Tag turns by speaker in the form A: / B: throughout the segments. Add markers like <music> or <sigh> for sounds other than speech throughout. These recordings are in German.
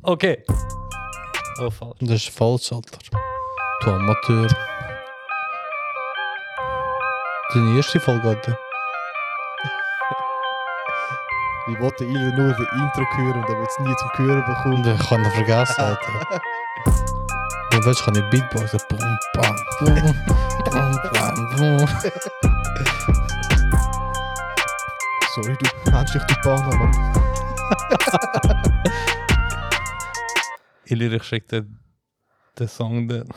A: Okay. Oh, fout.
B: Dat is Dus vals, Alter. Toe amateur. Ten eerste volgorde.
C: <laughs> Die wollten ieder nur den Intro hören und haben jetzt nie zum Hören
B: Ik
C: bekommen.
B: ga het
C: <laughs>
B: vergessen, Alter. Dan weet je, ga ik beatboxen. Boom, bam, boom, boom, bam, boom.
C: <laughs> Sorry, du Handschrift, du Banner, Mann.
A: Ilir, ich schicke dir den Song, den <laughs>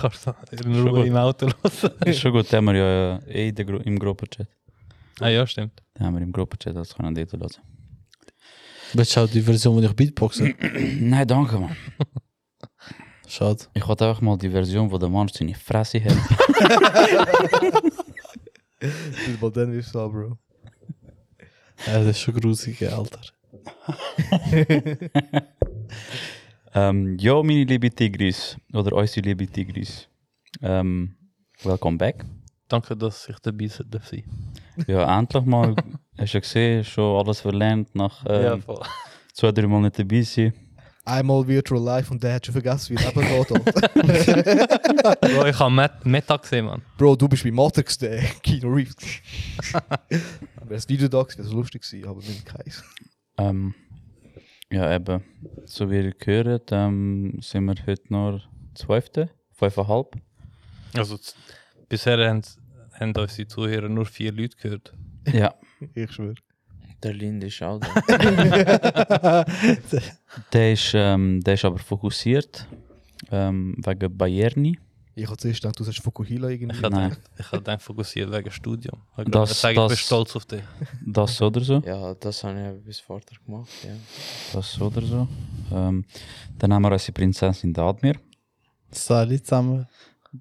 A: kannst du in
D: Schon
A: Ruhe
D: gut.
A: im Auto hören.
D: Ist schon gut, haben wir ja eh in der Gru im Gruppenchat.
A: ah ja, stimmt.
D: Den haben wir im Gruppenchat, das können die dort <clears throat> hören.
B: Weet je, die versie moet ik
C: <clears throat>
B: beatboxen.
D: Nein, danke, Mann.
B: Schade.
D: Ich wollte einfach mal die Version, wo der Mann seine Fresse hat.
C: Bis bald dann wirst du an, Bro.
B: Ja, dat is zo grusig, Alter.
D: ähm, jo, meine liebe Tigris, oder unsere liebe Tigris. Ähm, welcome back.
A: Danke, dass ich dabei sein darf sein.
D: Ja, endlich mal. <laughs> Hast du ja gesehen, schon alles verlernt nach ähm,
A: voll.
D: zwei, drei Monaten dabei sein.
C: Einmal Virtual Life und der hat schon vergessen, wie er eben geht. Alter. <laughs>
A: Bro, ich habe Met Meta gesehen, Mann.
C: Bro, du bist bei Matrix, der Kino Reeves.
B: <laughs>
C: Wäre das Video da gewesen, wäre es lustig gewesen, aber mit keins.
D: Ähm, ja, eben. So wie ihr gehört, ähm, sind wir heute nur zwölfte, fünfeinhalb.
A: Also, z- bisher haben, haben unsere Zuhörer nur vier Leute gehört.
D: Ja.
C: <laughs> Ich schwöre.
E: Der Lind ist auch da.
D: <laughs> Der ist, ähm, der ist aber fokussiert ähm, wegen Bayerni.
C: Ich habe zuerst gedacht, du sagst Fukuhila
B: <laughs>
C: irgendwie.
A: Ich habe
D: Nein.
A: gedacht, ich habe gedacht, fokussiert wegen Studium. Ich habe
D: Das-
A: gesagt, ich bin
D: das-
A: stolz auf dich.
D: Das oder so.
E: Ja, das habe ich ja bis vorher gemacht. Ja.
D: Das oder so. Ähm, dann haben wir unsere Prinzessin Dadmir.
B: Salut zusammen.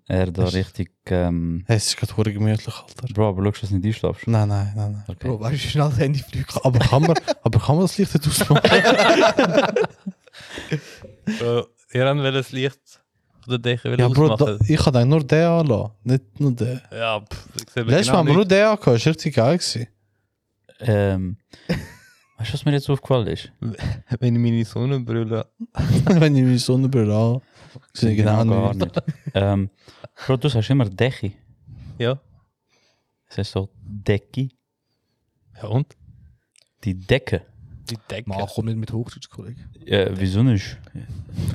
D: Er da
B: Das-
D: richtig. Ähm,
B: Hey, es ist gerade verdammt gemütlich, Alter.
D: Bro, aber schaust du, dass du nicht einschlafst?
B: Nein, nein, nein, nein.
D: Okay.
C: Bro, weißt du, wie schnell das Handy fliegt?
B: Aber kann man, aber kann man das Licht nicht
C: <laughs>
B: ausmachen?
A: Bro, ihr habt das Licht oder dich will
B: ja, Bro, da,
A: ausmachen.
B: ich kann eigentlich nur den anlassen. Nicht nur den.
A: ja, pff, ich sehe genau
B: Letztes Mal haben wir nur den angehört. Ist richtig geil gewesen. <laughs>
D: Ähm, weißt du, was mir jetzt aufgefallen ist?
A: wenn ich meine Sonnenbrille
B: Wenn ich meine Sonnenbrille an. Sind genau
D: gar
B: nicht.
D: nicht. ähm, Bro, du sagst immer Dechi.
A: Ja.
D: Das heißt so Decki.
A: Ja, und?
D: Die Decke.
A: Die Decke.
C: Mann, komm nicht mit Hochdeutsch, Kollege.
D: Äh, wieso nicht?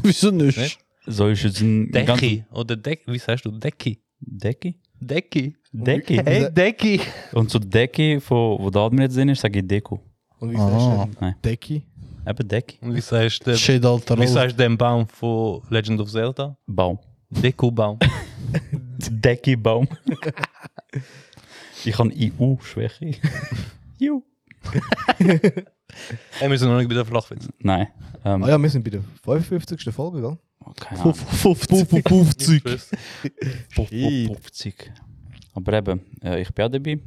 B: Wieso
A: Nicht?
B: nicht?
D: So ist jetzt ein
A: Decki. Oder Deck. Oh, Wie sagst du? Decki.
D: Decki?
A: Decki.
D: Decki.
C: Hey,
A: Decki.
D: Und zur Decke, von, wo der Admiral drin ist, sage ich Deko.
C: Und wie
B: Ah,
C: sagst du
D: nein.
C: denn? Decki?
D: Eben Decke.
A: Und wie sagst du
B: Shade, Alter.
A: wie
B: Alter.
A: sagst du den Baum von Legend of Zelda?
D: Baum.
A: <laughs> Deku-Baum.
D: Decki-Baum. <laughs> ich habe EU-Schwäche. Ju.
A: Ey, wir sind noch nicht bei der <laughs> Flachwitz.
D: Nein. Ähm,
C: Ah ja, wir sind bei der 55. Folge, gell?
D: keine Ahnung.
B: 50. 50.
A: Tschüss.
C: Shit.
D: 50. Aber eben, äh, ich bin auch dabei.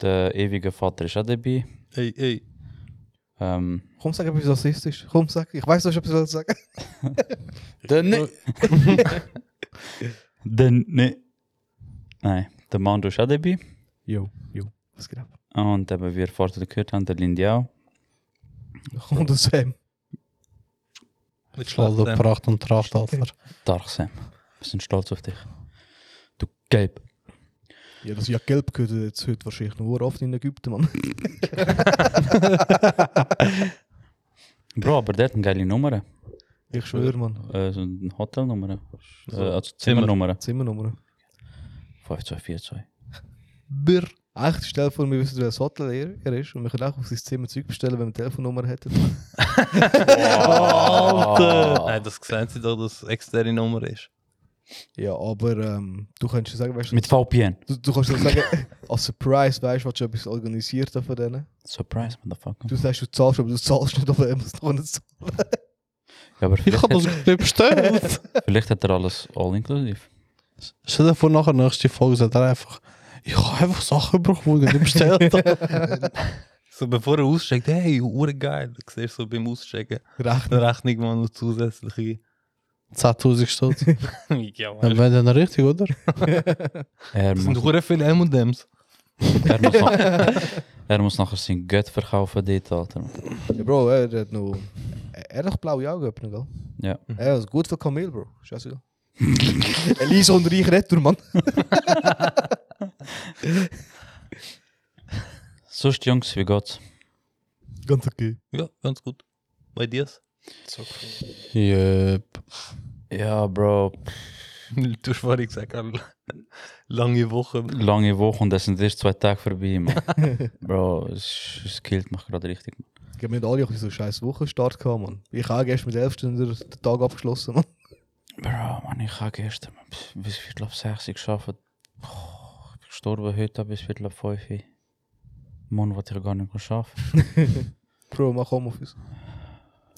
D: Der ewige Vater ist auch dabei.
A: Ey, ey.
D: Ähm,
C: Komm, sag etwas rassistisch. Komm, sag. Ich weiß, du hast etwas zu sagen.
E: Der ne
D: dann, ne. Nein, der Mando ist auch dabei.
C: Jo, jo. Was geht ab?
D: Und eben, wie wir vorher gehört haben, der Lindy auch.
C: Komm, das Sam.
A: Mit
B: Voll der
A: Schlachten.
B: Pracht und Tracht, Alter.
D: Dark Sam. Wir sind stolz auf dich. Du Gelb.
C: Ja, das ja gelb gehört jetzt heute wahrscheinlich nur oft in Ägypten, Mann.
D: Bro, aber der hat eine geile Nummer.
C: Ich schwöre, Mann.
D: Äh, so eine Hotelnummer. Äh,
A: So,
D: also Zimmernummer.
C: Zimmernummer.
D: 5242.
C: Brr. Echt, stell vor, wir wissen, wer das Hotel er, er ist und wir können auch auf sein Zimmer Zeug bestellen, wenn wir eine Telefonnummer hätten.
A: Alter! Nein, das sehen sie doch, dass es dus externe Nummer ist.
C: <laughs> Ja, aber ähm, du kannst ja sagen, weißt du,
D: Mit VPN.
C: du, du kannst ja sagen, <laughs> als Surprise, weißt du, was du etwas organisiert hast von denen.
D: Surprise, motherfucker.
C: Du sagst, du zahlst, aber du zahlst nicht, aber er muss noch nicht zahlen.
D: Ja, aber
B: Ich
D: vielleicht,
C: <laughs>
B: hab das
D: hat,
B: nicht bestellt.
D: vielleicht hat er alles all-inclusive.
B: <laughs> Stell dir vor, nachher nächste Folge sagt er einfach, ich habe einfach Sachen bekommen, die ich nicht bestellt habe. <laughs>
A: So, bevor er aussteigt, hey, hure geil. Du siehst so beim Aussteigen.
C: Rechnen.
A: Eine Rechnung, man noch <laughs> zusätzliche.
B: 10.000 Stutz.
A: ja,
B: Dann
A: Mann.
B: wäre dann richtig, oder?
D: Er
A: Das sind
D: muss,
A: hure viele M&M's.
D: er, muss nach, er muss nachher sein Geld verkaufen, dort, Alter.
C: Ja, Bro, er hat noch Er hat doch blaue Augen, jemand, gell?
D: Ja.
C: Ja, das ist gut für Camille, Bro. Scheißegal. <laughs> Elisa und Reich Retter, Mann.
D: Sonst, Jungs, wie geht's?
C: Ganz okay.
A: Ja, ganz gut. Bei <laughs> dir's?
E: So cool.
B: Yep.
D: Ja, Bro,
A: Du hast vorhin gesagt, eine lange Woche.
D: lange Woche und das sind erst zwei Tage vorbei, <laughs> man. Bro, es, es killt mich gerade richtig. Man.
C: Ich habe mit alle auch so einen scheiß Wochenstart gehabt, Mann. Ich habe erst mit 11 Stunden den Tag abgeschlossen, Mann. <laughs>
D: Bro, man, ich habe gestern man, bis- bis Viertel ab 6 Uhr gearbeitet. Oh, ich bin gestorben heute bis Viertel ab 5 Uhr. Morgen wollte ich gar nicht mehr arbeiten.
C: Bro, mach Homeoffice. Ah,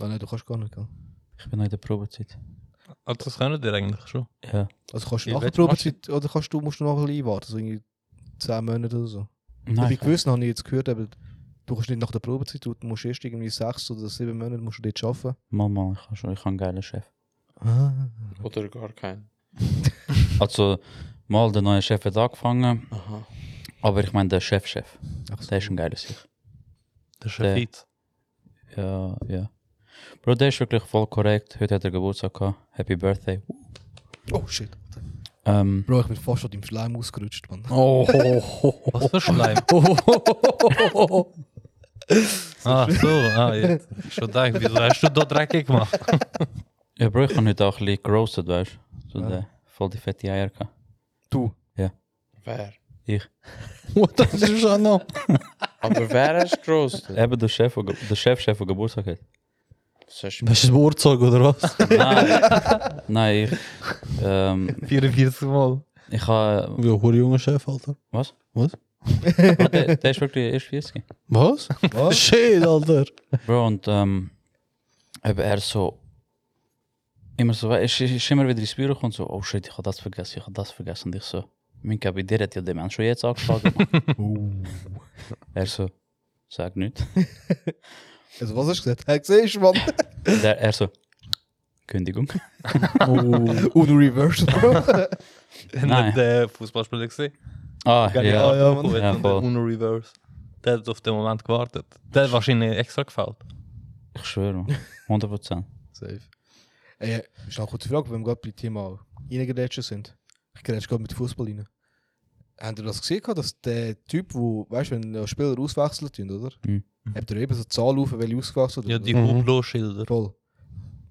C: Nein, nein, du kannst gar nicht, gell?
D: Ich bin noch in der Probezeit.
A: Also, das können wir eigentlich schon.
D: Ja.
C: Also kannst du
A: Ich
C: nachher
A: werd-
C: Probezeit, oder kannst du, musst du noch ein bisschen warten, so irgendwie 10 Monate oder so. Nein,
D: Nein,
C: Bei
D: ich kann-
C: gewissen habe ich jetzt gehört, aber du kannst nicht nach der Probezeit, du musst erst irgendwie 6 oder 7 Monate musst du dort arbeiten.
D: mal, mal, ich habe schon, ich habe einen geilen Chef.
C: Ah.
E: Oder gar keinen.
D: Also, mal, der neue Chef hat angefangen,
E: Aha.
D: aber ich meine, der Chef-Chef,
C: Ach so.
D: der ist ein geiler Sieg.
A: Der Chefitz.
D: Ja, ja. Bro, der ist wirklich voll korrekt. Heute hat er Geburtstag gehabt. Happy Birthday.
C: Oh shit.
D: Ähm,
C: Bro, ich bin fast schon im Schleim ausgerutscht, Mann.
B: Oh,
A: Was für Schleim? ah, so. Ah, jetzt. Ich hab Schon gedacht, wieso hast du da dreckig gemacht?
D: ja, Bro, ich habe heute auch ein bisschen gerostet, weißt du? So der, voll die fette Eier gehabt.
C: Du.
E: Wer?
D: Ich.
B: What the fuck is that now?
E: Aber wer ist <laughs> groß?
D: Eben der Chef, der Ge- der Chef-Chef, der Geburtstag <laughs> hat.
E: Das ist
B: Das ist ein Beurzeug, oder was?
D: Nein, nein, ich. Ähm,
A: 44 Mal.
D: ich habe.
B: Wie ein hoher junger Chef, Alter.
D: Was?
B: Was?
D: Bro, der, der ist wirklich erst 40.
B: Was? Shit, Alter.
D: Bro, und ähm, eben er so immer so, ich, ich, ich immer wieder ins Büro und so, oh shit, ich habe das vergessen, ich habe das vergessen. Und ich so, mein Kabinett hat ja den Mann schon jetzt <laughs> angeschlagen. er so, sag nicht.
C: Also was hast du gesagt? Hey, siehst
A: <laughs>
C: du, Mann?
D: Der, er so, Kündigung.
A: Oh.
C: <laughs> Und reversed, Bro. <laughs>
D: Nein.
A: Nicht der Fußballspieler gesehen.
D: Ah, ja,
A: Ja,
D: ja,
A: ja,
C: Mann.
A: man.
D: Ja,
A: Ja,
D: voll.
A: Uno Reverse. Der hat auf den Moment gewartet. Der hat wahrscheinlich eh, extra gefällt.
D: ich schwöre, Mann. 100%.
C: Safe. Ey, ist noch eine kurze Frage, wenn wir gerade beim Thema reingrätschen sind. Ich grätsche gerade mit Fußball rein. Habt ihr das gesehen, gehabt, dass der Typ, wo, weißt du, wenn äh, Spieler auswechselt, tun, oder?
D: Mhm.
C: Habt ihr eben so Zahlen auf, welche ausgewechselt
A: Ja,
C: oder?
A: die
B: Mhm.
A: Hublot-Schilder.
C: Voll.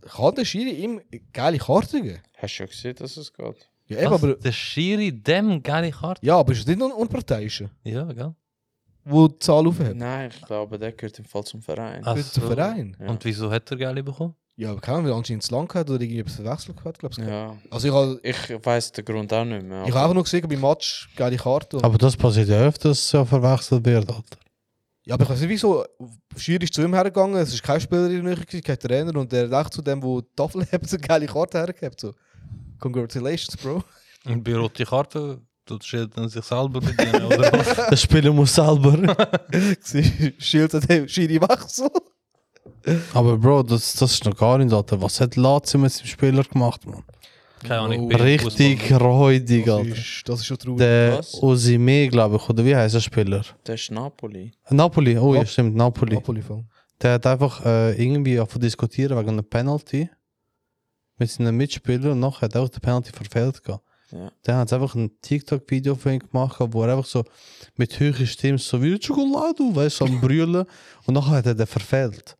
C: Kann der Schiri ihm geile Karte geben?
E: Hast du ja gesehen, dass es geht?
C: Ja, eben,
A: Was?
C: aber,
A: Der Schiri, dem geile Karte.
C: ja, aber ist das nicht noch ein Unparteiischer,
A: Ja, gell?
C: der die Zahl aufhebt?
E: Nein, ich glaube, der gehört im Fall zum Verein.
A: Ah.
C: Für
A: so.
C: den Verein?
E: Ja.
A: Und wieso hat er geile bekommen?
C: Ja, aber kann man anscheinend zu lang gehabt oder irgendwie etwas verwechselt gehabt, glaube ich.
E: ja.
C: Also ich habe
E: Ich weiß den Grund auch nicht mehr.
C: ich hab einfach nur gesehen, beim Match geile Karte. und-
B: Aber das passiert ja öfters, dass ja verwechselt wird, Alter.
C: Ja, aber ich weiß nicht wieso. Schier ist zu ihm hergegangen, es ist kein Spieler in der Nähe, gewesen, kein Trainer und der hat echt zu dem, der die Tafel <laughs> hat, so eine geile Karte hergehabt. So. Congratulations, Bro. <laughs>
A: Und bei rote Karte tut Schilder sich selber <laughs> bedienen, oder was?
B: Der Spieler muss selber.
C: Schild hat hey, Schiri mach so.
B: Aber Bro, das, das ist noch gar nicht, Alter. Was hat Lazio mit dem Spieler gemacht, Mann?
A: Keine Ahnung. ich bin
B: Richtig
A: Fußball-
B: räudig,
C: Das
B: Alter.
C: ist, das ist schon traurig.
B: Der
E: Was?
B: Osime, glaube ich, oder wie heißt der Spieler?
E: Der ist Napoli.
B: Napoli, oh ja,
C: Nap-
B: stimmt, Napoli.
C: Napoli-Fall.
B: Der hat einfach äh, irgendwie auf diskutieren wegen einer Penalty mit seinen Mitspielern und nachher hat er auch die Penalty verfehlt. gehabt.
E: Ja.
B: Dann hat es einfach ein TikTok-Video von ihm gemacht, gehabt, wo er einfach so mit höherer Stimme so wie Schokolade, weißt du, so am Brüllen und nachher hat er den verfehlt.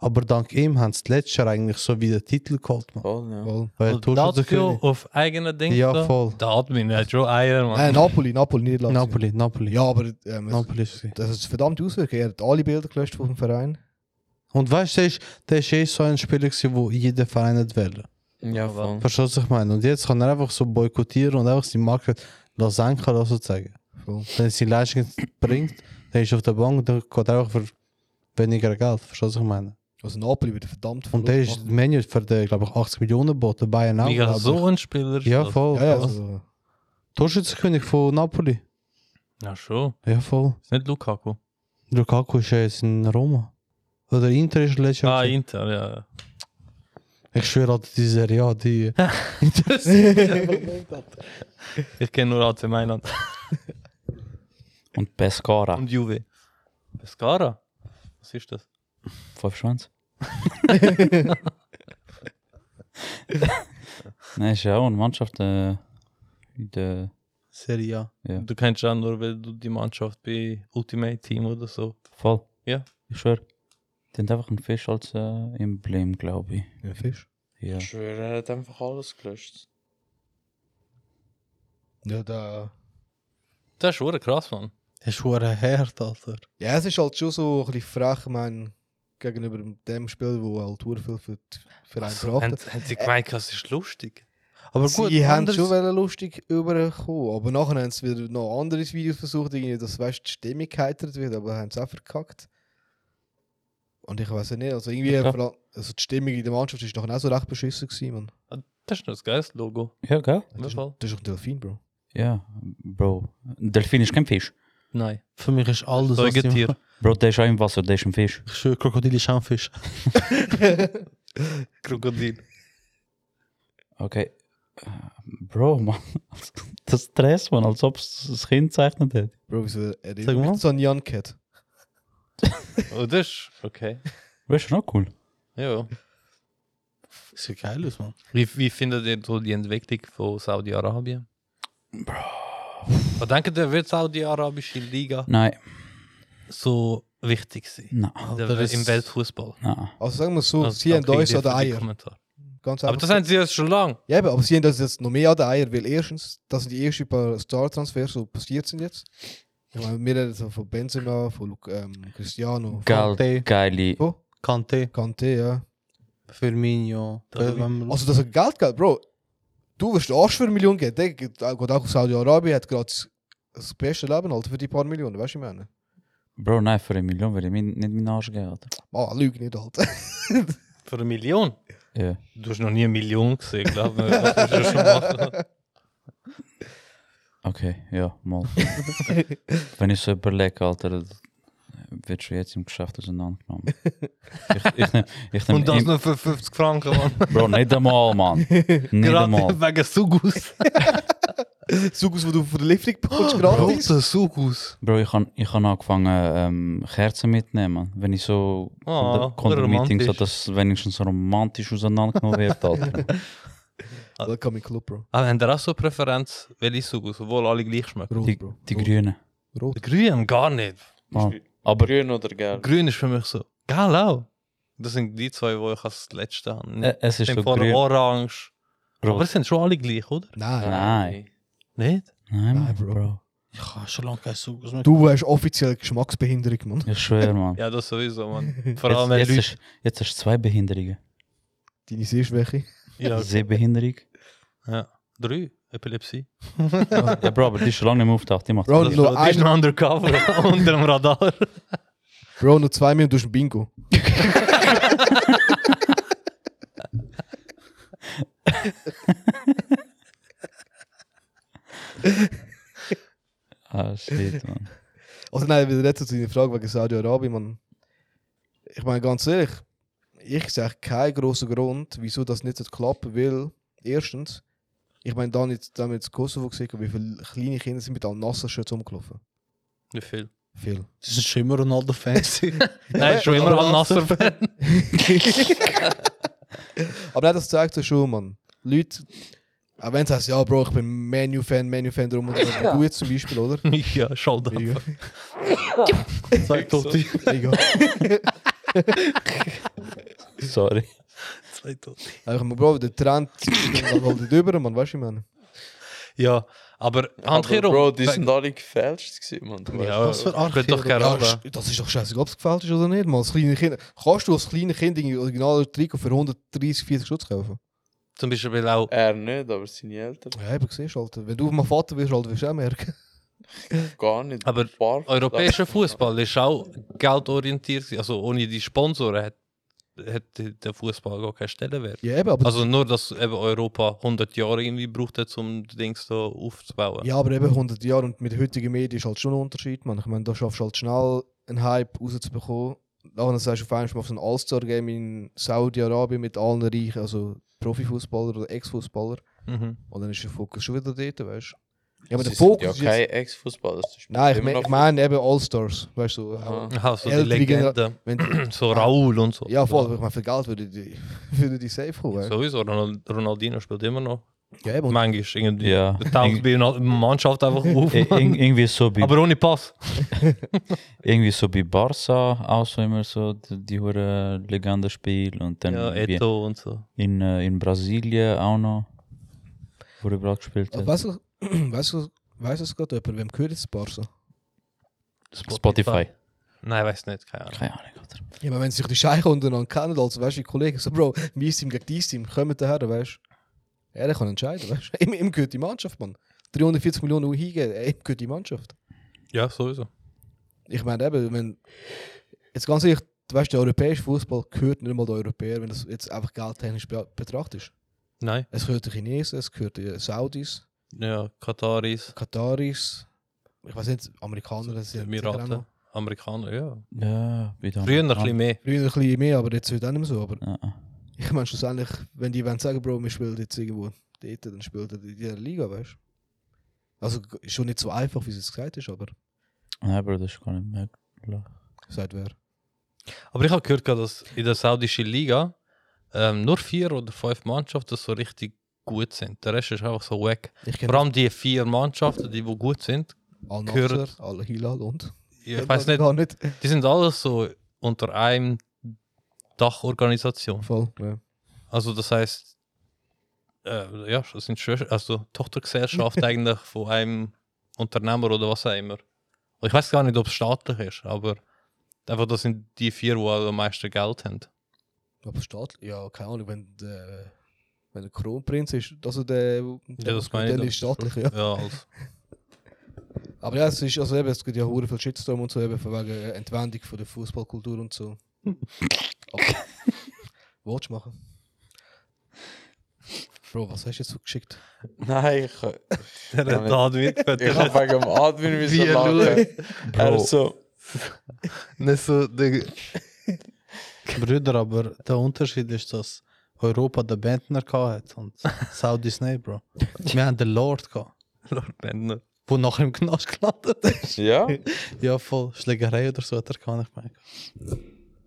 B: Aber dank ihm haben sie letztes Jahr eigentlich so wie den Titel geholt. Man.
E: Voll, ja.
C: Voll.
B: Weil
A: Und
B: Torschütze-
A: Lazio auf eigenen Ding.
B: Ja,
A: da?
B: voll.
A: Der Admin hat schon Eier,
C: Äh,
A: Mann.
C: Napoli, Napoli, nicht Lazio.
B: Napoli, Napoli.
C: Ja, aber ähm, es-
B: Napoli ist es.
C: das ist verdammt Auswirkung. Er hat alle Bilder gelöscht vom Verein.
B: Und weißt du, der ist, der ist eh so ein Spieler, gewesen, wo jeder Verein hat wollte.
E: Ja, voll.
B: Verstehst du, was ich meine? Und jetzt kann er einfach so boykottieren und einfach seinen Markt das senken lassen, zeigen.
C: Voll.
B: Wenn es die Leistung nicht bringt, dann ist er auf der Bank und dann geht er einfach für weniger Geld. Verstehst du, was ich meine?
C: Also Napoli wird verdammt
B: Und der ist
C: verloren.
B: Menu für, den, glaube ich, 80 Millionen geboten, Bayern auch.
A: Mega
B: glaub ich.
A: so ein Spieler. ist
B: Ja,
A: das.
B: voll.
C: Ja, ja, also,
B: Torschützenkönig von Napoli.
A: Ja, schon.
B: Ja, voll.
A: Ist nicht Lukaku.
B: Lukaku ist ja jetzt in Roma. Oder Inter ist letztes Jahr.
A: Ah,
B: gewesen.
A: Inter, ja.
B: <laughs>
A: ja.
B: ich schwöre, Alter, die Serie A,
A: <laughs>
B: die...
A: Ich kenne nur AC Mailand.
D: Und Pescara.
A: Und Juve. Pescara? Was ist das?
D: <laughs> Fünf Schwanz. Nee, ist ja auch eine Mannschaft, äh, wie der
B: Serie A.
A: Du kannst ja nur, wenn du die Mannschaft bei Ultimate Team oder so.
D: Voll.
A: Ja.
D: Ich schwöre. Die haben einfach einen Fisch als äh, Emblem, glaube ich.
C: Ein Fisch.
D: Ja.
E: Ich schwöre, er hat einfach alles gelöscht.
C: Ja, da.
A: Das ist schon krass, Mann.
B: Das ist hure hart, Alter.
C: ja, es ist halt schon so ein bisschen frech, man, gegenüber dem Spiel, wo halt sehr viel für die Vereine
A: Haben
C: verachtet.
A: haben sie
B: Eh.
A: gemeint, das ist lustig?
B: Aber gut,
C: Sie haben
B: anders-
C: schon wollen lustig überkommen, aber nachher haben sie wieder noch anderes Video versucht, irgendwie, dass weißt, die Stimmung geheitert wird, aber haben es auch verkackt. Und ich weiß ja nicht, also irgendwie,
D: Ja.
C: vor allem- also die Stimmung in der Mannschaft ist nachher auch so recht beschissen gewesen, man.
A: Das ist noch das geilste Logo.
D: Ja, gell?
A: Auf
C: Das
A: jeden
C: ist,
A: Fall.
C: das ist doch ein Delfin, Bro.
D: Ja, Bro. Ein Delfin ist kein Fisch.
A: Nein.
B: Für mich ist alles. was die-
A: Säugetier.
D: Bro, der ist auch im Wasser, der ist ein Fisch.
B: Ich schwöre, Krokodil ist auch ein Fisch.
A: Krokodil.
D: Okay. Äh, Bro, Mann. <laughs> Das Stress, Mann, als ob es das Kind zeichnet hat.
C: Bro, wieso
B: Sag
C: erinnert
B: mal.
C: mich so an Jan Cat?
A: Oh, das ist okay.
D: Das ist noch cool.
A: Ja.
B: Sieht geil aus, Mann.
A: Wie, wie findet ihr so die Entwicklung von Saudi-Arabien? Bro. Was denkt ihr, wird saudi-arabische Liga
D: Nein,
A: so wichtig sein?
D: nein,
A: Der-
B: das
A: Im
B: ist-
A: Weltfußball.
D: nein.
C: Also sagen wir es so,
A: Also,
C: sie
A: da
C: haben
A: kriegen
C: uns
A: die
C: an den
A: für die
C: Eier.
A: Kommentar.
C: Ganz
A: Aber
C: einfach
A: das haben sie jetzt schon lange.
C: Ja, eben, aber sie haben das jetzt noch mehr an den Eier, weil erstens, das sind die ersten paar Star-Transfers, die passiert sind jetzt. Ich meine, wir reden so von Benzema, von Lu- ähm, Cristiano,
D: Geil,
B: Kante.
D: geile.
C: von
B: Kante,
C: Kante, ja.
B: Firmino.
A: Da-
C: Also, dass er Geld gibt, Bro, du wirst den Arsch für eine Million geben. Der geht auch geht auch auf Saudi-Arabien, hat gerade das- das beste Leben halt für die paar Millionen, weißt du, was ich meine?
D: Bro, nein, für eine Million würde ich mir nicht meinen Arsch geben, Alter.
C: Ah, lüg nicht halt. <laughs>
A: Für eine Million?
D: Ja.
A: Du hast noch nie eine Million gesehen, glaube
C: <laughs>
A: ich. Was willst du schon machen?
D: Okay, ja, mal. Wenn ich so überlege, Alter, das wird schon jetzt im Geschäft auseinandergenommen. Ich, ich nehm, ich nehm
A: Und das
D: im,
A: nur für 50 Franken, Mann.
D: Bro, nicht einmal, Mann. Nicht einmal.
A: Gerade wegen Sugus.
C: Zug aus, wo du von der Liftung bekommst, gratis.
A: Rote Sugus.
D: Bro, ich habe ich han angefangen, ähm, Kerzen mitnehmen. Wenn ich so
A: Ah,
D: Meetings
A: romantisch.
D: hatte, dass wenigstens romantisch auseinandergenommen wird,
A: <laughs>
D: Alter.
C: Welcome in Club, Bro.
A: Aber haben ihr auch so eine Präferenz, welche Sugus, obwohl alle gleich schmecken?
C: Rot,
D: Die,
C: Bro.
D: die Ah,
C: Rot.
D: Grünen.
C: Rot.
A: Grün, gar nicht.
D: Mann. Aber
E: Grün oder gelb?
A: Grün ist für mich so. Geil auch. Das sind die zwei, die ich als letzte habe.
D: äh, es ist
A: Im
D: so
A: Fall
D: grün.
A: Orange. Aber
D: Rot.
A: es sind schon alle gleich, oder?
C: Nein.
D: Nein.
A: Nicht?
D: Nein, Mann,
C: Nein, Bro.
D: Bro.
B: Ich habe schon lange keinen Sugus mehr.
C: Du hast offiziell Geschmacksbehinderung, Mann.
D: Ich schwöre, Mann.
A: Ja, das sowieso, Mann. Vor allem, wenn
D: Jetzt, jetzt,
A: Leute...
D: hast, jetzt hast du zwei Behinderungen.
C: Deine Sehschwäche.
A: Ja,
D: Sehbehinderung.
A: drei. Epilepsie.
D: Ja, Bro, aber die ist schon lange nicht mehr aufgetaucht. Die macht
C: Bro,
A: das,
C: nur
A: das ist
C: ein,
A: noch <laughs> undercover, unter dem Radar.
C: Bro, nur zwei Minuten durch ein Bingo.
D: Ah, shit, Mann.
C: Also nein, wieder letzte zu deiner Frage wegen Saudi-Arabien, Mann. Ich meine, ganz ehrlich, ich sehe keinen grossen Grund, wieso das nicht klappen will. Erstens, ich meine, da jetzt, da haben wir jetzt Kosovo gesehen, wie viele kleine Kinder sind mit Al-Nassr-Shirts rumgelaufen.
A: Wie viel?
C: Viel.
B: Das ist schon immer <laughs> Ronaldo-Fans.
A: Nein, schon immer
B: aber-
A: am nasser
C: Aber nein, das zeigt ja schon, Mann. Leute, auch wenn sie heißt, ja, Bro, ich bin Menu-Fan, Menu-Fan drum und drum. Du jetzt zum Beispiel, oder?
A: <laughs> Ja, schalt ab.
C: Mega.
A: Zwei Tote.
C: Mega.
D: Sorry.
A: Zwei Tote.
C: Aber ich meine, Bro, der Trend, dann halt nicht über, Mann, weißt du, ich meine.
A: Ja, aber
E: Aber,
A: handkehrum.
E: Bro, die sind alle gefälscht gewesen, Mann. Du
A: Ja,
B: Was für
A: könnt doch keine
C: Ja,
A: Rolle.
C: ist- das ist doch scheiße, ob es gefällt ist oder nicht. Mal als kleine Kind, kannst du als kleine Kind ein originales Trikot für 130, 40 Schutz kaufen?
A: äh, Zum Beispiel auch.
E: Er nicht, aber seine Eltern
C: Ja, eben, siehst du, Alter. Wenn du mein Vater wirst, Alter, wirst du auch merken.
E: gar nicht.
A: Aber
E: Barf-
A: Europäischer Fußball ist auch geldorientiert. gewesen. Also ohne die Sponsoren hat, hat der Fußball gar keinen Stellenwert.
C: <laughs> Ja, eben, aber,
A: Also nur, dass eben Europa 100 Jahre irgendwie braucht, hat, um die Dings da aufzubauen.
C: ja, aber eben 100 Jahre und mit heutigen Medien ist halt schon ein Unterschied, man. Ich meine, da schaffst du halt schnell einen Hype rauszubekommen. Nachher sagst du auf einmal, auf so ein All-Star-Game in Saudi-Arabien mit allen Reichen, also Profifußballer oder Ex-Fußballer.
A: Mhm.
C: Und dann ist der Fokus schon wieder dort, weißt du. Ja, aber
E: Sie
C: der
E: sind ja
C: Fokus ist jetzt,
E: kein Ex-Fußballer. sie spielen
C: Nein, ich,
E: immer
C: mein, ich
E: noch
C: meine eben All-Stars, weißt du.
E: Aha.
A: Also die
C: Ältere Genera-
A: Legende.
C: Wenn die,
A: So Raul und so.
C: ja, voll, ich meine, für Geld würde die, <laughs> würde die safe holen.
A: Sowieso, Ronald- Ronaldinho spielt immer noch.
C: Ja, eben.
A: Manchmal irgendwie.
D: Ja.
A: Der taucht bei einer Mannschaft
D: <laughs>
A: einfach auf.
D: Ir- ir- irgendwie so bei
A: Aber ohne Pass.
D: irgendwie so bei Barca auch so immer so die, die hure Legende spielen und dann
A: Ja,
D: irgendwie
A: Eto und so.
D: in, äh, in Brasilien auch noch, wo er gerade gespielt
C: Aber
D: hat.
C: Weißt du, <clears throat> weißt du, weißt du es gerade jemand, wem gehört jetzt Barca?
D: Spotify.
A: Nein, weiß nicht, keine Ahnung.
D: Keine Ahnung. Alter.
C: Ja, aber wenn sich die Scheiche untereinander kennen, also weißt du, wie Kollegen, so, Bro, mein Team gegen dein Team, kommen daher, weißt du? Er kann entscheiden, weißt du? <laughs> Ihm, ihm gehört die Mannschaft, Mann. 340 Millionen Euro hingeben, äh, ihm gehört die Mannschaft.
A: Ja, sowieso.
C: Ich meine eben, wenn. Jetzt ganz ehrlich, du weißt, der europäische Fußball gehört nicht mal den Europäern, wenn du das jetzt einfach geldtechnisch be betrachtest.
A: Nein.
C: Es gehört den Chinesen, es gehört den Saudis,
A: Ja, Kataris,
C: Kataris, ich weiß nicht, Amerikaner, das sind sicher auch
A: Emiraten,
C: noch.
A: Amerikaner, ja.
D: Ja, wieder.
A: Früher noch ein bisschen mehr.
C: Früher ein bisschen mehr, aber jetzt wird auch nicht mehr so. Aber
D: Ja, ja.
C: Ich meine, schlussendlich, wenn die wollen sagen, Bro, wir spielen jetzt irgendwo dort, dann spielt er in dieser Liga, weißt du? Also g- ist schon nicht so einfach, wie es jetzt gesagt ist, aber
D: Nein, Bro, das ist gar nicht möglich.
C: sagt wer.
A: Aber ich habe gehört, gehabt, dass in der saudischen Liga ähm, nur vier oder fünf Mannschaften so richtig gut sind. Der Rest ist einfach so weg.
C: Ich
A: Vor
C: kenne
A: allem die vier Mannschaften, die wo gut sind.
C: Al-Nasser,
A: gehört-
C: Al-Hilal und...
A: Ich weiß nicht,
C: Gar nicht.
A: die sind alles so unter einem Dachorganisation.
C: Voll, ja.
A: Also das heißt, äh, ja, das sind Schwester- also
C: <laughs>
A: Tochtergesellschaft eigentlich von einem Unternehmer oder was auch immer. Und ich weiß gar nicht, ob es staatlich ist, aber einfach das sind die vier, die am meisten Geld haben.
C: Aber Staat... Ja, keine Ahnung, wenn der... Wenn der Kronprinz ist, also der... der
A: das meine ich,
C: der
A: das
C: ist
A: ist
C: staatlich, ja.
A: Ja, also,
C: Aber ja, es ist also eben, es gibt ja hure viel Shitstorm und so, eben von wegen äh, Entwendung von der Fußballkultur und
A: <laughs>
C: so. Aber, willst du machen? Bro, was hast du jetzt so geschickt?
E: Nein, ich, ich
A: der
E: Ja,
A: hat mitgefüttert.
E: habe wegen dem Admin müssen
A: Wie er
E: lachen. Er ist so,
B: <laughs> Nicht so, der- <laughs> Brüder, aber der Unterschied ist, dass Europa den Bentner gehabt hat <laughs> und Saudis nicht, Bro. Wir haben den Lord gehabt,
A: Lord Bender.
B: der nachher im Knast gelandet <laughs> ist.
E: ja,
B: Ja, voll Schlägerei oder so hat er gar nicht mehr. gehabt.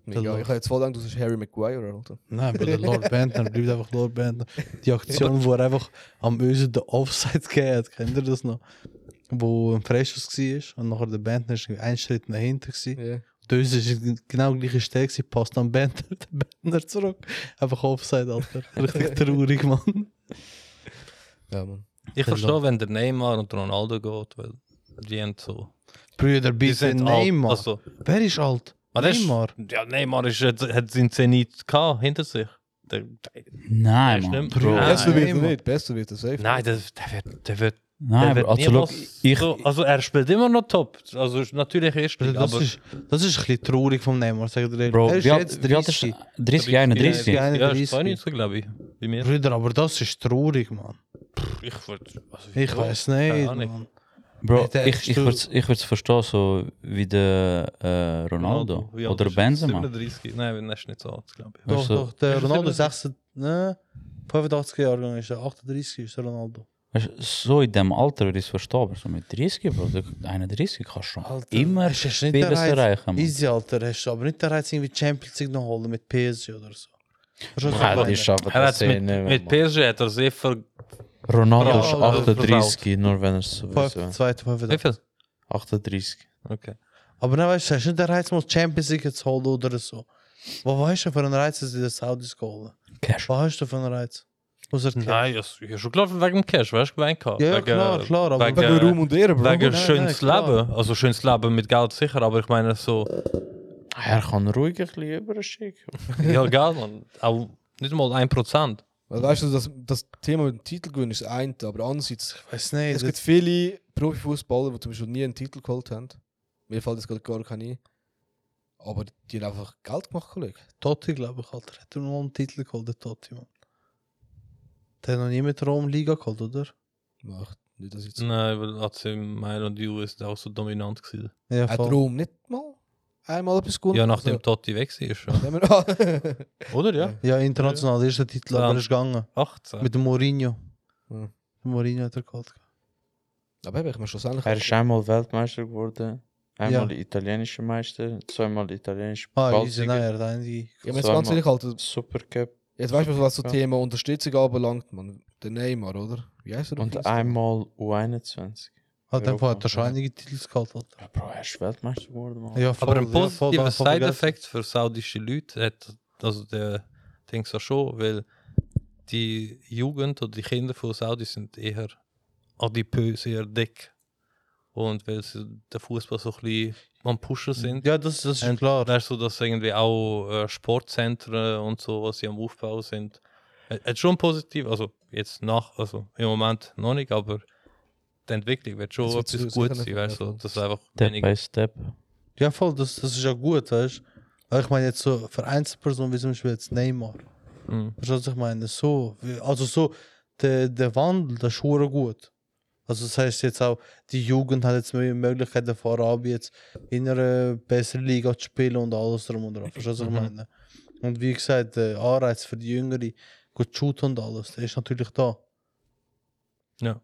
C: Mega. Ich habe jetzt voll gedacht, du bist Harry Maguire, Alter.
B: Nein, aber der Lord Bentner bleibt einfach Lord Bentner. Die Aktion, wo er einfach am Öse den Offside gegeben hat, kennt ihr das noch? dus Wo ein Freischuss war und nachher der Bentner ist einen Schritt nach hinten. gewesen.
C: Yeah.
B: Der Öse ist genau die gleiche Stelle, gewesen, passt am Bentner, der Bentner zurück. Einfach Offside, Alter. <laughs> Richtig traurig, Mann.
C: Ja, Mann.
A: Ich
B: Der
A: verstehe,
B: Lord-
A: wenn der Neymar und Ronaldo geht, weil die haben so.
B: Brüder,
A: Die
B: bitte
A: sind alt,
B: Neymar.
A: Also,
B: Wer ist alt?
A: Ah, der ist-
B: Neymar.
A: ja, Neymar ist, hat, hat seinen Zenit gehabt hinter sich. Der, der,
D: Nein,
A: Ja,
D: Mann.
A: stimmt.
D: Bro.
A: Ja.
C: Besser wird er
B: Mann.
C: nicht, besser wird er safe.
A: nein, der, der wird. Der wird
D: Nein,
A: Der
D: Bro.
A: wird
D: Also, look,
A: niemals
D: ich,
A: so, also er spielt immer noch top. Also ist natürlich erst,
B: Brüder, Das
A: aber
B: ist, das ist ein bisschen traurig vom Neymar, sagt er.
D: Bro,
B: er
D: wie
B: ist
D: alt
B: jetzt
D: wie
A: dus-
D: alt ist
B: 30.
D: 30, 31.
B: Ja,
A: Ja, ja,
B: 31.
A: ist 92, glaube ich. Bei mir.
B: Brüder, aber das ist traurig, Mann.
A: Ich, würd- also,
B: Ich
A: ja,
B: weiß
A: keine
B: nicht,
A: Ahnung.
B: Mann.
D: Bro,
B: Hätte
D: ich, ich
B: du-
D: würde es ich würd's verstehen, so wie der äh, Ronaldo
A: Wie alt
D: oder
A: ist er?
D: Benzema.
A: 37. Nein, das ist nicht so alt, glaube ich.
D: Ja.
B: Doch,
D: Weißt du-
B: doch, der
A: Ist er
B: Ronaldo
A: nicht-
B: 86, ne, 85 Jahre lang ist er, 38 ist der Ronaldo.
D: Weißt du, So in dem Alter würde ich es verstehen, aber so mit 30, Bro, du- 31 kannst du schon
B: Alter,
D: immer
B: hast du nicht
D: Bibes
B: erreicht?
D: erreichen. Mann.
B: Easy, Alter, hast du aber nicht der Reiz, irgendwie Champions League noch holen mit PSG oder so. Verstehst du, was ich
D: Ja,
B: meine?
D: die
E: schaffen
A: Er hat's mit,
E: eh,
A: mit PSG hat er sehr viel.
E: Ronaldo
A: Ja,
E: ist
B: Oh,
A: aber-
E: 38, nur wenn er es so
B: Fünf-
E: will.
B: zweite,
A: Wie
B: 85.
A: viel?
E: 38.
A: Okay.
B: Aber dann weißt du, hast du nicht den Reiz, mal Champions League zu holen oder so. Was weißt du für einen Reiz, dass die den Saudis holen?
D: Cash.
B: Was hast du für einen Reiz? Außer Cash.
A: Nein, das ist schon klar wegen dem Cash, weißt du, gemeint gehabt.
B: Ja, ja,
A: wegen,
B: klar, klar, aber-
A: Wegen,
C: Wegen Ruhm und Ehre, Bro.
A: wegen
B: nein,
A: schönes
B: nein, klar.
A: Leben. Also schönes Leben mit Geld sicher, aber ich meine so.
E: Er kann ruhig ein bisschen überschicken.
A: Ja, egal, man. Auch nicht mal 1%.
C: Weil weißt du, das, das Thema mit dem Titelgewinn ist das eine, aber andererseits,
B: Weiß nicht.
C: es gibt viele Profifußballer, die zum Beispiel nie einen Titel geholt haben. Mir fällt das gerade gar kein ein. Aber die haben einfach Geld gemacht, Kollege.
B: Totti, glaube ich, Alter. Hat er noch einen Titel geholt, der Totti, Mann. Der hat noch nie mit Rom Liga geholt, oder?
C: Ach, nicht, dass ich jetzt...
A: Nein, weil AC Mailand die US auch so dominant gewesen.
B: Ja,
C: Hat Rom nicht mal einmal etwas gewonnen?
A: Ja, nachdem Totti weg war.
C: Also, nehmen wir an. <laughs>
A: Ja. Oder ja?
B: Ja, international ist der Titel,
A: Ja.
B: aber er ist gegangen.
A: 18.
B: Mit dem Mourinho.
C: Ja.
B: Mourinho hat er geholt.
C: Aber eben, ich meine, schlussendlich.
E: Er ist einmal Weltmeister geworden, einmal
B: Ja.
E: italienischer Meister, zweimal italienischer
B: Ah, easy,
E: Pokalsieger,
B: nein, er hat einen-
C: ja, aber jetzt ganz ehrlich, Alter,
E: Supercup
C: jetzt weißt du, was so
E: Ja.
C: Thema Unterstützung anbelangt, man. Der Neymar, oder? Wie heißt er? auf
E: und
C: Insta?
E: einmal U21.
B: Ah, dann
E: Europa,
B: hat er schon
E: ja.
B: einige Titel geholt. Alter.
E: Ja, Bro, er ist Weltmeister geworden, Mann.
B: Ja,
A: Aber ein
B: voll, ja, voll,
A: positiver
B: voll, voll
A: Side-Effekt für saudische Leute hat, also der denkt so schon, weil die Jugend oder die Kinder von Saudi sind eher adipös, eher dick. Und weil sie den Fußball so ein bisschen am Pushen sind,
B: Ja, das, das ist
A: Und
B: klar.
A: weißt du, dass irgendwie auch äh, Sportzentren und so, was sie am Aufbau sind, äh, hat schon positiv, also jetzt nach, also im Moment noch nicht, aber die Entwicklung wird schon
C: Das wird
A: etwas
C: sicher
A: gut
C: nicht
A: sein, weißt du,
C: verbessern.
A: dass einfach
D: Step
A: weniger.
D: by step.
B: Ja, voll, das, das ist ja gut, weißt du. Ich meine jetzt so für Einzelpersonen wie zum Beispiel jetzt Neymar.
A: Mhm.
B: Verstehst du, was ich meine? So, wie- also so, der, der Wandel, das ist hure gut. Also das heißt jetzt auch, die Jugend hat jetzt mehr Möglichkeiten vor Abi jetzt in einer besseren Liga zu spielen und alles drum und dran. Verstehst du, was ich
A: Mhm.
B: meine? Und wie gesagt, der Anreiz für die Jüngeren, gut zu shooten und alles, der ist natürlich da.
A: Ja.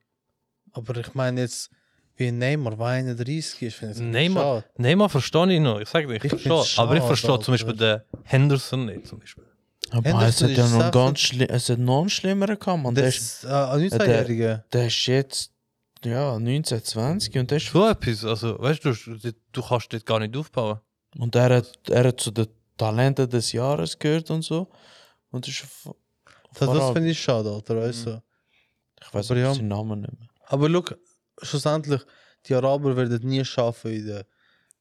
B: Aber ich meine jetzt, wie Neymar, weil 31 ist, finde ich das
A: Neymar-
B: schade.
A: Neymar verstehe ich noch, ich sage nicht, ich
B: Ich find's
A: verstehe, aber ich
B: schade,
A: verstehe zum
B: Alter.
A: Beispiel den Henderson nicht, zum Beispiel.
E: Aber es
B: Henderson
E: hat ja
B: ist
E: noch
B: 16.
E: ganz schli es hat noch einen schlimmeren gehabt, man. Der ist,
B: Das äh, 19-Jährige.
E: der ist jetzt, ja, 19, 20 und der ist
A: So etwas, also weißt du, du, du kannst das gar nicht aufbauen.
E: Und er hat, er hat zu den Talenten des Jahres gehört und so. Und ist auf-
B: Das, das
E: voran-
B: finde ich schade, Alter,
A: Mhm.
B: weißt du.
E: ich weiß
B: aber ja.
E: nicht den Namen nicht mehr.
B: Aber look, schlussendlich, die Araber werden nie schaffen, in den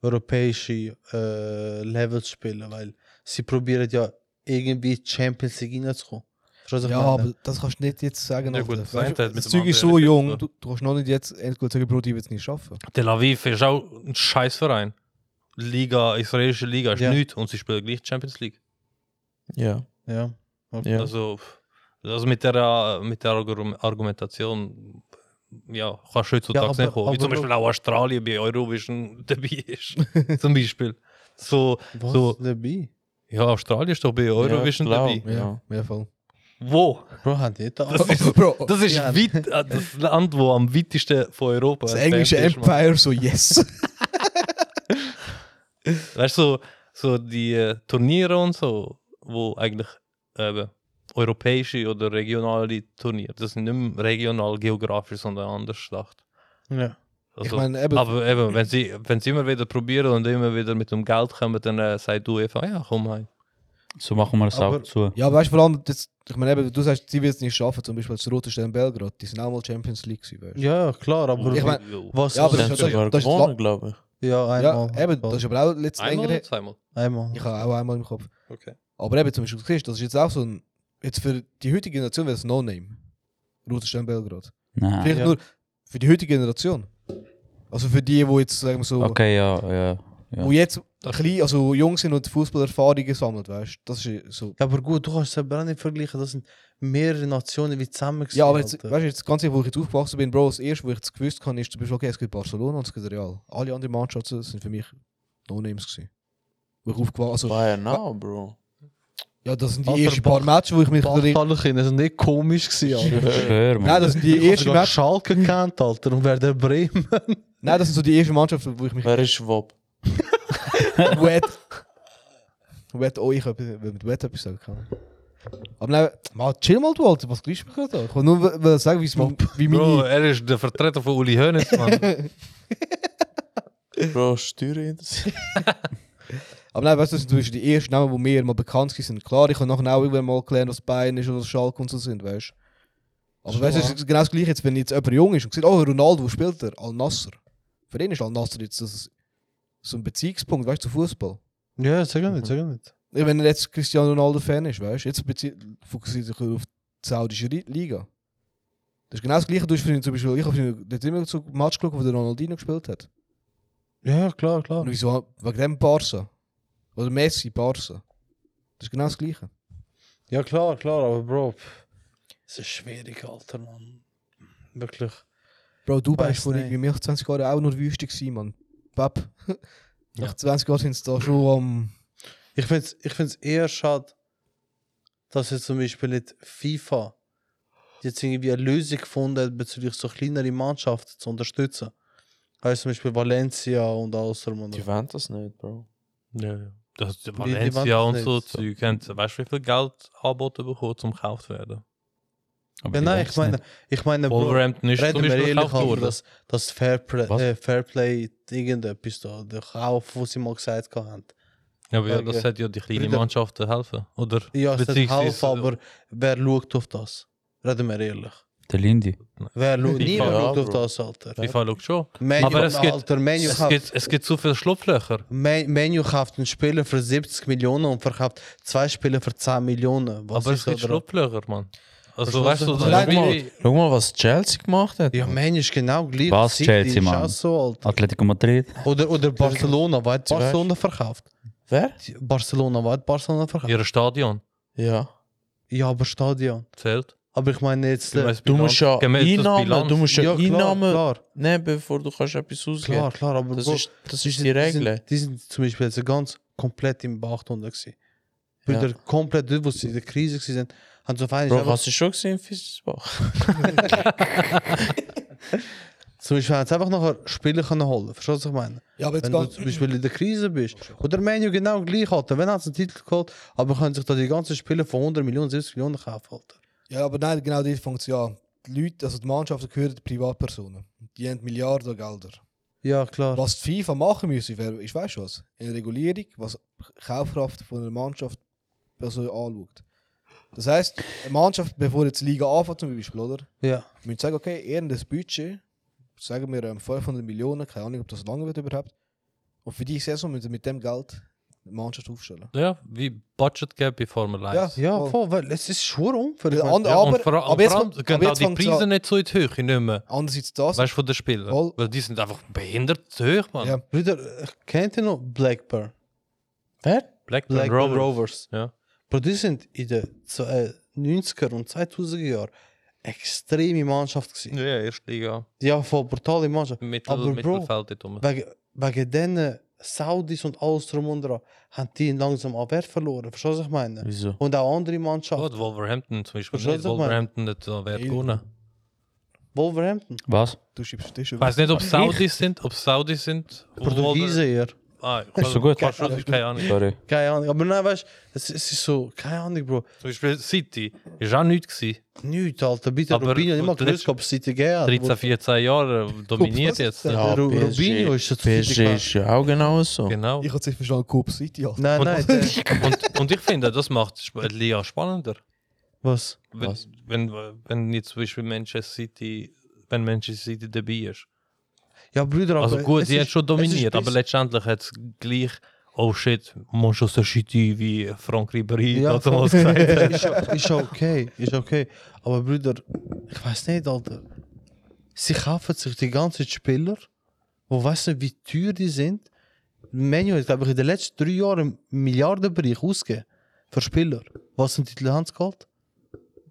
B: europäischen äh, Level zu spielen, weil sie probieren ja irgendwie in die Champions League hineinzukommen. Verstehst du, was ich
C: Ja,
B: meine?
C: aber das kannst du nicht jetzt sagen.
A: Ja,
C: Alter.
A: gut,
C: Weißt
A: das eine
C: du,
A: hat mit
C: das
A: dem
C: Zeug ist
A: anderen
C: so
A: nichts zu
C: jung,
A: tun.
C: du, du kannst noch nicht jetzt endgültig sagen, Bro, die wird es nicht schaffen.
A: Tel Aviv ist auch ein Scheißverein. Liga, israelische Liga ist
B: Ja.
A: nichts und sie spielen gleich Champions League.
E: Ja,
B: Ja.
E: ja.
A: Also, pff, also mit der, mit der Argum- Argumentation, ja, kannst du heutzutage
B: Ja, aber-
A: nicht kommen. Wie
B: aber
A: zum Beispiel auch Australien bei Eurovision <laughs> dabei <laughs> ist. zum Beispiel. So,
B: Was
A: So.
B: dabei?
A: ja, Australien ist doch bei Eurovision
E: klar.
A: dabei.
E: Ja.
C: mehr Fall.
A: Wo?
B: Bro, hat nicht da.
A: Das ist,
C: <laughs> Bro,
A: das ist
B: Ja.
A: weit, äh, das Land, wo am weitesten von Europa
C: das
A: entfernt
C: englische
A: ist, Also, Mann.
C: Empire, so yes.
A: Weißt du, so, so die äh, Turniere und so, wo eigentlich eben europäische oder regionale Turniere, das sind nicht mehr regional geografisch, sondern anders gedacht.
B: Ja.
A: Also,
C: ich meine, eben,
A: aber eben, wenn sie, wenn sie immer wieder probieren und immer wieder mit dem Geld kommen, dann äh, sagt du einfach, ja, komm heim.
D: So machen wir es
B: Aber-
D: auch zu.
C: ja, weißt du, vor allem, das, ich meine, eben, du sagst, sie wird es nicht schaffen, zum Beispiel als Rote Stern Belgrad, die sind auch mal Champions League gewesen, weißt du.
B: ja, klar, aber
C: Ich mein-
B: was
C: Ja, aber
E: Sie
C: das
E: haben
C: ist ja-
E: sogar
C: das ist
E: gewonnen,
C: la-
E: glaube ich.
B: ja,
C: Ja,
B: einmal.
C: eben, das ist aber auch letztes
A: einmal
C: länger
A: oder
C: her.
A: zweimal?
B: einmal.
C: Ich habe auch einmal im Kopf.
A: Okay.
C: Aber eben, zum Beispiel, du siehst, das ist jetzt auch so ein, jetzt für die heutige Generation wäre es No-Name. Rote Stern Belgrad.
D: Nein.
C: Vielleicht
B: Ja.
C: nur für die heutige Generation. Also für die, die jetzt, sagen wir so,
D: Okay, ja, ja. ja.
C: wo jetzt klein, also jung sind und Fußballerfahrungen sammeln, weißt du. Das ist so.
B: Ja, aber gut, du kannst es aber auch nicht vergleichen. Das sind mehrere Nationen wie zusammen.
C: Ja, aber jetzt,
B: Alter.
C: weißt du, jetzt ganz ehrlich, wo ich jetzt aufgewachsen bin, Bro, das erste, wo ich es gewusst habe, ist zum Beispiel, okay, es gibt Barcelona und es gibt Real. Alle anderen Mannschaften sind für mich No-Names gewesen. Wo ich aufgewachsen also,
E: Bayern now, Bro.
C: Ja, das sind
B: Alter,
C: die ersten paar
B: Bach-
C: Matches, wo ich mich drin...
B: Bachtalchen, das ist nicht komisch gewesen. Alter.
D: Schwör,
C: Nein,
D: Mann.
C: das sind die
B: Ich
C: ersten
B: habe
C: Match...
B: Schalke <laughs> gekannt, Alter, und Werder Bremen.
C: Nein, das sind so die ersten Mannschaften, wo ich
A: <laughs>
C: mich...
E: Wer ist Schwab?
C: Wet... Wet... Oh, ich habe mit Wet etwas sagen kann. Aber nein, mal chill mal du, Alter, was kriegst du mich gerade an? Ich wollte nur w- w- sagen, wie's mein- wie
A: Bro,
C: meine...
A: er ist der Vertreter von Uli Hoeneß, Mann.
E: Bro, Steuern interessiert.
B: <laughs>
C: Aber nein, weißt du, das sind zum Beispiel die ersten Namen, die mir mal bekannt sind. Klar, ich habe nachher auch irgendwann mal gelernt, was Bayern ist oder was Schalke und so sind, weißt du. Aber weißt du, es ist genau das gleiche, jetzt, wenn jetzt jemand jung ist und sagt, oh, Ronaldo, wo spielt er? Al-Nasser. Für den ist Al-Nasser jetzt das, so ein Beziehungspunkt, weißt du, zu Fußball.
B: Ja, sag nicht, sag nicht.
C: Ja, Wenn er jetzt Cristiano Ronaldo-Fan ist, weißt du, jetzt bezie- fokussiert sich er auf die saudische Ri- Liga. Das ist genau das gleiche, du hast für ihn zum Beispiel, ich habe für ihn dort immer so Match geschaut, wo der Ronaldinho gespielt hat.
B: Ja, klar, klar.
C: Und wieso? Wegen dem Barca. Oder Messi, Barca. Das ist genau das gleiche.
B: Ja, klar, klar, aber Bro, pff, es ist schwierig, Alter, Mann. Wirklich.
C: Bro, Dubai
B: Weiß
C: ist vor
B: nicht.
C: irgendwie mehr als 20 Jahren auch nur Wüste gewesen, Mann.
B: <laughs>
C: Papp. Nach
A: Ja.
C: 20 Jahren sind sie da schon am...
B: Ich finde es ich find's eher schade, dass jetzt zum Beispiel nicht FIFA die jetzt irgendwie eine Lösung gefunden bezüglich so kleinere Mannschaften zu unterstützen. Heißt zum Beispiel Valencia und alles drum und
E: Die
B: dran.
E: wollen das nicht, Bro.
A: Ja, ja. Das ist
B: die
A: Valencia
B: wollen
A: und
B: das
A: so
B: nicht, so.
A: Zeug. So. Weißt du, wie viel Geld Angebote bekommen, zum gekauft werden?
D: Aber
B: Ja,
D: die
B: nein,
D: weiß
B: ich meine,
D: nicht.
B: ich meine, Bro,
A: Wolverhampton ist zum
B: reden wir
A: Beispiel
B: ehrlich,
A: gekauft
B: aber
A: worden.
B: das, das Fairplay,
D: Was?
B: äh, Fairplay irgendetwas da, der Kauf, wo sie mal gesagt haben.
A: Ja, aber ja,
B: Danke.
A: das hat ja die kleinen
B: Brüder.
A: Mannschaften helfen. Oder
B: Ja, es ist
A: beziehungsweise-
B: Kauf, aber wer schaut auf das? Reden wir ehrlich.
D: Der Lindy.
B: Wer schaut,
A: FIFA.
B: niemand
E: Ja,
B: schaut auf
E: Bro.
B: das, Alter.
A: FIFA schaut schon.
B: Menu,
A: Aber es gibt-
B: Alter, Menu
A: Es
B: kauft-
A: gibt, es gibt so viele Schlupflöcher.
B: Me- Menu kauft einen Spieler für 70 Millionen und verkauft zwei Spieler für 10 Millionen. Was
A: aber
B: ist
A: es gibt
B: da dran?
A: Schlupflöcher, Mann. Also,
B: Was
A: weißt du,
B: ist
A: das
B: das?
A: ist wie-
E: Schau mal, was Chelsea gemacht hat.
B: Ja, Menu ist genau gleich.
D: Was,
B: City
D: Chelsea,
B: ist
D: Mann?
B: auch So, Alter.
D: Atletico Madrid.
B: Oder, oder Barcelona, weil
E: weißt-
B: Barcelona verkauft.
E: Wer?
B: Barcelona, weil Barcelona verkauft.
A: ihr Stadion
E: Ja.
B: Ja, aber Stadion.
A: zählt.
B: Aber ich meine jetzt. äh,
A: Gemäß
E: Du
A: Bilanz-
E: musst ja
A: gemäß das
E: Einnahmen,
A: Bilanz.
E: du musst ja,
B: Ja, klar,
E: Einnahmen
B: klar.
E: nehmen, bevor du kannst etwas ausgeben
B: Klar, klar, aber
E: Das
B: Bro,
E: ist, das ist die Regel.
B: Sind, die sind zum Beispiel jetzt ganz komplett im Bach drunter gewesen. Wieder komplett dort, wo sie in der Krise waren, haben sie auf einmal
E: Bro,
B: einfach-
E: hast du schon gesehen, Fischbach?
B: zum Beispiel haben sie einfach nachher Spieler können holen. Verstehst du, was ich meine?
C: Ja, aber jetzt
B: Wenn du zum Beispiel in der Krise bist. Oder Menu genau gleich, Alter. Wenn haben sie einen Titel geholt, aber können sich da die ganzen Spieler von 100 Millionen, 70 Millionen kaufen, Alter.
C: Ja, aber nein, genau die Funktion. Ja. Die Leute, also die Mannschaften gehören Privatpersonen. Die haben Milliarden an Gelder.
B: Ja, klar.
C: Was die FIFA machen müssen, wäre, ich weiß was, eine Regulierung, was die Kaufkraft von einer Mannschaft also anschaut. Das heisst, eine Mannschaft, bevor jetzt die Liga anfängt zum Beispiel, oder?
B: Ja.
C: müssen sagen, okay, ihr das Budget, sagen wir ähm, 500 Millionen, keine Ahnung, ob das lange wird überhaupt. Und für die Saison müssen sie mit dem Geld eine Mannschaft aufstellen.
A: Ja, wie Budget Gap bei Formel 1.
B: Ja,
C: voll.
B: voll, weil es ist schwer unfair. Ich
C: Ja,
B: meine,
C: and-
A: Ja,
C: aber,
A: und vor,
C: aber,
A: allem- und
C: jetzt
A: vor allem
C: kommt, aber
A: gehen auch
C: jetzt
A: die
C: fängt es
A: Preise
C: an.
A: nicht so in die Höhe, nicht mehr.
C: Andererseits das.
A: Weißt du, von den Spielern.
C: Voll.
A: Weil die sind einfach behindert zu hoch, Mann.
C: Ja.
B: Brüder, kennt ihr noch Blackburn?
E: Wer?
A: Blackburn,
B: Blackburn
A: Rovers.
B: Rovers.
A: Ja.
B: Bro, die sind in den Z- äh, 90er und 2000er Jahren extreme Mannschaft gewesen.
A: Ja, erste Liga.
B: Die haben voll brutale Mannschaft.
A: Mittel,
B: Aber Bro,
A: Mittelfeld dort rum.
B: Wegen, wegen diesen Saudis und alles drum und dran haben die langsam an Wert verloren. Verstehst du, was ich meine?
E: Wieso?
B: Und auch andere
A: Ja,
B: Mannschaften.
A: die Wolverhampton zum Beispiel.
B: Verstehst
A: Nicht.
B: du, was ich meine?
A: Wolverhampton hat da Wert
C: Ey.
A: gewonnen.
B: Wolverhampton.
D: Was?
C: Du schiebst dich
A: Ich weiß nicht, ob es Saudis sind, ob es Saudis sind. ob
B: Portugiesen eher.
A: Wolver- Ah, ich
D: Ist so gut.
A: Fast schon, keine Ahnung.
D: Sorry.
B: Keine Ahnung. Aber nein, weißt du, es, es ist so, keine Ahnung, Bro.
A: Zum Beispiel City. Ist auch nichts gewesen.
B: Nichts, Alter. Bitte,
A: Aber
B: Rubinho, ich mag
A: letztes-
B: gewusst, ob es City gegeben
A: 13, 14
B: <laughs>
A: Jahre äh, dominiert jetzt.
B: Ja,
E: Ja,
B: Ru-
E: PSG.
B: Rubinho ist so
E: PSG ist ja auch genau so.
A: Genau.
C: Ich hatte sich verstanden, Coop City. Alter.
B: Nein,
A: Und-
B: nein. der-
A: Und, und ich finde, das macht die Sp- die Liga spannender.
B: Was?
A: Wenn,
E: Was?
A: wenn, wenn jetzt zum Beispiel Manchester City, wenn Manchester City dabei ist.
B: Ja, Brüder, aber
A: Also gut,
B: es
A: sie
B: ist-
A: hat schon
B: es ist
A: dominiert, aber
B: bis-
A: letztendlich hat es gleich, oh shit, Manchester City wie Frank Ribéry
B: Ja.
A: hat damals
B: <laughs>
A: gesagt.
B: ist, ja- ist ja okay, ist okay. Aber Brüder, ich weiß nicht, Alter. Sie kaufen sich die ganzen Spieler, wo weiß nicht, wie teuer die sind. Menu hat, glaube ich, in den letzten drei Jahren im Milliardenbereich ausgegeben für Spieler. Was sind Titel haben sie geholt?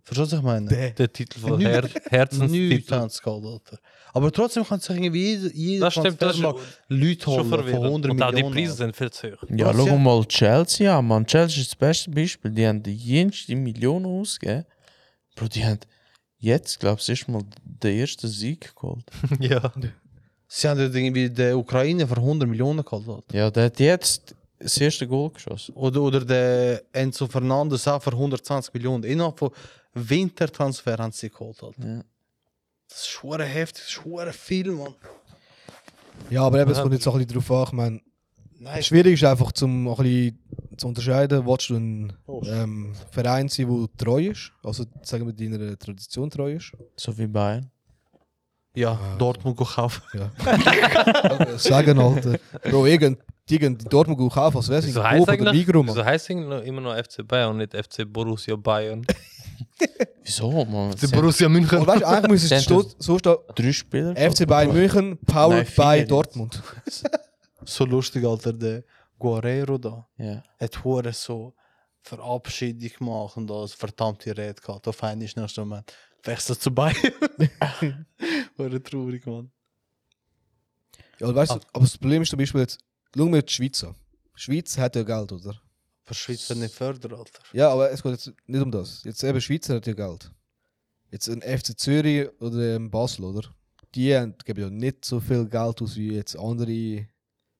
B: Verstehst du, was ich meine?
C: Der.
A: Der Titel von
B: Nicht.
A: Her
B: Nichts
A: Herzenstitel.
B: haben sie geholt, Alter. Aber trotzdem kann sich irgendwie jeder, jeder
A: Das stimmt, das ist
B: Transfermarkt Leute
A: schon
B: holen von
A: verwirrend.
B: 100
A: Und auch die
B: Millionen.
A: Preise sind viel zu hoch.
E: Ja,
B: Was,
E: schau
B: ja?
E: mal Chelsea an, Mann. Chelsea ist das beste Beispiel. Die haben die jenste Millionen ausgegeben. Bro, die haben jetzt, glaubst du, erstmal den ersten Sieg geholt.
A: ja.
B: Sie haben dort irgendwie die Ukraine für 100 Millionen geholt, Alter.
E: Ja, der hat jetzt das erste Goal geschossen.
B: Oder, oder der Enzo Fernandes auch für 120 Millionen. Innerhalb von Wintertransfer haben sie geholt. Alter.
E: Ja.
B: Das ist schon heftig, das ist schon viel, Mann.
C: Ja, aber eben, es
A: Ja.
C: kommt jetzt auch ein bisschen drauf an. Ich meine,
B: Nein,
C: Schwierig ist einfach, zum ein bisschen zu unterscheiden, willst du ein
B: Oh.
C: ähm, Verein sein, der treu ist, also sagen wir deiner Tradition treu
B: <laughs>
C: ist.
E: So wie Bayern.
B: ja, Dortmund gekauft.
C: Ja. Äh, sagen Alter. Bro, irgend, die gehen in Dortmund gut kaufen, als wäre es in
A: So
C: Coop
A: heißt
C: oder
A: eigentlich
C: Migros. Mann.
A: so heisst eigentlich noch- immer noch FC Bayern und nicht FC Borussia Bayern.
E: Wieso, Mann? Sie haben
A: Borussia München.
C: Und weißt du, eigentlich müsste es
E: Central-
C: sto- so stehen:
E: drei Spieler.
C: FC Bayern München, powered
E: Nein, vier
C: by
E: jetzt.
C: Dortmund.
B: <laughs> So lustig, Alter, der Guerrero da.
E: Ja.
B: Hat Hure so Verabschiedung gemacht und als verdammte Rede gehabt. Auf einmal ist nächsten Moment wechselt zu <laughs> Bayern. Hure traurig, Mann.
C: Ja, und
E: Ah.
C: weißt du, aber das Problem ist zum Beispiel jetzt, schau mir die Schweiz an. Die Schweiz hat ja Geld, oder?
B: Für Schweiz wird nicht fördern, Alter.
C: Ja, aber es geht jetzt nicht um das. Jetzt eben, die Schweiz hat ja Geld. jetzt ein FC Zürich oder ein Basel, oder? Die haben- geben ja nicht so viel Geld aus wie jetzt andere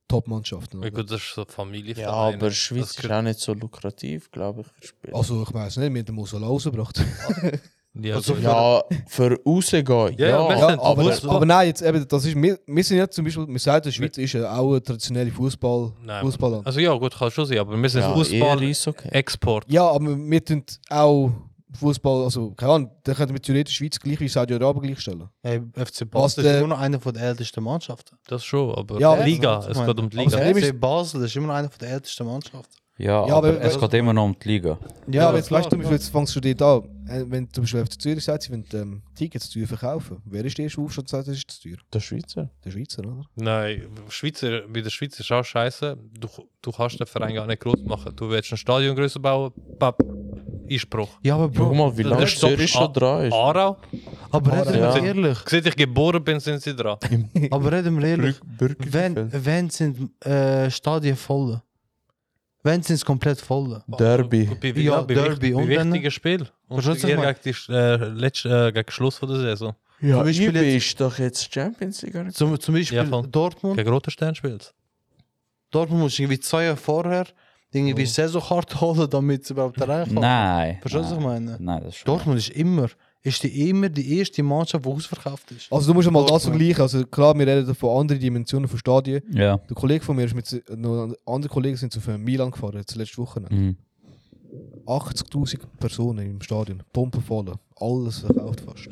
C: Top-Mannschaften.
A: Ja,
C: oder?
A: gut, das ist so
E: Ja,
A: Familienverein.
E: aber Schweiz
A: Schweiz
E: ist auch nicht so lukrativ, glaube ich. für Spieler.
C: Also, ich weiß nicht, mit dem
A: <laughs>
C: Musola rausgebracht.
A: Ja,
E: Also,
A: gut.
E: ja, für rausgehen,
A: Ja,
E: ja.
A: ja,
C: ja,
A: Sind
C: aber,
A: Fußball-
C: aber nein, jetzt eben, das ist, wir, wir sind jetzt zum Beispiel, wir sagen, die Schweiz ist ja auch ein traditioneller Fußball,
A: Nein,
C: Fußballland.
A: Also ja, gut, kann schon sein, aber wir sind
E: Ja, eher
A: Fußball,
E: ist okay.
A: Export.
C: Ja, aber wir tun auch Fußball, also keine Ahnung, dann könnten wir theoretisch Schweiz gleich wie Saudi-Arabien gleichstellen.
B: Hey, FC
C: Was
B: Basel ist
C: der-
B: immer noch eine von der ältesten Mannschaften.
A: Das schon, aber
C: Ja, aber-
A: Liga,
B: Ich
A: es
B: meine,
A: geht um die
B: aber
A: Liga.
C: Problem
B: der
C: ist-
B: FC Basel ist immer noch eine von der ältesten Mannschaften.
D: Ja,
C: Ja,
D: aber,
C: aber-
D: es geht immer noch um die Liga.
C: Ja,
A: Ja,
C: aber jetzt
A: klar,
C: weißt du, zum Beispiel,
A: klar.
C: jetzt fängst du dort an. Äh, Wenn du zum Beispiel FC Zürich sagst, sie wollen ähm, Tickets zu teuer verkaufen, wer ist der erste Aufstand und sagt, das ist zu teuer?
E: Der Schweizer.
C: Der Schweizer, oder?
A: Nein, Schweizer, bei der Schweiz ist auch scheiße. Du, du kannst den Verein gar nicht groß machen. Du willst ein Stadion größer bauen, pap, Einspruch.
B: Ja, aber
E: Guck mal, wie
A: der
E: lange
A: letzte
E: Zürich schon
A: Abschnitt-
E: dran ist.
A: Aarau?
B: aber reden wir
E: Ja. <laughs>
B: ehrlich.
A: Seit ich geboren bin, sind sie dran.
B: Aber reden wir ehrlich.
E: Brück- Brück-
B: Wenn, wenn sind äh, Stadien voll? Wenn sind es komplett voll?
E: Derby.
A: Bei,
B: Ja,
A: ja, bei, Derby.
B: Derby
A: Bei
B: und dann-
A: wichtigen Spiel. Und
B: Verstehst du,
A: eher
B: was
A: gegen, die, äh, letzte, äh, gegen Schluss von der Saison.
E: Ja,
B: Zum Beispiel
E: Ibe ist doch jetzt Champions League. oder?
B: Zum, zum Beispiel
A: Ja, voll.
B: Dortmund.
A: Gegen Roter Stern spielt
B: Dortmund muss irgendwie zwei Jahre vorher irgendwie <laughs>
E: Oh.
B: Saisonkarte holen, damit sie überhaupt reinkommen.
D: Nein.
B: Verstehst du, was ich
D: nein.
B: meine?
D: Nein, das ist schon.
B: Dortmund ist immer, ist die immer die erste Mannschaft, die ausverkauft ist.
C: Also du musst mal das
B: Dortmund.
C: vergleichen. Also klar, wir reden von anderen Dimensionen von Stadien.
D: Ja.
C: Der Kollege von mir ist mit se- noch andere Kollegen sind zu von Milan gefahren, jetzt letzte Woche.
D: Mhm.
C: 80.000 Personen im Stadion, Pumpen voll, alles verkauft fast.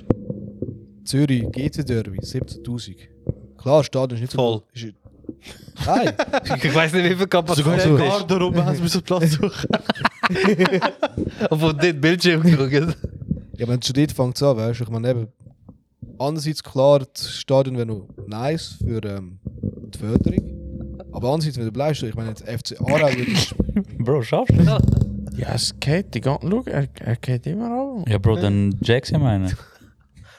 C: Zürich, GC Derby, 17.000. Klar, Stadion ist nicht
A: Voll.
C: so groß. Ist- Nein,
A: Ich weiß nicht, wie viel Kapazität
C: so-
A: ist.
B: Garderobe haben sie müssen Platz suchen. Obwohl dort Bildschirm gucken.
C: ja, wenn schon dort fängt es an, weißt du, ich meine eben, andererseits klar, das Stadion wäre noch nice für ähm, die Förderung, aber andererseits, wenn du bleibst, ich meine jetzt FC Aarau, würde-
D: Bro, schaffst du das?
E: Ja, es geht die ganze Schau, er, er geht immer auf.
D: Ja, Bro, dann Jacks, ich meine.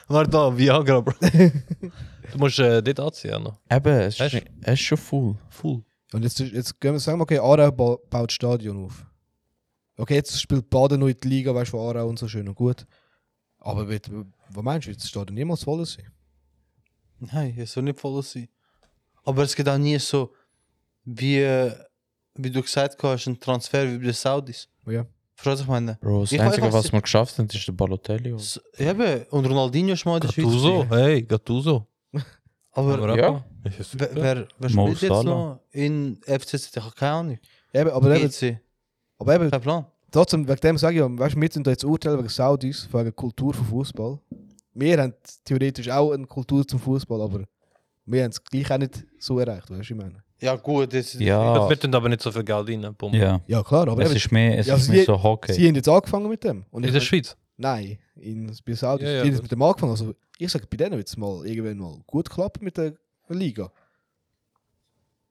A: Warte
B: ah,
A: da, Viagra, Bro. du musst äh, dort anziehen. Noch.
E: Eben, es
A: Weißt
E: ist,
A: du?
E: es ist schon full.
A: Full.
C: und jetzt, ist- jetzt gehen wir sagen, wir, okay, Aarau ba- baut Stadion auf. Okay, jetzt spielt Baden noch in die Liga, weißt du, von Aarau und so schön und gut, aber wird- was meinst du, wird das Stadion niemals voll sein?
B: Nein, es soll nicht voll sein. Aber es geht auch nie so, wie, äh, wie du gesagt hast, ein Transfer wie bei den Saudis.
C: Ja.
B: Verstehst du, was ich meine?
E: Bro, das
B: Ich
E: Einzige,
B: weiß,
E: was
B: ich-
E: wir geschafft haben, ist der Balotelli.
B: S- Eben, und Ronaldinho ist mal in der Schweiz.
A: Gattuso,
B: gewesen.
A: hey, Gattuso.
B: Aber,
A: Aber
E: ja.
A: ja. Ist
B: wer, wer, wer
D: Mo
B: spielt jetzt
D: Salah.
B: noch in FCZ? Ich habe keine Ahnung.
C: Eben, aber eben,
B: GC,
C: aber eben,
B: kein Plan.
C: Trotzdem, wegen dem sage ich ja, weißt, wir sind da jetzt urteilen wegen Saudis, wegen der Kultur von Fußball. Wir haben theoretisch auch eine Kultur zum Fußball, aber wir haben es gleich auch nicht so erreicht, weißt du, ich meine.
B: Ja, gut, das ist.
A: Das
D: Ja.
A: wird dann aber nicht so viel Geld rein. Boom.
D: Ja.
C: Ja, klar, aber
D: Es
C: eben,
D: ist mehr, es
C: Ja,
D: ist
C: sie-
D: mehr so Hockey.
C: sie haben jetzt angefangen mit dem. Und
A: In
C: ich
A: der
C: mein-
A: Schweiz.
C: Nein, in, bei Saudis.
A: Ja, ja,
C: sie haben jetzt
A: gut.
C: mit dem angefangen. Also, ich sage, bei denen wird es mal irgendwann mal gut klappen mit der Liga.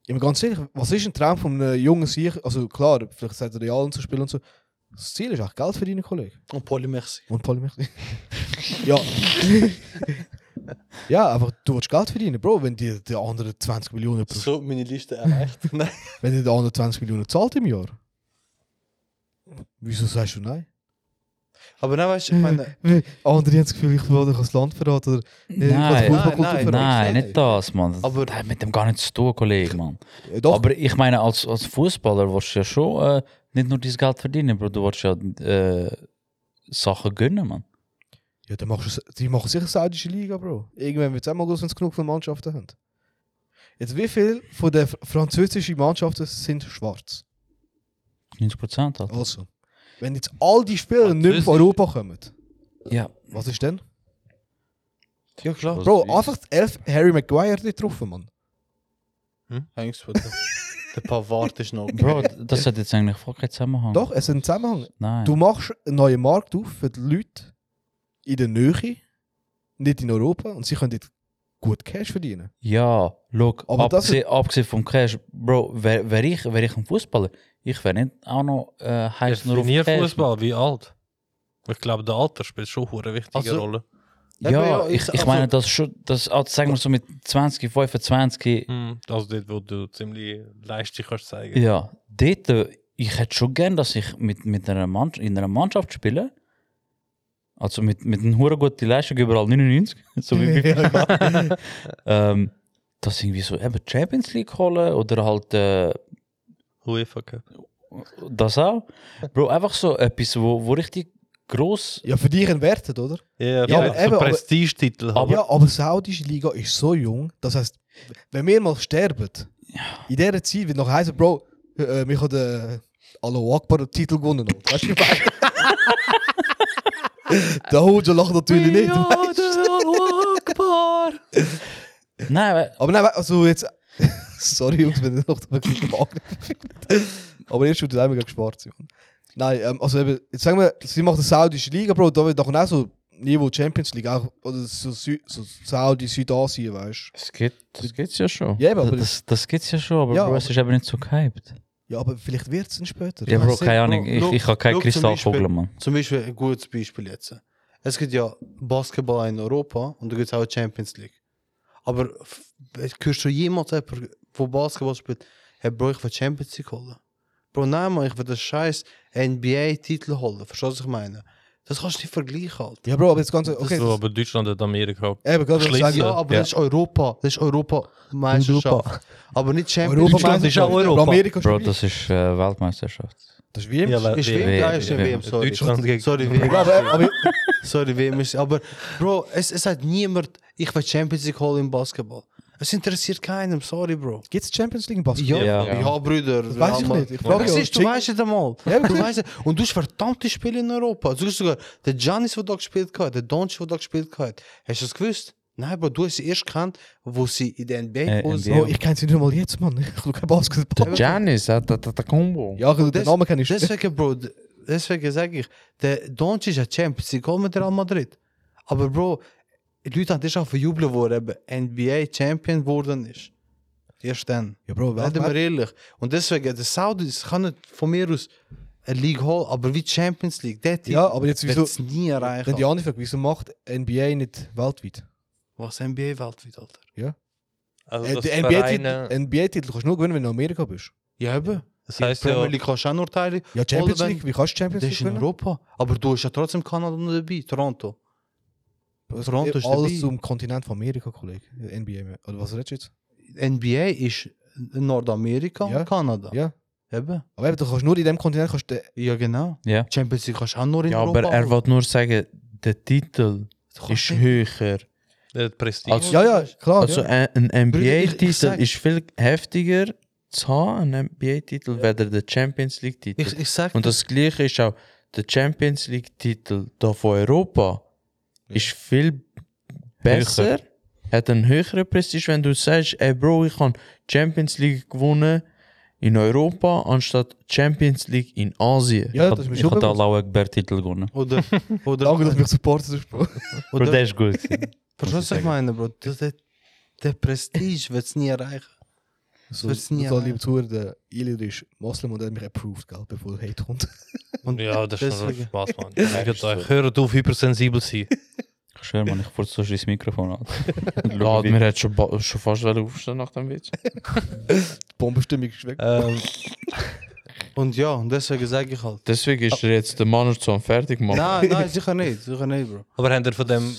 C: Ich meine, ganz ehrlich, was ist ein Traum von einem jungen Sieg? Also, klar, vielleicht seit Real und so spielen und so. Das Ziel ist auch Geld verdienen, Kollege.
B: Und Polymersi.
C: Und Polymyxin. <laughs> ja. ja, aber du willst Geld verdienen, Bro, wenn dir die anderen 20 Millionen pro,
B: So meine Liste erreicht. Nein.
C: wenn dir die anderen 20 Millionen zahlt im Jahr. Wieso sagst du nein?
B: Aber nein, weißt du, ich meine.
C: Mhm. Andere haben das Gefühl, ich will dich als Land verraten oder
D: Nein,
B: Nein, nein,
D: nein, nicht das, Mann.
B: Aber-
D: Aber das hat mit dem gar nichts zu tun, Kollege, Mann.
C: Äh, Doch,
D: Aber ich meine, als, als Fußballer willst du ja schon äh, nicht nur dein Geld verdienen, Bro, du willst ja äh, Sachen gönnen, Mann.
C: ja, dann machst du, die machen sicher saudische Liga, Bro. Irgendwann wird es auch mal groß, wenn es genug von Mannschaften haben. Jetzt, wie viele von den fr- französischen Mannschaften sind schwarz?
D: 90 Prozent, Alter.
C: Also, wenn jetzt all die Spieler nicht mehr von
A: Französisch-
C: Europa kommen,
D: Ja.
C: was ist denn?
B: Ja, klar.
C: Bro, einfach die elf Harry Maguire nicht getroffen, Mann.
D: Mhm.
B: Thanks, Bruder. Der Pavard ist noch.
D: Bro, das hat jetzt eigentlich voll keinen Zusammenhang.
C: Doch, es ist ein Zusammenhang.
D: Nein.
C: Du machst einen neuen Markt auf für die Leute in der Nähe, nicht in Europa, und sie können dort gut Cash verdienen.
D: Ja, look,
C: Aber das
D: abgesehen, abgesehen vom Cash, Bro, wär, wär, ich, wär ich ein Fußballer, ich wäre nicht auch noch äh, heiß nur auf
A: Definier
D: Cash.
A: Fußball, wie alt? Ich glaube, der Alter spielt schon eine wichtige
B: Also-
A: Rolle.
D: Ja,
B: Ja, aber ja,
D: ich,
B: ich-
D: ich,
B: also-
D: meine, das schon, das, also, sagen wir so mit 20, 25,
A: Hm, Also dort, wo du ziemlich Leistung kannst zeigen.
D: ja, dort, äh, ich hätte schon gern, dass ich mit, mit einer Mannschaft, in einer Mannschaft spiele, Also mit, mit einem hure guten Leistung überall 99, <laughs> so wie wir vorher gemacht. <laughs> ähm, das irgendwie so eben Champions League holen oder halt äh,
A: UEFA Cup.
D: das auch. Bro, einfach so etwas, wo, wo richtig gross.
C: Ja, für dich entwertet, oder?
A: Ja,
C: Ja, aber
A: ja
C: eben,
A: so
C: aber-
A: Prestigetitel. halt.
C: ja, aber die saudische Liga ist so jung, das heißt, wenn wir mal sterben, in dieser Zeit wird noch heißen, Bro, äh, wir haben den Allo Akbar den Titel gewonnen. Oder? Weißt du, wie ich meine? Der Hojo lacht natürlich nicht. weißt du?
D: Nein, we-
C: Aber nein, we- also jetzt. <laughs> Sorry, Jungs, wenn ihr noch wirklich im Angriff Aber ihr shootet einmal gegen Schwarz, Jungs. Nein, ähm, also eben, jetzt sagen wir, sie macht eine saudische Liga, Bro, da wird doch auch so Niveau Champions League, auch, oder so, Sü so Saudi, Südasien, weißt
E: Das geht, das geht's ja schon.
C: du? Ja, eben, aber, das,
D: das, das gibt's ja schon, aber
C: Ja,
D: Bro, es ist eben nicht so gehypt.
C: ja, aber vielleicht wird es dann später.
D: Ja, Bro,
B: sag,
D: keine
B: Bro,
D: Ahnung, ich,
B: look-
D: ich habe keinen
B: look zum
D: Kristallvogel,
B: Beispiel.
D: Mann.
B: Zum Beispiel ein gutes Beispiel jetzt. Es gibt ja Basketball in Europa und da gibt es auch Champions League. Aber f- hörst du jemanden, jemanden, der Basketball spielt, hey Bro, ich will Champions League holen. Bro, nein, Mann, ich will den scheiß NBA-Titel holen. Verstehst du, was ich meine? Das kannst du nicht vergleichen halt.
C: Ja, Bro, aber jetzt ganz. Okay,
A: so, aber Deutschland hat Amerika.
C: das, eben, gerade was ich
A: Schliessen.
C: sagen.
B: Ja, aber das ist Europa. Das ist Europa-Meisterschaft. Aber nicht Champions League.
A: Deutschland ist auch
C: Europa.
A: Europa.
C: Amerika ist
D: Bro,
C: dabei.
D: das ist äh, Weltmeisterschaft.
C: das ist WM.
A: Ja,
B: Ist
A: W-
B: WM? Ja, ist
D: W-
B: WM, sorry.
A: Deutschland gegen-
B: Sorry, WM.
C: Ja, aber, aber
B: <laughs> Sorry, wie immer. Aber Bro, es, es hat niemand, ich will Champions League holen im Basketball. Es interessiert keinem, sorry, Bro.
C: gibt es Champions League in Basketball?
B: Ja,
D: Ja.
B: ja, Brüder.
C: Das weiß ich nicht. Ich frage
B: Das
C: ja.
B: ist, du weißt es einmal.
C: Ja,
B: Du weißt, es. und du hast verdammte Spiele in Europa. Du hast sogar der Giannis, der da gespielt hat, der Doncic, der da gespielt hat. Hast du das gewusst? Nein, Bro, du hast sie erst gekannt, wo sie in der NBA
D: Äh,
B: gekommen sind.
D: NBA.
C: Bro, ich kenne sie nicht mal jetzt, Mann. Ich schaue kein
B: <laughs>
E: Der
C: Basketball.
E: Janis hat hat- hat der Combo.
C: Ja, den
B: Das-
C: Namen kenne ich schon.
B: Deswegen, Bro, d- deswegen sage ich, der Doncic hat Champions League geholt mit Real Madrid. Aber Bro, die Leute haben dich auch verjubelt, wo er eben NBA Champion geworden ist. Erst dann.
C: Ja, Bro,
B: Werden wir ehrlich. Und deswegen, der Saudis kann nicht von mir aus eine League holen, aber wie Champions League, der Titel
C: Ja, aber jetzt wieso-
B: wird's nie erreichen.
C: Dann die andere Frage, wieso macht NBA nicht weltweit?
B: Was NBA weltweit, Alter.
A: Also,
C: Äh,
A: das,
C: die
A: Vereine,
C: NBA-Titel NBA-Titel kannst du nur gewinnen, wenn du in Amerika bist.
B: Ja, eben.
A: das heißt
B: Premier
A: ja,
B: League kannst du auch nur Teile.
C: Ja, Champions
B: Oder wenn-
C: League, wie kannst du Champions
B: Das
C: League
B: ist in
C: gewinnen?
B: Europa. Aber du hast ja trotzdem Kanada noch dabei, Toronto.
C: Das
B: Also Toronto ist
C: alles
B: dabei.
C: zum Kontinent von Amerika, Kollege. NBA, oder was redest du jetzt?
B: NBA ist Nordamerika
C: Ja.
B: und Kanada.
C: Ja.
B: Eben.
C: Aber eben, du kannst nur in dem Kontinent, kannst du
B: Ja, genau.
D: Ja.
B: Champions League kannst du auch nur in
E: Ja,
B: Europa.
E: aber er will nur sagen, der Titel
B: Du kannst
E: ist
B: nicht-
E: höher.
A: der hat Prestige.
E: Also-
C: Ja, ja, klar.
E: Also
C: Oh, ja.
E: ein, ein
B: Bruder, ich- ich
E: NBA-Titel
B: sag-
E: ist viel heftiger zu haben, ein NBA-Titel, weder der Champions
B: Ich,
E: League-Titel.
B: ich sag,
E: Und das gleiche ist auch, der Champions League-Titel da von Europa ist viel besser, hat einen höheren Prestige, wenn du sagst, ey Bro, ich habe Champions League gewonnen in Europa, anstatt Champions League in Asien.
C: ja, das ist mir
D: Ich
C: schon
D: habe den
C: bewusst.
D: Allahu Akbar-Titel gewonnen.
B: oder, oder,
C: Danke, dass
B: oder,
C: du mich supportest hast, Bro.
D: Bro, der ist
C: <laughs>
D: gut.
B: verstehst du, was ich meine, Bro? Der, der, der Prestige wird es nie erreichen.
C: So,
B: wird's nie
C: total
B: erreichen.
C: liebe Zuhörer, der Ilir ist Moslem und er hat mich approved, gell, bevor er Hate <laughs> kommt.
B: Und
A: ja, das ist nur
B: deswegen-
A: Spaß, Mann. Ich euch, hört auf, hypersensibel zu sein.
D: Ich schwöre, Mann, ich fuhr so das Mikrofon
C: <laughs>
D: an.
E: Lad, mir hat schon, ba- schon fast wollen aufstehen nach dem Witz.
C: Die Bombenstimmung ist
A: Äh,
C: weg.
A: Ehm,
B: Ähm, und ja, und deswegen sage ich halt.
E: Deswegen ist er jetzt der Mann so fertig gemacht.
B: Nein, nein, sicher nicht, sicher nicht, Bro.
A: Aber habt ihr von dem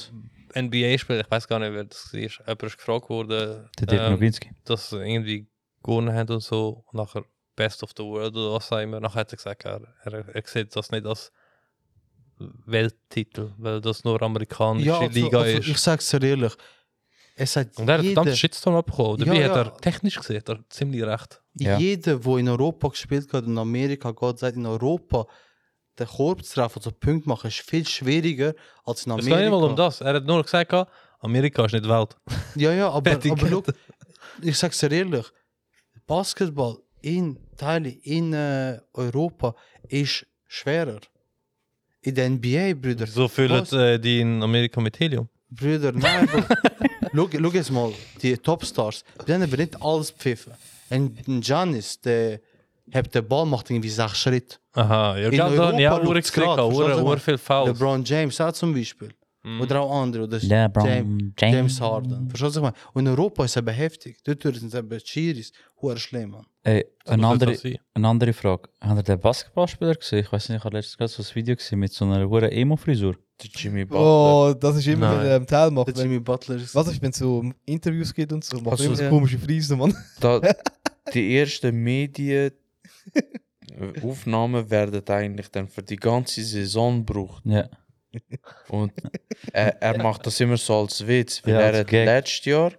A: NBA-Spiel, ich weiß gar nicht, wer das war, jemand ist gefragt worden,
D: Der Dirk
A: ähm,
D: Nowitzki.
A: dass sie irgendwie gewonnen haben und so. Und nachher Best of the World oder was auch immer. Nachher hat er gesagt, er, er, er sieht das nicht als Welttitel, weil das nur amerikanische
B: Ja, also,
A: Liga
B: also, ich
A: ist.
B: sag's dir ehrlich. Es hat
A: Und er hat
B: jeder,
A: verdammt Shitstorm abbekommen. Dabei
B: Ja,
A: hat
B: ja.
A: er technisch gesehen, hat er ziemlich recht.
D: Ja.
B: jeder, der in Europa gespielt hat, in Amerika geht, sagt in Europa, den Korb zu treffen, also Punkte machen, ist viel schwieriger als in
A: Es
B: Amerika.
A: geht nicht mal um das. Er hat nur gesagt, Amerika ist nicht Welt.
B: Ja, ja, aber,
A: Fertig.
B: aber look, ich sag's dir ehrlich, Basketball in Teile in äh, Europa ist schwerer. In der NBA, Brüder.
A: So füllen
B: Was?
A: äh, die in Amerika mit Helium.
B: Brüder, nein, Bro. Schau- schau jetzt mal, die Topstars, bei denen wird nicht alles pfiffen. Und ein Giannis, der hat den Ball, macht irgendwie sechs Schritte.
A: Aha, ja,
B: In
A: genau. Da habe ich auch
B: Europa
A: Uhr
B: schaut's
A: gesehen,
B: grad, verstehst du,
A: Uhr
B: Mann?
A: viel Fouls.
B: LeBron James auch zum Beispiel. Oder auch andere. Oder
D: LeBron
B: Jam-
D: James.
B: James Harden. Verstehst du, was ich meine? Und in Europa ist aber heftig. Dort sind es aber Chiris. Hoher schlimm, Mann.
D: Ey,
A: Das
D: eine
A: muss
D: andere,
A: das sein.
D: eine andere Frage. Habt ihr den Basketballspieler gesehen? Ich weiß nicht, ich habe letztens gerade so ein Video gesehen mit so einer hohen Emo-Frisur.
E: Der Jimmy Butler.
C: Oh, das ist immer,
A: Nein.
C: wenn ähm, Teil macht.
B: Der
C: Wenn,
B: Jimmy Butler ist.
C: was ist, wenn es so um Interviews gibt und so? Macht
E: Also,
C: immer so
E: ja.
C: komische Friesen, Mann. <laughs>
E: Da, die ersten Medienaufnahmen werden eigentlich dann für die ganze Saison gebraucht.
D: Ja.
E: Und er, er macht das immer so als Witz, weil
D: Ja, als
E: er hat
D: Gag.
E: letztes Jahr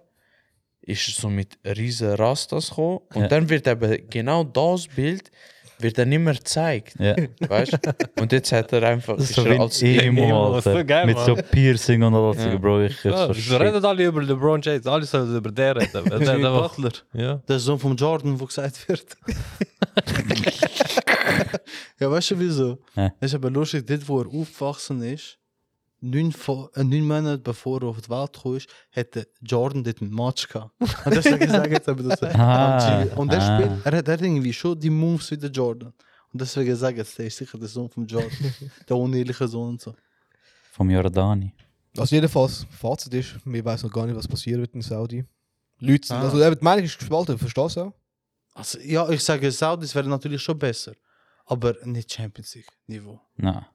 E: ist er so mit riesen Rastas gekommen und
D: Ja.
E: dann wird eben genau das Bild wird dann immer gezeigt,
D: ja.
E: weißt? Und jetzt hat er einfach
D: Das ist
E: ist
D: so
E: er
D: wie
E: als
D: ein
A: Emo,
D: Emo,
A: das ist
D: Alter.
A: so geil,
D: Mit so
A: Mann.
D: Piercing und all das.
E: Ja.
D: Bro, ich hab
A: Ja, dus
D: so
A: wieso
D: shit.
A: reden alle über LeBron James? Alle sollen über den
B: <laughs>
A: reden. Der, der,
B: Jimmy
A: der
B: Butler.
A: Ja.
B: Der Sohn von Jordan, wo gesagt
D: <laughs>
B: wird. ja, weißt du wieso?
D: Hä?
B: Es ist aber lustig, dort wo er aufgewachsen ist, neun, Fo- äh, neun Monate bevor er auf die Welt gekommen ist, hätte Jordan dort einen Match gehabt. Und das hat er gesagt, jetzt haben wir das
D: <laughs> Ah,
B: am G- Und er
D: ah.
B: spielt, er hat er hat irgendwie schon die Moves wie der Jordan. Und deswegen gesagt, jetzt der ist sicher der Sohn von Jordan.
D: <laughs>
B: der uneheliche Sohn und so.
D: Vom Jordani.
C: Also jedenfalls, Fazit ist, wir wissen noch gar nicht, was passieren wird in Saudi. Leute, sind-
B: Ah.
C: also eben, die Meinung ist gespalten, verstehst du auch?
B: Also, ja, ich sage, Saudis wäre natürlich schon besser. Aber nicht Champions League-Niveau.
D: Nein.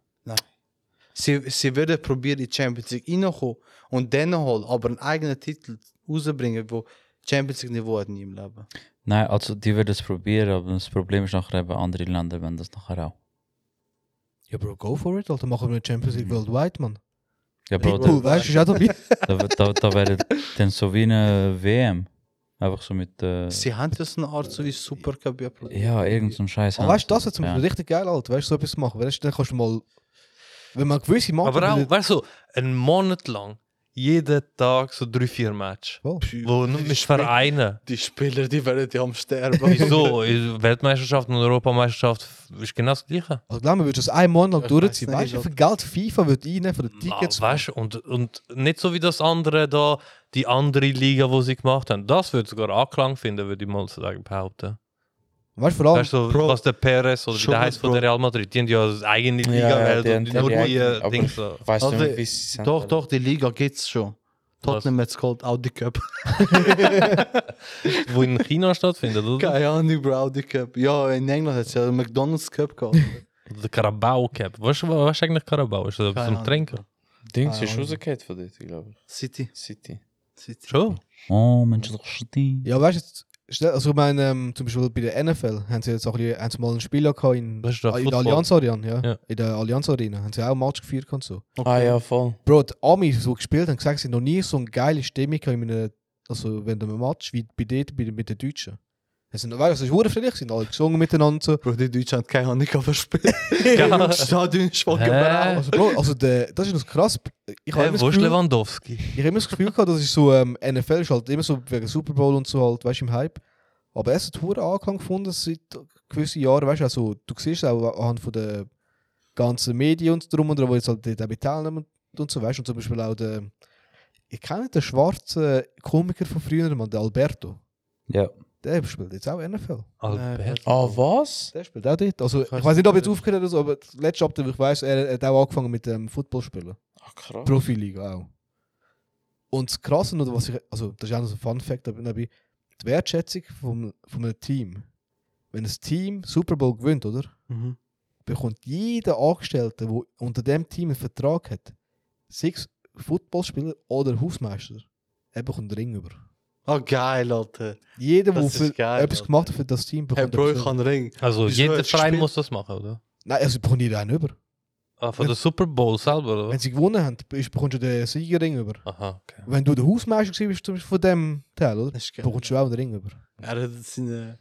B: Sie, sie werden probieren, die Champions League reinzukommen und dann holen, aber einen eigenen Titel rausbringen, wo Champions League Niveau hat nie im Leben.
D: Nein, also die werden es probieren, aber das Problem ist nachher eben, andere Länder wenn das nachher auch.
C: Ja, Bro, go for it, Alter. Machen wir eine Champions League Worldwide, Mann.
D: Ja, Bro,
C: Cool, weißt du, ist auch dabei.
D: da, da, da, da wäre dann so wie eine WM. Einfach so mit. Äh,
B: Sie haben das eine Art so wie Supercup. ja, Pro-
D: ja, irgend so ein Scheiß.
C: Aber weißt du, das wäre zum
D: ja.
C: Beispiel richtig geil, Alter. Weißt du, so etwas machen. Weißt du, dann kannst du mal. Wenn man gewisse Mannschaften.
A: Aber auch,
C: will-
A: weißt du, einen Monat lang, jeden Tag so drei, vier Matches.
C: Voll.
A: Wo du nicht
B: <laughs>
A: vereinen.
B: Die Spieler, die werden ja am <laughs> Sterben.
A: Wieso? In Weltmeisterschaft und Europameisterschaft ist genau das Gleiche.
C: Also, glaub mir, würdest du das einen Monat lang
B: Ich
C: durchziehen.
B: weiß nicht,
C: Weißt du, wie viel Geld FIFA wird einnehmen von den Tickets?
A: Ah, weißt du, und, und nicht so wie das andere da, die andere Liga, wo sie gemacht haben. Das würde sogar Anklang finden, würde ich mal sagen, behaupten.
C: Weißt du, vor allem.
A: weißt du,
B: Bro.
A: was der Perez oder
B: Schon
A: der
B: mal,
A: heißt von
B: Bro.
A: der Real Madrid, die haben ja eine eigene
E: Ja,
A: Liga,
E: ja,
A: weil
E: die haben
A: die,
E: ihre
A: nur die
E: eigene,
A: äh,
E: aber-
A: Dings da.
E: weißt du
B: Also,
E: nicht, wie sie sind.
B: Doch, doch, die Liga geht's schon.
A: Was?
B: Tottenham hat es geholt, Audi Cup.
A: wo in China stattfindet, oder?
B: <laughs> Keine Ahnung, Bro, Audi Cup. Ja, in England hat es ja McDonalds Cup gehabt.
A: Oder Der Carabao Cup. Weißt du, was ist eigentlich Carabao? Ist das
B: Keine
A: zum
B: Ahnung.
A: Trinken?
E: Dings ist
C: Keine Ahnung.
E: rausgekehrt von dort, glaube ich.
B: <laughs> City.
E: City.
B: City.
A: Schon?
D: Oh, Mensch, doch schon
C: Ja, weißt du, jetzt schnell- also ich meine, ähm, zum Beispiel bei der NFL haben sie jetzt auch ein bisschen, haben sie mal einen Spieler gehabt in,
A: Weißt du,
C: in der
A: Football.
C: Allianz Arena, ja.
A: Ja.
C: In der Allianz Arena haben sie auch ein Match gefeiert und so.
E: Ah ja, voll.
C: Bro, die Amis, die gespielt haben, gesagt, sie haben noch nie so eine geile Stimmung gehabt in einem, also wenn du einem Match wie bei dort bei, mit den Deutschen. Es sind, weißt du, es war verdammt friedlich, sind alle gesungen miteinander und so.
B: Bro, die Deutschen haben keine Ahnung, aber <laughs> spielen.
A: Ja.
B: Stadion ist voll
A: Hä?
B: gebraucht.
C: Also, Bro, also der, das ist noch krass. Ich habe
A: Hey,
C: immer, das
A: wo ist
C: Gefühl- Äh,
A: Lewandowski?
C: ich hab immer das Gefühl gehabt, das ist so, ähm, NFL ist halt immer so wegen Super Bowl und so halt, weißt du, im Hype. Aber es hat einen Anklang gefunden seit gewissen Jahren, weißt du, also du siehst es auch anhand von den ganzen Medien und drum und dran, die jetzt halt dort auch mit teilnehmen und so, weißt du, und zum Beispiel auch der, ich kenne den schwarzen Komiker von früher, Mann, der Alberto,
D: Ja.
C: der spielt jetzt auch NFL.
B: Äh,
A: Albert.
E: Ah, was?
C: Der spielt auch dort, also ich
B: Ich weiß
C: weiß nicht, ob jetzt
B: nicht.
C: aufgehört hat oder so, aber das letzte Update, ich weiß, er hat auch angefangen mit ähm, dem Footballspielen.
E: Ah, krass.
C: Profiliga auch. Und das Krasse, oder was ich, also das ist auch noch so ein Fun Fact dabei, die Wertschätzung vom, von einem Team. Wenn ein Team Super Bowl gewinnt, oder?
B: Mhm.
C: Bekommt jeder Angestellte, der unter dem Team einen Vertrag hat, sechs Footballspieler oder Hausmeister, er bekommt einen Ring über.
B: Oh, geil, Alter.
C: Jeder, der
B: Das ist
C: für
B: geil,
C: etwas
B: Alter.
C: gemacht hat für das Team,
B: Hey,
C: bekommt
B: Bro,
C: einen
B: ich kann Ring.
A: Also
B: Wieso
A: jeder
B: hat's
A: Verein
B: gespielt?
A: muss das machen, oder?
C: Nein, also bekommt jeder einen über.
A: Ah, von der Super Bowl selber, oder?
C: Wenn sie gewonnen haben, ist- bekommst du den Siegerring über.
A: Aha, okay.
C: Wenn du der Hausmeister gewesen bist, zum Beispiel von dem Teil, oder?
B: Das ist geil.
C: Bekommst du auch einen Ring über.
B: Er hat seine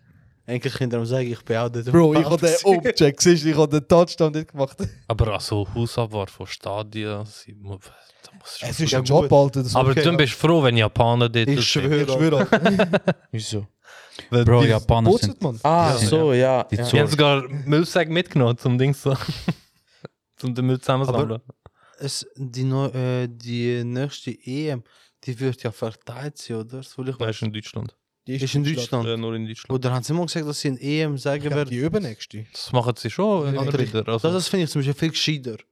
B: Enkelkinder am Sagen, ich bin auch dort.
C: Bro, ich habe den
B: <laughs>
C: Object, siehst du, ich habe den Touchdown nicht gemacht.
A: Aber also Hausabwart von Stadien, sie mu- da muss schon-
C: Es ist
B: Ja,
C: ein Job,
B: gut.
C: Alter. Das
A: Aber
C: okay, <laughs>
A: dann bist du froh, wenn Japaner dort
B: Ich
A: sind.
B: schwöre.
C: ich schwöre. <laughs>
E: Wieso?
D: Bro, Japaner
C: Putzet
D: sind.
C: man.
E: Ah,
A: Ja.
E: so, ja.
D: Die
E: ja.
A: Die haben
D: Zorg.
A: sogar Müllsäcke mitgenommen, zum Dings so. <laughs> zum den Müll zusammensammeln.
B: Es, die, neu, äh, die nächste EM, die wird ja verteilt sein, oder? Das will ich
A: Nein, ist in Deutschland.
C: Die
B: Ist in Deutschland.
A: Äh, nur in Deutschland.
B: Oder haben sie mal gesagt, dass sie in E EM sagen
C: Ich glaub,
B: werden?
C: die übernächste.
A: Das machen sie schon
B: Ja,
A: immer
B: natürlich.
A: wieder. Also,
B: Das, das finde ich zum Beispiel viel gescheiter.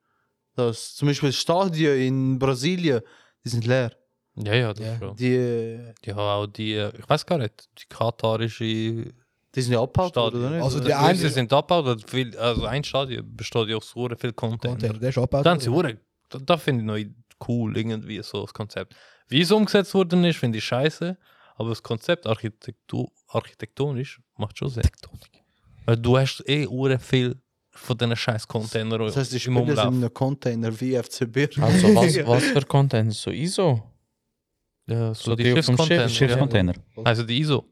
B: Dass zum Beispiel Stadien in Brasilien, die sind leer.
A: ja, ja, das
C: Ja.
A: schon.
B: Die, äh,
A: Die haben auch die, äh, ich weiß gar nicht, die katarische
B: die sind ja abgehalten,
A: Stadien.
B: oder nicht?
C: Also die
A: die
C: eine-
A: sind abgebaut, und viel- also ein Stadion besteht ja aus so viel Content.
C: Content, der ist abgebaut.
A: Dann sind sie hure Da, da finde ich noch cool, irgendwie so das Konzept. Wie es umgesetzt worden ist, finde ich scheiße, aber das Konzept Architektur, architektonisch macht schon Sinn. Weil du hast eh ure viel von diesen scheiß Containern
B: Das heißt, die
A: im
B: Spieler sind dus in
A: Umlauf.
B: einem Container wie FC Bier. <laughs>
E: Also, was, was für Content? So ISO?
A: Ja, so,
E: so
A: die
E: die auf dem Schiff, Hm.
A: Schiffscontainer.
D: Schiffscontainer.
A: Also die ISO.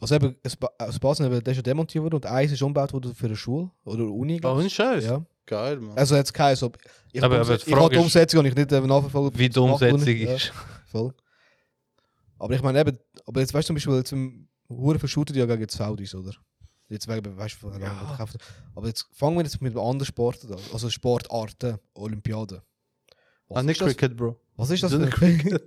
C: Also eben, es ba- aus Basel eben, der ist ja demontiert worden und eins ist umgebaut worden für eine Schule oder eine Uni. glaub ich.
B: Scheiß.
C: Ja.
B: Geil, Mann.
C: Also jetzt kein so. Ich
A: Aber-
C: hab
A: aber die
C: die Umse- ich
A: Frage
C: hab die
A: ist-
C: Umsetzung und ich nicht eben nachverfolgen.
A: Wie die Umsetzung ist.
C: Voll. Aber ich meine eben, aber jetzt weißt du zum Beispiel, jetzt im Huren verschootet ja gegen die Saudis, oder? Jetzt wegen, weißt du, ja. aber jetzt fangen wir jetzt mit einem anderen Sport an, also Sportarten, Olympiaden. Was
B: ah, nicht
C: ist das?
B: Cricket, Bro.
C: Was ist das
B: Sondern
C: für ein Cricket?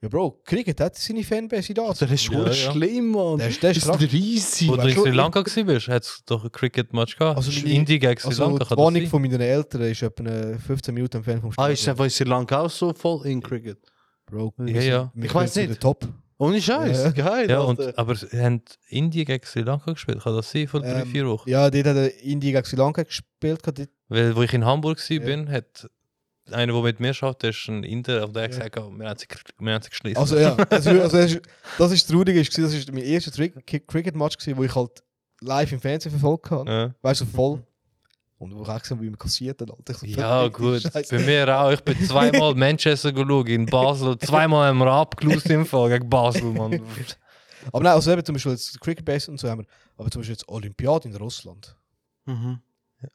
C: ja, Bro, Cricket hat seine Fanbase da.
B: Der ist
A: Ja,
B: ja,
A: ja.
B: schlimm, Mann.
C: Der ist- der ist krass.
B: riesig.
A: Wo du in
C: schon-
A: Sri Lanka warst, hat es doch ein Cricket-Match gehabt.
C: Also
A: Also
C: meine-
A: Indien gegen Sri
C: Also,
A: Lanka.
C: die
A: kann das
C: Wohnung
A: sein?
C: von meinen Eltern ist etwa äh, 15 Minuten entfernt vom
B: Ah, ist einfach in Sri Lanka auch so voll in Cricket.
C: Bro,
A: Ja, ja.
C: wir
B: Ich weiß
C: sind
B: nicht.
C: der Top.
B: Ohne Scheiß.
C: Ja.
B: Geil.
A: Ja,
B: Alter.
A: und, aber sie haben Indien gegen Sri Lanka gespielt, kann das sein, vor drei,
C: Ähm,
A: vier Wochen?
C: Ja, dort hat äh, Indien gegen Sri Lanka gespielt. gehabt, dort-
A: Weil, wo ich in Hamburg war,
C: Ja.
A: bin, hat einer, der mit mir schafft, der ist ein Inder, auf der hat gesagt, oh, wir haben sie, gekr- wir haben sie geschlossen.
C: Also
A: <laughs>
C: ja, also, also, das ist- das ist traurig, ist, gewesen, das war mein erster Tri- Ki- Cricket-Match, gewesen, wo ich halt live im Fernsehen verfolgt habe.
A: ja.
C: Weißt du, voll. Und wo ich auch gesehen habe, wie man kassiert hat. Alter. Ich so,
A: Ja,
C: verfickte
A: gut.
C: Scheiße.
A: Bei mir auch. Ich bin
C: <laughs>
A: zweimal Manchester geschaut, in Basel. Zweimal haben wir abgelost im Fall gegen Basel, Mann.
C: Aber nein, also eben zum Beispiel jetzt Cricket-Base und so haben wir. Aber zum Beispiel jetzt Olympiade in Russland.
B: Mhm.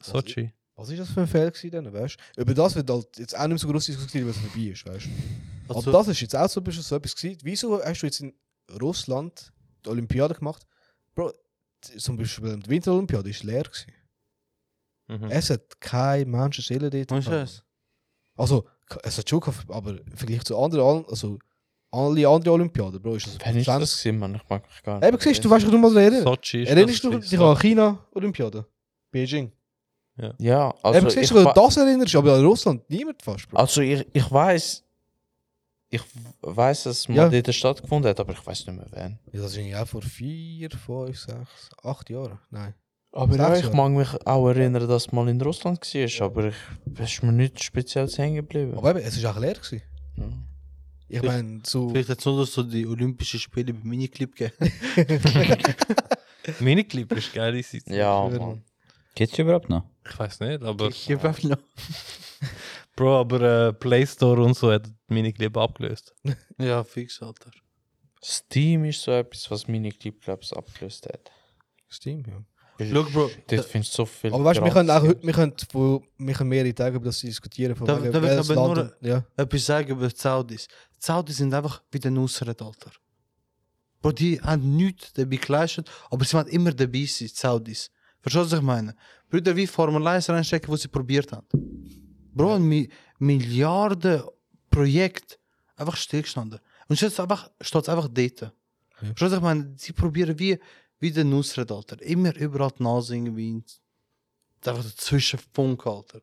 A: Sochi.
C: Was ist das für ein Feld gewesen, denn, weißt du? Über das wird halt jetzt auch nicht mehr so groß diskutiert, weil es vorbei ist, weißt du?
B: Also,
C: Aber das ist jetzt auch so ein bisschen so etwas gewesen. Wieso hast du jetzt in Russland die Olympiade gemacht? Bro, z- zum Beispiel die Winterolympiade war leer. Gewesen.
A: Mhm.
C: Es hat keine Menschenseele dort.
B: Ohne
C: gehabt.
B: Scheiß.
C: Also, k- es hat schon gehabt, aber im Vergleich zu anderen, Al- also alle anderen Olympiaden, Bro, ist das
E: Wann ist das
C: Prozent-
E: gewesen, Mann? Ich mag mich gar nicht.
C: Eben, siehst du, weißt du, du mal erinnern.
A: Sochi ist
C: Erinnerst
A: das
C: du
A: gewesen.
C: dich an China-Olympiade? Beijing.
E: Ja, also.
C: Eben, siehst
E: ich
C: du, wenn
E: wa-
C: du das erinnerst, aber an Russland niemand fast, Bro.
E: Also ich, ich weiß, ich weiß, dass mal
C: Ja.
E: dort stattgefunden hat, aber ich weiß nicht mehr wann.
C: Ja, das ist ja auch vor vier, fünf, sechs, acht Jahren. Nein.
E: Aber ja,
C: Sechs
E: ich
C: Jahre.
E: mag mich auch erinnern, dass mal in Russland war, aber ich es ist mir nichts Spezielles hängen geblieben.
C: Aber eben, es war auch leer. Gewesen.
E: Ja.
C: Ich meine, so.
B: Vielleicht hat es nur so die Olympischen Spiele bei Miniclip gegeben.
A: Miniclip ist geil. ist es.
E: ja,
C: Schön.
E: Mann.
D: Geht's überhaupt noch?
A: Ich weiß nicht,
B: <laughs>
A: aber.
B: Ich hab einfach noch.
A: Bro, aber äh, Play Store und so hat Miniclip abgelöst.
B: Ja, fix, Alter.
E: Steam ist so etwas, was meine Clipclubs abgelöst hat.
C: Steam, ja.
B: Look, Bro.
E: Dort findest du so viel.
C: Aber weißt du, wir können auch
E: gratis
C: heute, wir können, wo, wir können mehrere Tage über das diskutieren. Von
B: Da-
C: wegen,
B: da will ich
C: welches
B: aber
C: Land
B: nur-
C: und- ja.
B: etwas sagen über die Saudis. Die Saudis sind einfach wie den Ausreden, Alter. Bro, die haben nichts dabei geleistet, aber sie waren immer dabei, gewesen, die Saudis. Verstehst du, was ich meine? Brüder wie Formel 1 reinstecken, was sie probiert haben. Bro, ein Mi Milliarden Projekt einfach stillgestanden. Und jetzt einfach, steht es einfach dort. Verstehst du, was ich meine? Sie probieren wie, wie den Ausreden, Alter. Immer überall die Nase irgendwie. in- Einfach der Zwischenfunk, Alter.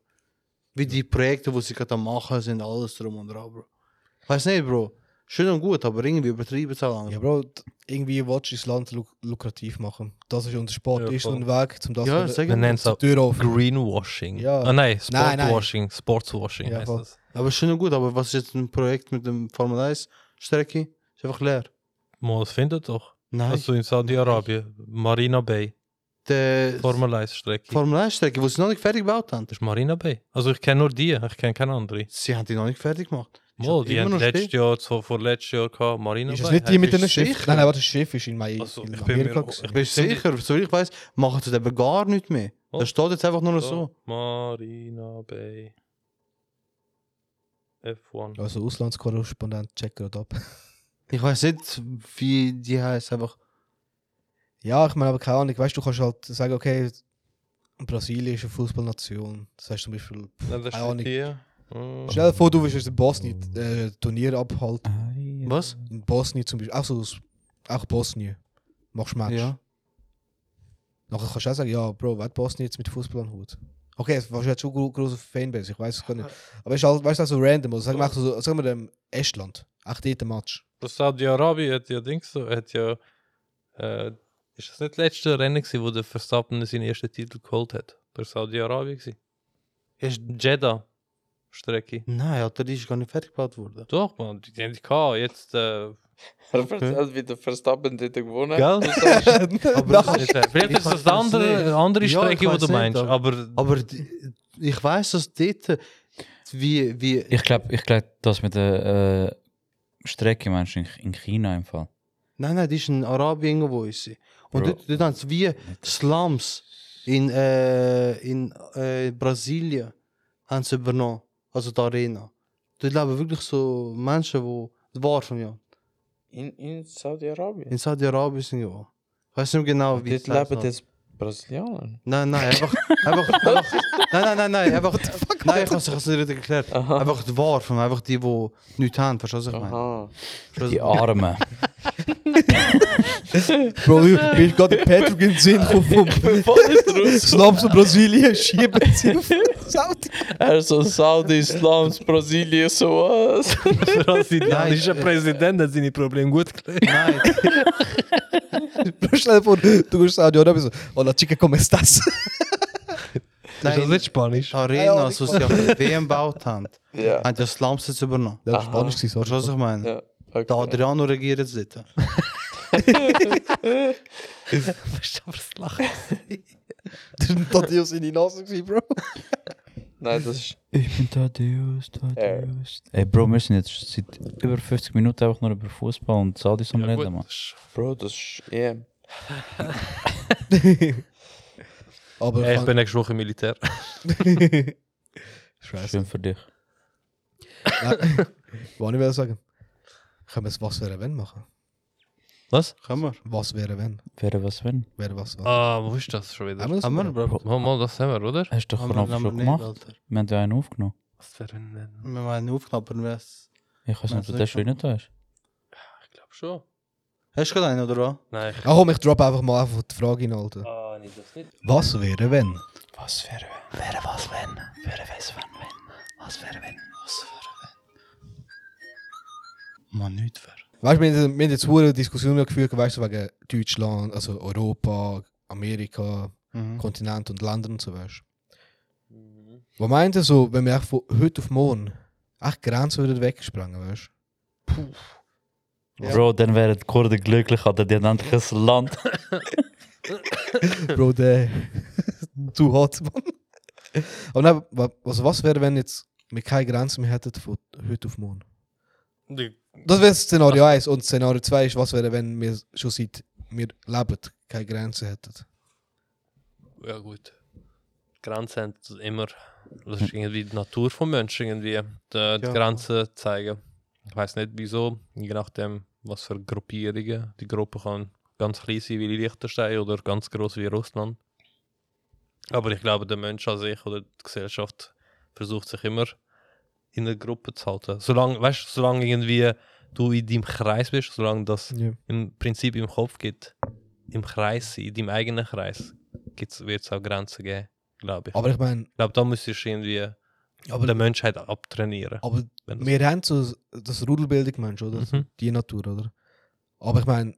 B: Wie die Projekte, die sie gerade am machen sind, alles drum und dran, Bro. Weiß nicht, Bro. Schön und gut, aber irgendwie übertrieben zu lang.
C: ja, Bro, d- irgendwie willst du das Land luk lukrativ machen. Das ist unser Sport,
A: Ja,
C: ist
A: voll.
C: ein Weg, zum das
B: Ja,
C: wieder-
B: sag
A: Wir nennen es
C: zur
A: auch
C: Tür auf.
A: Greenwashing.
C: Ja.
A: Ah, nein,
C: Nein, nein.
A: Sportwashing. Sportswashing
C: Ja,
A: heißt
C: voll.
A: das.
B: Aber schön und gut, aber was ist jetzt ein Projekt mit dem Formel 1 Strecke? Ist einfach leer.
A: Mo, das findet doch.
B: Nein.
A: Also in Saudi-Arabien, Marina Bay,
C: Äh,
B: der
A: Formel 1-Strecke.
B: Formel 1 Strecke, wo sie noch nicht fertig gebaut haben.
A: das ist Marina Bay. Also ich kenne nur die, ich kenne keine andere.
B: Sie haben die noch nicht fertig gemacht. Ist
A: Mo,
B: halt
A: die
B: immer
A: haben
B: noch
A: letztes
B: stehen.
A: Jahr, so vor letztes Jahr gehabt, Marina Bay.
C: Ist das nicht die mit
B: Bist
C: dem
B: du
C: Schiff?
B: sicher?
C: Nein, nein, warte, das Schiff ist in, Mai
A: Also,
C: in
A: ich bin mir-
C: Amerika.
A: ich
C: gewesen.
B: Ich bin sicher, so wie ich weiß, machen sie aber gar nichts mehr.
A: Oh.
B: Das steht jetzt einfach nur noch so.
A: Marina Bay. F1.
C: Also, Auslandskorrespondent, check gerade ab.
B: Ich weiß nicht, wie die heißt, einfach.
C: Ja, ich meine, aber keine Ahnung, weißt du, du kannst halt sagen, okay, Brasilien ist eine Fußballnation. Das heißt zum Beispiel,
A: Nein, das
C: Keine Ahnung.
A: ist hier. Mm.
C: stell dir vor, du willst jetzt in Bosnien äh, Turnier abhalten.
B: Was?
C: In Bosnien zum Beispiel, auch, so, aus- auch Bosnien. Machst Match.
B: Ja.
C: Nachher kannst du auch sagen, ja, Bro, wer hat Bosnien jetzt mit Fußball an den Hut? Okay, es war schon eine große Fanbase, ich weiß es
A: <laughs>
C: gar nicht. Aber es ist halt, weißt du, auch so random. Also, sagen wir, auch so, sagen wir dem Estland, auch dort ein Match.
A: <laughs> Das Saudi-Arabien hat ja Dings so, hat ja. Äh, ist das nicht das letzte Rennen, gewesen, wo der Verstappen seinen ersten Titel geholt hat? Der Saudi-Arabien gewesen.
B: Ist
A: Jeddah. Strecke.
B: Nein, Alter, die ist gar nicht fertig gebaut worden.
A: Doch, man, die die haben die gehabt. Jetzt, äh,
E: <laughs> Er vertelt, wie der Verstappen dritte gewonnen hat.
B: Gell?
A: aber das
B: Nein.
A: ist, äh, vielleicht
B: Ich
A: ist das
B: weiß
A: eine andere,
B: nicht.
A: eine andere
B: Ja, ich
A: Strecke, die
B: weiß
A: du meinst.
B: nicht,
A: Aber,
B: Aber die, ich weiß, dass dort wie, wie
D: Ich glaube, ich glaub, das mit der äh, Strecke meinst du in, in China im Fall.
B: Nein, nein, die ist in Arabien irgendwo. Ist sie. Und
D: Bro.
B: dort, dort haben sie wie Slums in, äh, in äh, Brasilien haben sie übernommen. Also die Arena. Dort leben wirklich so Menschen, die warfen ja.
E: In, in Saudi-Arabien.
B: In Saudi-Arabien sind ja. Ich weiß nicht genau, wie
E: Dit
B: es heißt.
E: leben jetzt Brasilianer.
B: Nein, nein, einfach.
E: <laughs>
B: einfach, einfach nein, nein, nein, nein, einfach. Nein, ich habe es nicht richtig erklärt.
E: Aha.
B: Einfach die warfen, einfach die, die nichts haben. Verstehst du, was ich meine?
C: Ah.
E: Aha.
B: Verstehst du?
D: Die Armen.
C: Bro, ich bin gerade in Patrick in den
A: <laughs>
C: Sinn gekommen.
E: <laughs>
C: Slums in Brasilien schieben sie auf Saudi.
E: Er so Saudi, Islams, Also Brasilien, sowas.
A: der brasilianische
B: Nein, äh,
A: Präsident hat seine Probleme gut gelöst.
B: Nein,
C: Bro, stell dir vor, du gehst Saudi-Arabien so, hola chica, como
A: <laughs>
C: estás?
A: Ist das
B: nein.
A: nicht Spanisch?
B: Arena, so sie auf der WM gebaut haben.
E: Ja.
B: Hat der Slums jetzt übernommen.
C: Das war Spanisch, gewesen,
B: Verstehst du, was
C: sorry.
B: ich meine?
E: Ja.
B: Der
E: Okay.
B: Adriano regiert jetzt dort.
A: Verstehst du, aber das Lachen?
C: Das ist ein Tadios in die Nase, gewesen, Bro.
E: Nein, das ist.
D: Ich bin Tadeus, Tadeus. Ey, Eh, Bro, wir sind jetzt seit über 50 Minuten einfach nur über Fußball und Saudis am
A: Ja,
D: Reden,
A: gut.
D: Mann.
E: Bro, das ist EM.
C: Aber
A: Ey, ich
C: fang-
A: bin nächste Woche im Militär.
C: Scheiße.
D: Schön für dich.
C: <laughs> Nein, Was ich will sagen. Können wir es was wäre wenn machen?
A: Was?
B: Können wir?
C: Was wäre wenn?
D: Wäre was wenn?
C: Wäre was was?
A: Ah, wo ist das schon wieder?
C: Haben wir das
B: Haben wir,
C: gemacht?
B: Bro?
A: Mal, mal, das haben wir, oder?
D: Hast du
B: Haben
D: den
B: wir-
D: Knopf
B: haben wir
D: schon
B: nicht,
D: gemacht?
B: Alter.
D: Wir haben ja einen aufgenommen.
A: Was wäre denn?
B: Wir haben ihn aufgenommen, aber was?
D: Ich weiß
B: Nein,
D: nicht, ob du
B: das
D: das
B: ist schon
D: schon nicht hast.
A: Ich glaube schon.
B: Hast du gerade einen, oder was?
A: Nein. ich-
C: Ach Ah, komm, ich drop einfach mal einfach die Frage in, Alter.
A: Ah, nee, das nicht.
C: Was wäre wenn?
D: Was wäre wenn? Wäre was wenn? Wäre was wenn? wenn? Was wäre wenn? Was wäre
B: Mann, nicht für.
C: Weißt du, wir haben wir haben jetzt eine Diskussion geführt, weißt du, wegen Deutschland, also Europa, Amerika,
B: Mhm.
C: Kontinent und Länder und so, weißt du. Was meint ihr so, wenn wir echt von heute auf morgen echt Grenzen würden wegsprengen, weißt
D: wenn? Bro, dann wären die Kurden glücklich, hatten die ein
B: <laughs>
D: anderes Land.
C: du? Bro, der. <laughs> du hart, Mann. Aber nein, wa- also was wäre, wenn jetzt wir keine Grenzen mehr hätten von heute auf morgen?
A: Die-
C: Das wäre Szenario 1 und Szenario 2 ist, was wäre, wenn wir schon seit wir leben keine Grenzen hätten?
A: Ja, gut. Grenzen haben immer. Das ist irgendwie die Natur von Menschen, irgendwie. Die, die
B: Ja.
A: Grenzen zeigen. Ich weiß nicht wieso. Je nachdem, was für Gruppierungen. Die Gruppe kann ganz klein sein wie Liechtenstein oder ganz groß wie Russland. Aber ich glaube, der Mensch an sich oder die Gesellschaft versucht sich immer in der Gruppe zu halten. Solange, weißt, solange irgendwie du in deinem Kreis bist, solange das
C: Ja.
A: im Prinzip im Kopf geht, im Kreis, sein, in deinem eigenen Kreis, wird es auch Grenzen geben, glaube ich.
C: Aber ich meine,
A: ich glaube, da müsstest du irgendwie
C: aber,
A: der Menschheit abtrainieren.
C: aber
A: wenn das-
C: wir haben so das Rudelbildung, Mensch, oder?
A: Mhm.
C: Die Natur, oder? Aber ich meine,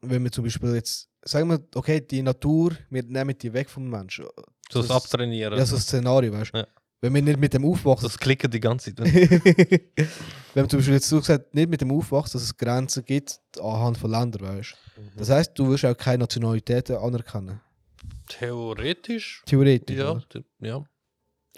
C: wenn wir zum Beispiel jetzt, sagen wir, okay, die Natur, wir nehmen die weg vom Menschen.
A: So das
C: das-
A: Abtrainieren.
C: Ja, so ein Szenario, weißt du?
A: Ja.
C: Wenn wir nicht mit dem aufwachsen,
A: das klicken die ganze Zeit.
C: <laughs> wenn man zum Beispiel jetzt so gesagt, nicht mit dem aufwachst, dass es Grenzen gibt anhand von Ländern, weißt du?
A: Mhm.
C: Das heißt, du wirst auch keine Nationalitäten anerkennen.
A: Theoretisch,
C: Theoretisch.
A: ja.
C: Oder?
A: t- ja.
C: Und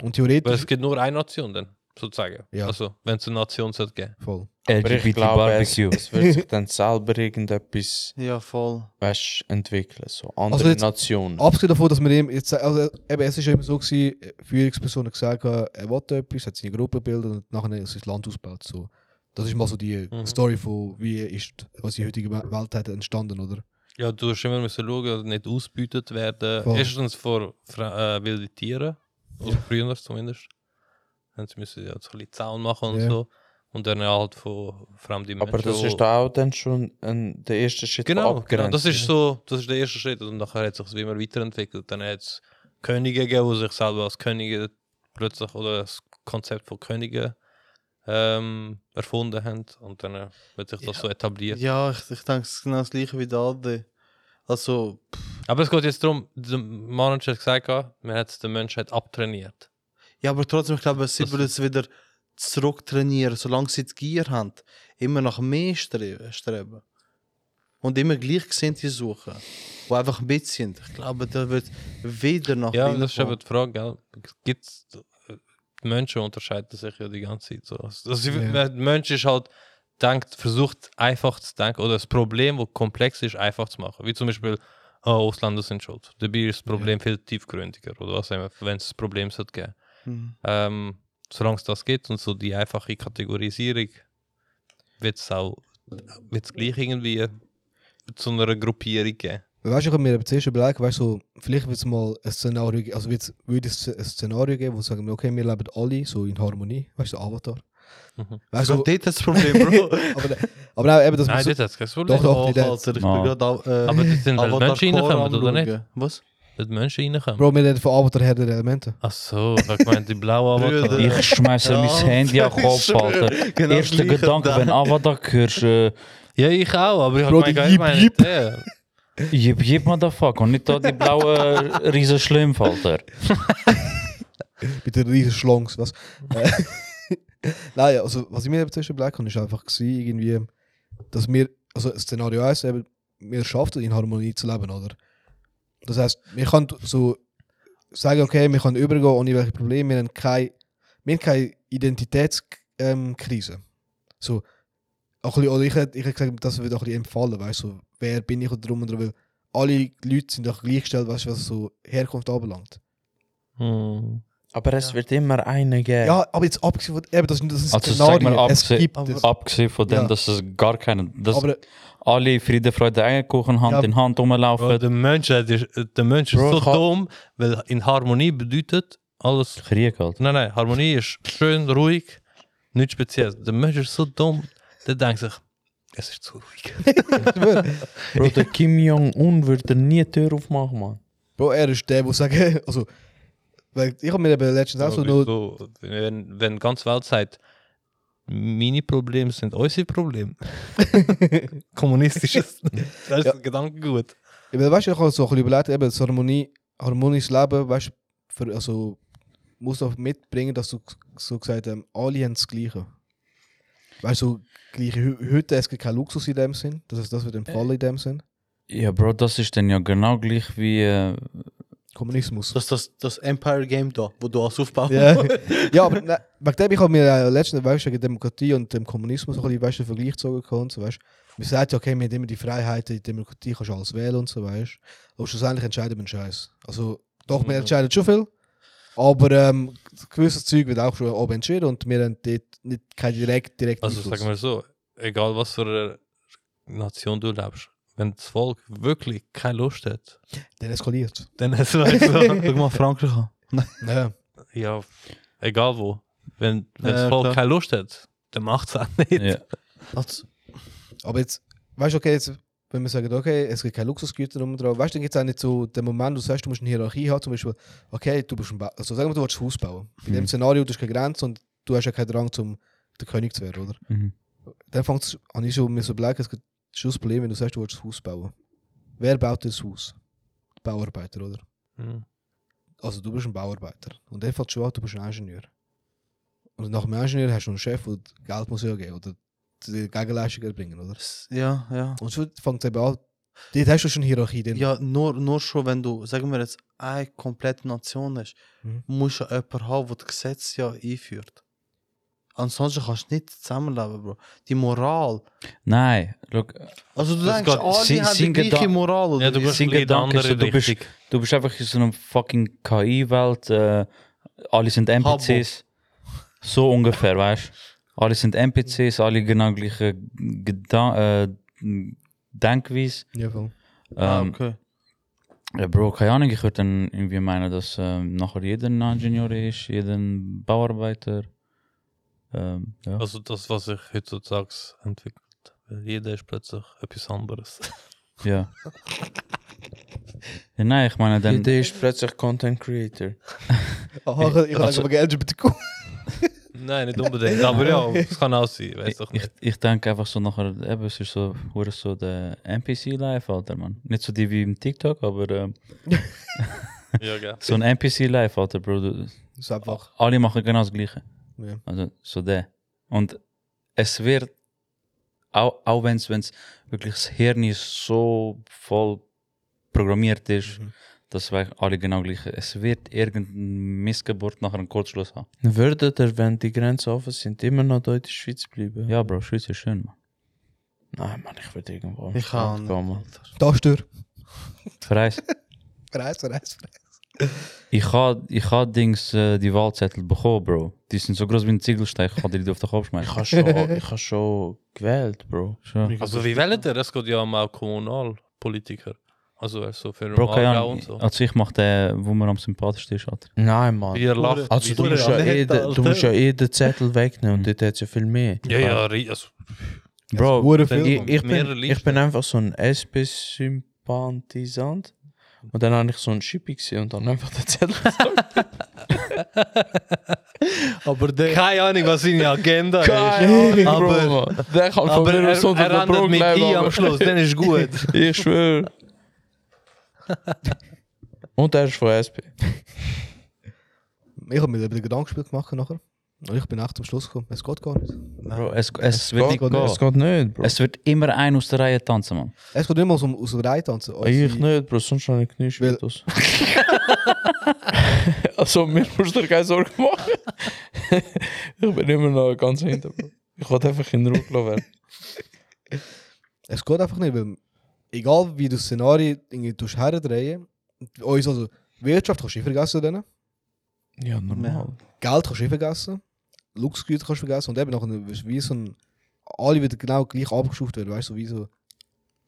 A: Weil
C: theoretisch.
A: es gibt nur eine Nation dann, sozusagen.
C: Ja.
A: Also, wenn es eine Nation sollte geben.
C: Voll.
E: Aber ich
D: LGBT
E: glaube, es,
D: Barbecue.
E: es
C: <laughs>
E: wird sich dann selber irgendetwas
B: Ja, voll.
E: weißt, entwickeln. So andere
C: Also jetzt-
E: Nationen.
C: Abgesehen davon, dass wir ihm jetzt, also eben, es ist ja immer so gewesen, Führungspersonen haben gesagt, haben, er wollte etwas, hat seine Gruppe gebildet und nachher ist sein Land ausgebaut. So. Das ist mal so die
A: Mhm.
C: Story von, wie ist, was die heutige We- Welt hat entstanden, oder?
A: Ja, du musst immer müssen schauen, dass nicht ausbeutet werden.
C: Voll.
A: Erstens vor Fra äh, wilden Tieren, oder früher zumindest. Dann sie müssen ja so ein bisschen Zaun machen und
C: Ja.
A: so. Und dann halt von fremden Menschen.
E: Aber das
A: die-
E: ist auch dann schon ein, der erste Schritt von
A: genau, genau,
E: Abgrenzung.
A: das ist so, das ist der erste Schritt. Und nachher hat sich wie immer weiterentwickelt. Dann hat es Könige gegeben, die sich selber als Könige plötzlich oder das Konzept von Königen ähm, erfunden haben. Und dann äh, wird sich das so etabliert.
B: Ja, ich, ich denke, es ist genau das gleiche wie der Ade. Also, pff,
A: Aber es geht jetzt darum, der Manager hat gesagt, ah, man hat es der Menschheit halt abtrainiert.
B: Ja, aber trotzdem, ich glaube, sie würden es wieder zurücktrainieren, solange sie die Gier haben. Immer nach mehr streben. streben. Und immer gleich Gesinnte suchen, die einfach mit sind. Ich glaube, da wird wieder nach
A: Ja,
B: innen
A: das ist
B: kommen.
A: eben die Frage, gell? Gibt's, die Menschen unterscheiden sich ja die ganze Zeit. So. Also, sie-
C: Ja.
A: der Mensch ist halt, denkt, versucht einfach zu denken oder das Problem, das komplex ist, einfach zu machen. Wie zum Beispiel, ah, Ausländer sind schuld. Dabei ist das Problem viel tiefgründiger oder was auch immer, wenn es ein Problem sollte geben.
B: Mhm.
A: Ähm, solange es das gibt und so die einfache Kategorisierung, wird es auch wird's gleich irgendwie zu einer Gruppierung geben.
C: Weißt du, ich habe mir zuerst überlegt, weißt du, so, vielleicht wird es mal ein Szenario geben, also wird's, würde es ein Szenario geben, wo sie sagen, okay, wir leben alle so in Harmonie, weißt du, so Avatar.
A: Mhm. Nou,
C: Weißt du,
B: Und dort ist das Problem, Bro.
C: aber, aber auch eben, dass man
A: Nein,
C: so,
A: das hat kein Problem.
C: Doch, doch,
B: Och,
C: nicht das.
B: Alter, ich bin
D: Ah.
B: gerade auch. Äh,
A: Aber das sind halt
B: Avatar
A: Menschen
B: Core
A: reinkommen, oder nicht?
B: anschauen. Was?
A: Dass die Menschen reinkommen.
C: Bro, wir reden von Avatar Herr der Elemente.
A: Ach so, ich meine die blaue Avatar.
B: Brüder.
A: Ich,
D: Ich schmeiße
B: Ja,
D: mein
B: <laughs>
D: Handy an den Kopf,
B: ich schwöre,
D: Alter.
B: genau das
D: Erster
B: Gleiche
D: Gedanke,
B: da.
D: wenn Avatar hörst, äh,
A: ja, ich auch, aber ich
C: Bro,
A: habe
C: die
A: meine ich meine
C: Jeep,
A: der.
D: jeb, jeb, motherfucker. Und nicht da die eh, blauen Riesenschlimpf, Alter.
C: Mit den riesen Schlongs, was? Äh, <laughs> Nein, also, was ich mir eben zuerst überlegt habe, ist einfach gewesen, irgendwie, dass wir, also Szenario 1 eben, wir schaffen in Harmonie zu leben, oder? Das heisst, wir können so sagen, okay, wir können übergehen ohne welche Probleme, wir haben keine, wir haben keine Identitätskrise. Ähm, Krise. so, auch ein bisschen, oder ich hätte ich hätte gesagt, das wird auch ein bisschen empfallen, weißt du, so, wer bin ich und drum und dran, weil alle Leute sind auch gleichgestellt, weißt du, was so Herkunft anbelangt.
B: Hmm.
A: Hm.
E: Aber es wird immer einen geben.
C: Ja, aber jetzt abgesehen von, eben, das, ist- das ist ein
D: Also sag
C: Szenario.
D: mal,
C: genau es
D: abgesehen,
C: gibt es.
D: abgesehen von dem,
C: Ja.
D: dass es gar keinen, dass
C: aber
D: alle Friede, Freude, Eierkuchen Hand
C: Ja.
D: in Hand
A: Bro,
D: rumlaufen.
A: der Mensch, hat die- der Mensch ist
E: Bro,
A: so
E: ich ha-
A: dumm, weil in Harmonie bedeutet alles.
D: Krieg, halt. Alter.
A: Nein, nein, Harmonie ist schön, ruhig, nichts Spezielles. Der Mensch ist so dumm, der denkt sich, es ist zu ruhig.
E: Bro, der Kim Jong-un würde er nie die Tür aufmachen, Mann.
C: Bro, er ist der, der sagt, <laughs> also, weil ich habe mir eben letztens auch so
A: Aber
C: nur,
A: so, wenn, wenn die ganze Welt sagt, meine Probleme sind unsere Probleme. Kommunistisches. Das ist
C: Ja.
A: ein Gedankengut.
C: eben, weißt du, ich habe so ein bisschen überlegt, eben, das Harmonie, harmonisches Leben, weißt du, für- also, musst du auch mitbringen, dass du so gesagt ähm, alle haben das Gleiche. Weißt du, so gleiche Hü- Hütte, es gibt keinen Luxus in dem Sinn, das, ist, das
D: Äh.
C: wird empfallen in dem Sinn.
D: Ja, Bro, das ist dann ja genau gleich wie. Äh,
C: Kommunismus.
B: Das, das, das Empire Game da, wo du alles aufbaust.
C: Ja, <laughs> ja aber ne, wegen dem, ich habe mir äh, letztens weißt, du, wegen Demokratie und dem Kommunismus so ein bisschen weißt, du, den Vergleich gezogen. gehabt Und so, weißt. du. Man sagt ja, okay, wir haben immer die Freiheit, in der Demokratie kannst du alles wählen und so, weißt du. Aber schlussendlich entscheiden wir einen Scheiß. Also, doch,
A: Mhm.
C: wir entscheiden schon viel, aber ähm, gewisses Zeug wird auch schon oben entschieden und wir haben dort nicht kein direkt, direkt
A: Also sagen wir so, egal was für eine Nation du lebst, wenn das Volk wirklich keine Lust hat,
C: Dann eskaliert
A: dann ist es so.
B: Schau mal Frankreich an.
C: ja.
A: ja, egal wo. Wenn, wenn
B: Ja,
A: das Volk
B: klar.
A: keine Lust hat, dann macht es auch nicht.
D: ja.
B: Das,
C: Aber jetzt, weißt du, okay, jetzt, wenn wir sagen, okay, es gibt keine Luxusgüter drum und dran, weißt du, dann gibt es auch nicht so den Moment, wo du sagst, du musst eine Hierarchie haben, zum Beispiel, okay, du bist ein ba also sagen wir, du willst ein Haus bauen. In dem
D: Mhm.
C: Szenario, du hast keine Grenze und du hast ja keinen Drang, zum der König zu werden, oder?
D: Mhm.
C: Dann fängt es an, ich schon mir so bleiben, es gibt schon das Problem, wenn du sagst, du willst ein Haus bauen. Wer baut das Haus? Die Bauarbeiter, oder?
A: Hm.
C: Also du bist ein Bauarbeiter. Und der fällt schon an, du bist ein Ingenieur. Und nach dem Ingenieur hast du einen Chef, der Geld muss ja geben oder die Gegenleistung erbringen, oder?
B: ja, ja.
C: Und so fängt es eben an. Dort hast du schon Hierarchie. Drin.
B: Ja, nur, nur schon, wenn du, sagen wir jetzt, eine komplette Nation ist,
C: Mhm.
B: musst du ja jemanden haben, der das Gesetz ja einführt. Ansonsten kannst du nicht zusammenleben, Bro. Die Moral.
D: Nein, schau,
B: Also du
A: Das
B: denkst,
A: geht-
B: alle
D: Sie-
B: haben die
D: sind
B: gleiche
D: Gedan-
B: Moral, oder?
A: Ja, du
B: wie?
A: bist
D: sind
A: ein bisschen in der
D: Gedanken,
A: anderen
D: du bist-
A: Richtung.
D: du bist einfach in so einer fucking KI-Welt. Äh, alle sind NPCs. So ungefähr, weißt du? Alle sind NPCs, alle genau gleiche Gedan äh, Denkweise.
C: Ja, voll.
B: ah,
D: Ähm,
B: okay.
D: Ja, Bro, keine Ahnung, ich würde dann irgendwie meinen, dass ähm, nachher jeder ein Ingenieur ist, jeder ein Bauarbeiter. Ähm, ja.
A: Also das, was sich heutzutage entwickelt. Jeder ist plötzlich etwas anderes.
D: ja. ja. Nein, ich meine dann.
E: Jeder ist plötzlich Content Creator.
C: Aha, ich habe
D: Also-
C: also, LGBTQ.
A: <laughs> Nein, nicht unbedingt. Aber <laughs> ja, es kann auch sein. Weiß doch
D: Ich,
A: nicht.
D: ich denke einfach so nachher, eben, es ist so, hure ehm, so der NPC-Life, Alter, man. Nicht so die wie im TikTok, aber ähm,
A: <laughs> Ja, gell.
D: So ein NPC-Life, Alter, Bro. Du,
C: Das ist einfach.
D: alle machen genau das Gleiche.
C: Ja.
D: Also, so der. Und es wird, auch, auch wenn es wirklich das Hirn ist so voll programmiert ist, dass wir alle genau gleich Es wird irgendein Missgeburt nachher einen Kurzschluss haben.
E: Würdet ihr, wenn die Grenzen offen sind, immer noch dort in der Schweiz bleiben?
D: Ja, Bro, Schweiz ist schön, man.
E: Nein, Mann, ich würde irgendwo am
B: Ich
E: Strand
B: kann
E: gehen, Mann.
C: Da stör.
D: Verreist.
C: Reis, reis, reis.
D: Ich habe ich ha Dings äh, die Wahlzettel bekommen, Bro. Die sind so groß wie ein Ziegelstein, ich kann dir die auf den Kopf
E: <laughs> Ich
D: schmeißen.
A: <laughs>
E: habe schon, ich habe schon gewählt, Bro.
D: Schon.
A: Also wie wählt ihr? Es geht ja um auch Kommunalpolitiker. Also weißt du, für
D: Bro, keine
A: Aargau
D: Ahnung.
A: und so.
D: Also ich mache den, wo mir am sympathischsten ist, Alter.
E: Nein, Mann.
A: Wie er lacht.
E: Also
A: wie-
E: du musst, ja eh, den- du musst ja eh den Zettel wegnehmen und dort hat es ja viel mehr.
A: Mhm. Ja, ja, ri- also,
E: Bro,
C: Hure
E: ich,
C: viel.
E: ich,
A: Mehrere
E: bin, ich
A: Listen.
E: bin einfach so ein SP-Sympathisant. Und dann habe ich so einen Chippy gesehen und dann einfach
A: <laughs>
E: den Zettel gesagt.
B: Aber der.
A: keine Ahnung, was seine Agenda ist.
E: Keine Ahnung,
A: aber-
E: Bro, Mann. Der kann von
A: Aber
E: mir
A: er,
E: aus unter
A: er
E: den Brot
A: endet mit
E: bleiben,
A: I am
E: aber-
A: Schluss, dann ist gut.
E: Ich schwöre. Und er ist von SP.
C: Ich habe mir über den Gedankenspiel gemacht nachher. Und ich bin echt zum Schluss gekommen. Es geht gar nicht.
D: Bro, es, es wird nicht
E: geht, es
D: gehen.
E: geht nicht, Bro.
D: Es wird immer ein aus der Reihe tanzen, Mann.
C: Es geht nicht mal aus dem, Also, aus dem Reitanzen.
E: ich nicht, Bro, sonst habe ich
C: Weil-
E: Knieschwittos. <laughs> also, mir musst du dir keine Sorgen machen. <laughs> ich bin immer noch ganz hinten, Bro. Ich wollte einfach in Ruhe gelassen werden.
C: Es geht einfach nicht, weil egal wie du das Szenario irgendwie tust herdrehen, uns also Wirtschaft kannst du eh vergessen denen,
E: Ja, normal.
C: Geld kannst du eh vergessen, Luxusgüter kannst du vergessen und eben noch wie so ein, alle wieder genau gleich abgeschuft werden, weißt du, wie so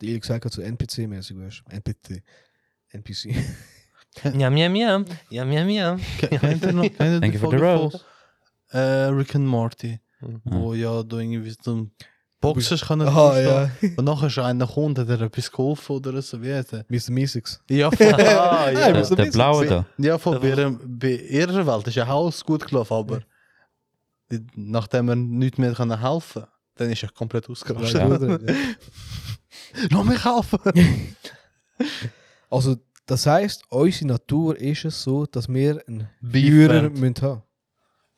C: die Eli gesagt hat, so NPC-mäßig weißt du, NPC. <laughs> NPC.
A: <laughs> Miam, miam, miam. Miam, miam, miam.
B: Kennt ihr noch? Kennt ihr
D: Thank
B: die Mm-hmm.
D: you for the
B: Folge
D: rose.
B: von, äh, Rick and Morty?
A: Mhm.
B: Wo ja da irgendwie so ein Boxer kann
C: Aha,
B: durchstehen.
C: Ah, ja.
B: Und nachher ist einer Hund, hat er etwas geholfen oder so, wie heißt er?
C: Mr. Meeseeks.
B: <laughs> Ja, voll. Ah,
C: Ja,
B: ja.
D: Der,
C: muss ein
D: der
C: bisschen
D: blaue
C: sehen.
D: da.
B: ja voll. Bei, ihrem, bei ihrer Welt ist ein Haus gut gelaufen, aber die- nachdem er nicht mehr kann helfen konnte, dann ist er komplett ausgerastet.
D: Ja.
B: <laughs> Lass mich helfen! <laughs>
C: Also, das heisst, unsere Natur ist es so, dass wir einen
B: Beef
C: Führer
B: werden.
C: müssen haben.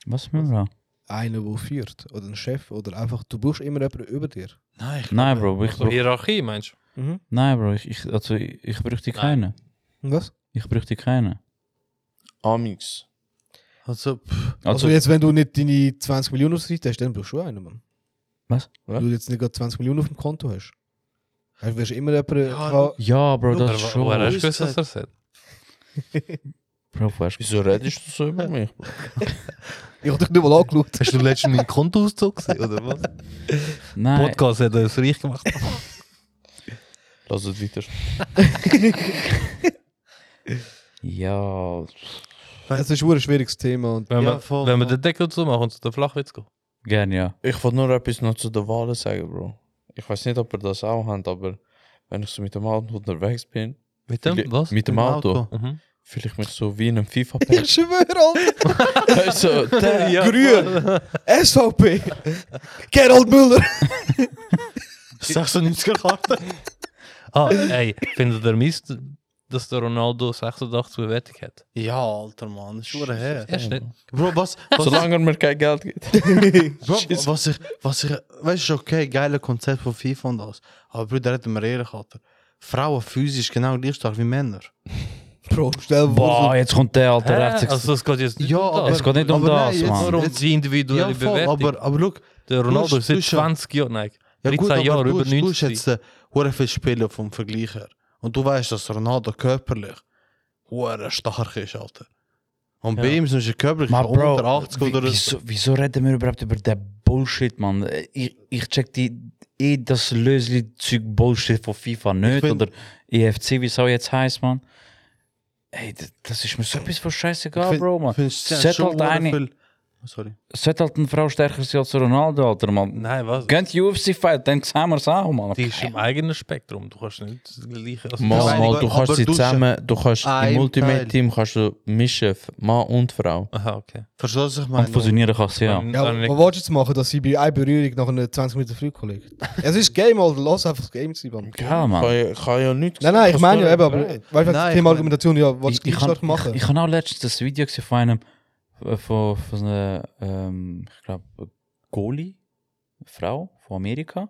D: Was müssen wir da?
C: Einen, der führt. Oder einen Chef. Oder einfach, du brauchst immer jemanden über dir.
B: Nein, ich
D: Nein, Bro, ich,
A: So Hierarchie, meinst du?
C: Mhm.
D: nein, Bro, ich, ich, also, ich, ich bräuchte keinen.
C: Was?
D: Ich bräuchte keinen.
E: Amix.
B: Also, pff,
C: Also,
D: Also,
C: jetzt, wenn du nicht deine 20 Millionen auf der Seite hast, dann brauchst du einen, Mann.
D: Was?
C: Wenn du jetzt nicht gerade 20 Millionen auf dem Konto hast. Dann wirst du immer jemanden
B: Ja,
C: haben.
D: ja, Bro, das
A: Oder woher hast
D: schon.
A: du gewusst, was er sagt?
D: Bro, woher hast du-
E: Wieso redest du so über mich?
C: Ich hab dich nicht mal angeschaut.
B: hast du letztens
D: <laughs>
B: meinen Kontoauszug gesehen, oder was?
D: Nein,
B: Podcast hat uns reich gemacht.
E: Lass es weiter.
D: ja,
C: Es ist ein verdammt schwieriges Thema. Und
A: Wenn,
B: Ja,
A: wir,
B: voll,
A: wenn wir
B: voll.
A: den Deckel zumachen, zu der Flachwitz gehen.
D: gerne, ja.
E: Ich wollte nur etwas noch zu den Wahlen sagen, Bro. Ich weiß nicht, ob ihr das auch habt, aber wenn ich so mit dem Auto unterwegs bin,
A: Mit dem?
E: fühle-
A: Was?
E: mit dem Auto,
D: <laughs>
A: Mhm.
E: fühle ich mich so wie in Eh, einem fifa
C: <laughs> ich schwöre, Alter.
E: Also, der
A: Ja.
C: Grün. SVP. <laughs> Gerald Müller.
B: 96er Karte.
A: <laughs> Ah, ey, findet ihr Mist, dass der Ronaldo 86 Bewertung hat?
B: Ja, alter Mann, das ist schon her.
A: Erst nicht.
B: Bro,
D: <laughs>
B: was, was,
E: Solange er mir kein Geld gibt.
B: Bro,
E: <laughs>
B: was ich, was ich, weißt du, okay, geiler Konzept von FIFA und alles. Aber Bruder, reden wir ehrlich, Alter. Frauen physisch genau gleich stark wie Männer.
C: Bro, stell dir
D: Boah,
C: vor,
D: jetzt kommt der alte
A: Hä?
D: Rechts.
A: Also es geht jetzt nicht
B: Ja,
A: um das.
B: aber-
D: es geht nicht um
B: aber nein,
D: das,
B: jetzt-
D: Mann.
A: Nur um die individuelle
B: Ja, voll,
A: Bewertung.
B: aber, aber look,
A: der Ronaldo
B: Du
A: ist seit
B: hast- du hast-
A: 20 Jahren, nein,
B: ja,
A: 13
B: gut, aber
A: Jahre,
B: du,
A: über
B: hast- du hast
A: 90.
B: jetzt äh, hure viele Spieler vom Vergleich her. Und du weißt, dass Ronaldo körperlich hure stark ist, Alter. Und bei
A: Ja.
B: ihm sind sie körperlich
D: Maar bro,
B: unter 80
D: wie-
B: oder
D: wieso, wieso reden wir überhaupt über den Bullshit, man? Ich, ich check die, eh das Lösli-Zeug Bullshit von FIFA nicht
B: vind-
D: oder EFC, wie es auch jetzt heißt, man. Ey, d- das ist mir so etwas von scheißegal, Bro, man.
B: Findest
D: Settle deine-
B: Sorry.
D: Sollte halt eine Frau stärker sein als Ronaldo, Alter, man.
A: Nein, was?
D: Gönnt UFC-Fight, dann sehen wir es auch, Mann.
A: Die ist im eigenen Spektrum. Du kannst nicht das gleiche. Also
E: Mal,
B: Nein,
E: mal,
B: aber-
E: du kannst
B: aber
E: sie
B: du-
E: zusammen, du kannst
B: Ein
E: im Ultimate
B: Teil.
E: Team kannst du mischen, F- Mann und Frau.
A: Aha, okay.
B: Verstehst du, was ich
D: Und
B: meine?
D: fusionieren kannst du ja.
A: Dann-
C: Ja,
A: dann
C: was willst du jetzt machen, dass sie bei einer Berührung nach einer 20 Minuten früh kollegt? es ist Game, Alter. Lass einfach das Game sein, Mann.
D: Ja, Mann.
E: Kann, kann ja nichts.
C: Nein, nein, ich meine ja eben, aber weißt du,
B: Nein,
C: das
B: ich
C: Thema
B: meine-
C: Argumentation, ja, was
D: Ich, ich,
C: ich stark machen?
D: ich, ich habe auch letztens das nou Video gesehen von einem, äh, von, von einer, ähm, ich glaube, Goalie, eine Frau von Amerika.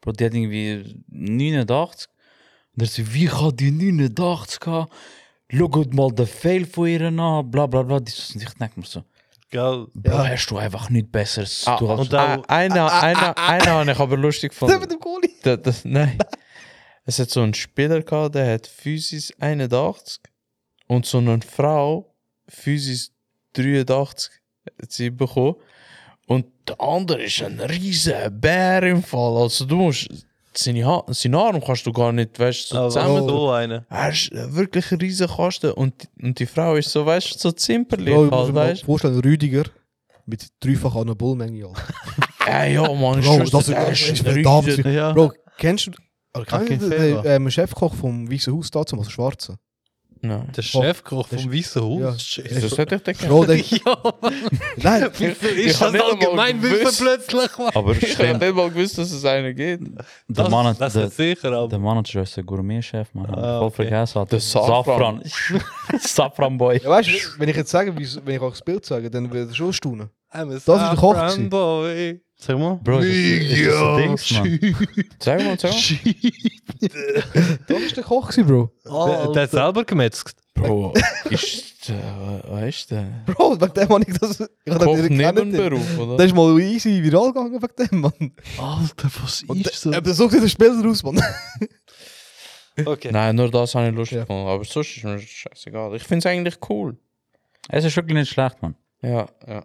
D: Bro, die hat irgendwie 89. Und er so, wie kann die 89 haben? Schaut mal den Fail von ihr an, bla bla bla. Die dus so, ich denke mir so,
A: Gell.
D: Bro, hast du einfach nichts Besseres zu
E: Ah,
D: tun.
E: <laughs>
D: als-
A: Und dann-
E: Ah, einer, einer, einer habe ich
C: <laughs>
E: aber
C: Der
E: lustig gefunden.
C: ah. mit dem Goalie.
E: Das, das, nein. Es hat so einen Spieler gehabt, der hat Physis 81 und so eine Frau Physis 83 hat sie bekommen. Und der andere ist ein riesen Bär im Fall. Also du musst, seine, ha seine Arme kannst du gar nicht, weißt du, so
A: Aber
C: Also, oh.
E: zusammen.
A: so eine.
E: Er ist wirklich ein riesen Kasten und, die- und die Frau ist so, weißt du, so zimperlich
C: Bro, ich muss
E: halt,
C: mir mal
E: weißt
C: vorstellen, Rüdiger mit dreifach einer Bullmenge, Alter.
E: du. Äh, ja, Mann,
C: Bro,
E: schwör,
C: das ist-
E: der
C: das ist
E: ein
C: verdammt
E: riesen-
B: Ja.
C: Bro, kennst du... Oder kennst
B: Fucking
C: du den,
B: Fehler.
C: den ähm, Chefkoch vom Weißen Haus dazu, also Schwarzen?
E: Nein.
A: Der
B: Oh,
A: Chefkoch
C: das-
A: vom Weißen
C: Ja.
A: Haus.
E: Das hätte ich
C: <laughs>
E: denken.
C: Bro, der...
A: Nein, ist
E: hab
A: das
E: nicht einmal
A: Allgemeinwissen
E: <laughs> gewusst.
A: plötzlich? Mann?
D: Aber
E: Ich habe
D: stimmt,
E: nicht mal gewusst, dass es einen gibt.
D: der
A: Das,
D: Mann
A: das,
D: hat, der,
A: ist sicher,
D: der
A: aber.
D: Manager ist der Gourmet-Chef, man. Hab ich
A: Ah,
D: voll
A: okay.
D: vergessen. Alter.
E: Der Safran.
D: <laughs> Safran.
C: <laughs>
D: Safran-Boy.
C: Ja, weißt du, wenn ich jetzt sage, wie's- wenn ich auch das Bild sage, dann wird er schon staunen.
A: I'm a
C: ist der Koch
A: Saffron
C: gewesen.
A: Boy.
B: Sag mal.
D: Bro, das ist das Ding,
E: Zeig mal, zeig mal.
C: Das ist der Koch gewesen, Bro.
A: Der, der hat selber gemetzgt.
E: Bro, eh, ist der, weißt du?
C: Bro, wegen dem habe ich das... Ich hab
E: Koch
C: den nicht gekannt.
E: Nebenberuf,
C: Der
E: oder?
C: ist mal easy viral gegangen wegen dem, Mann.
B: Alter, was
C: Und
B: ist
C: der, so sieht der Spieler aus, Mann. <laughs>
A: Okay.
E: Nein, nur das habe ich lustig
C: Ja.
E: gefunden. Aber sonst ist mir scheißegal. Ich finde es eigentlich cool.
D: Es ist wirklich nicht schlecht, man.
E: Ja, ja.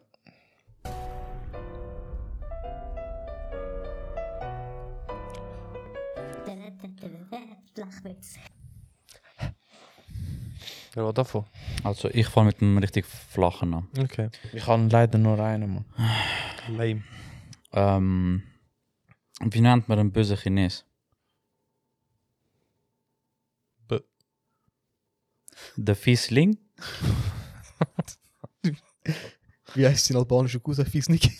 F: Flachwitz.
A: Ja, davon.
D: Also ich fahre mit einem richtig flachen an.
A: Okay.
E: Ich habe leider nur einen, Mann.
A: Lame.
D: Ähm, wie nennt man einen bösen Chines?
A: B-
D: Der Fiesling?
C: Wie heißt sein albanischer Cousin? Fies nicht.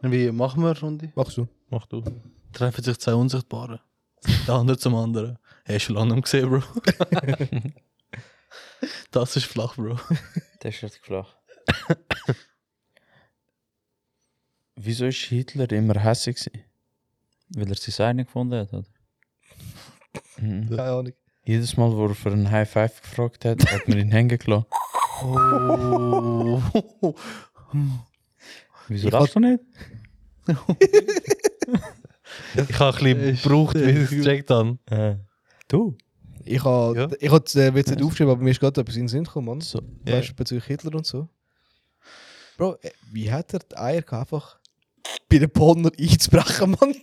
B: Wie machen wir, Runde?
C: Machst du.
A: Mach du.
B: Treffen sich zwei Unsichtbare. Der andere zum anderen. Hey, schon lange nicht <laughs> gesehen, Bro. das ist flach, Bro.
D: Der ist richtig flach.
E: Wieso ist Hitler immer hässig gewesen?
D: Weil er sein Einig gefunden hat, oder?
E: Mhm.
C: Keine Ahnung.
E: Jedes Mal, wo er für einen High Five gefragt hat, hat man ihn hängen gelassen.
D: Wieso lachst du nicht?
A: Ich habe ein bisschen gebraucht, bis ich es gecheckt habe.
D: Du?
C: Ich habe
A: Ja.
C: ich hab den Witz nicht aufgeschrieben, aber mir ist gerade etwas in den Sinn gekommen, Mann.
E: So.
A: Ja.
C: Weißt du, bezüglich Hitler und so. Bro, äh, wie hat er die Eier gehabt, einfach bei den Bonner einzubrechen, <laughs> Mann?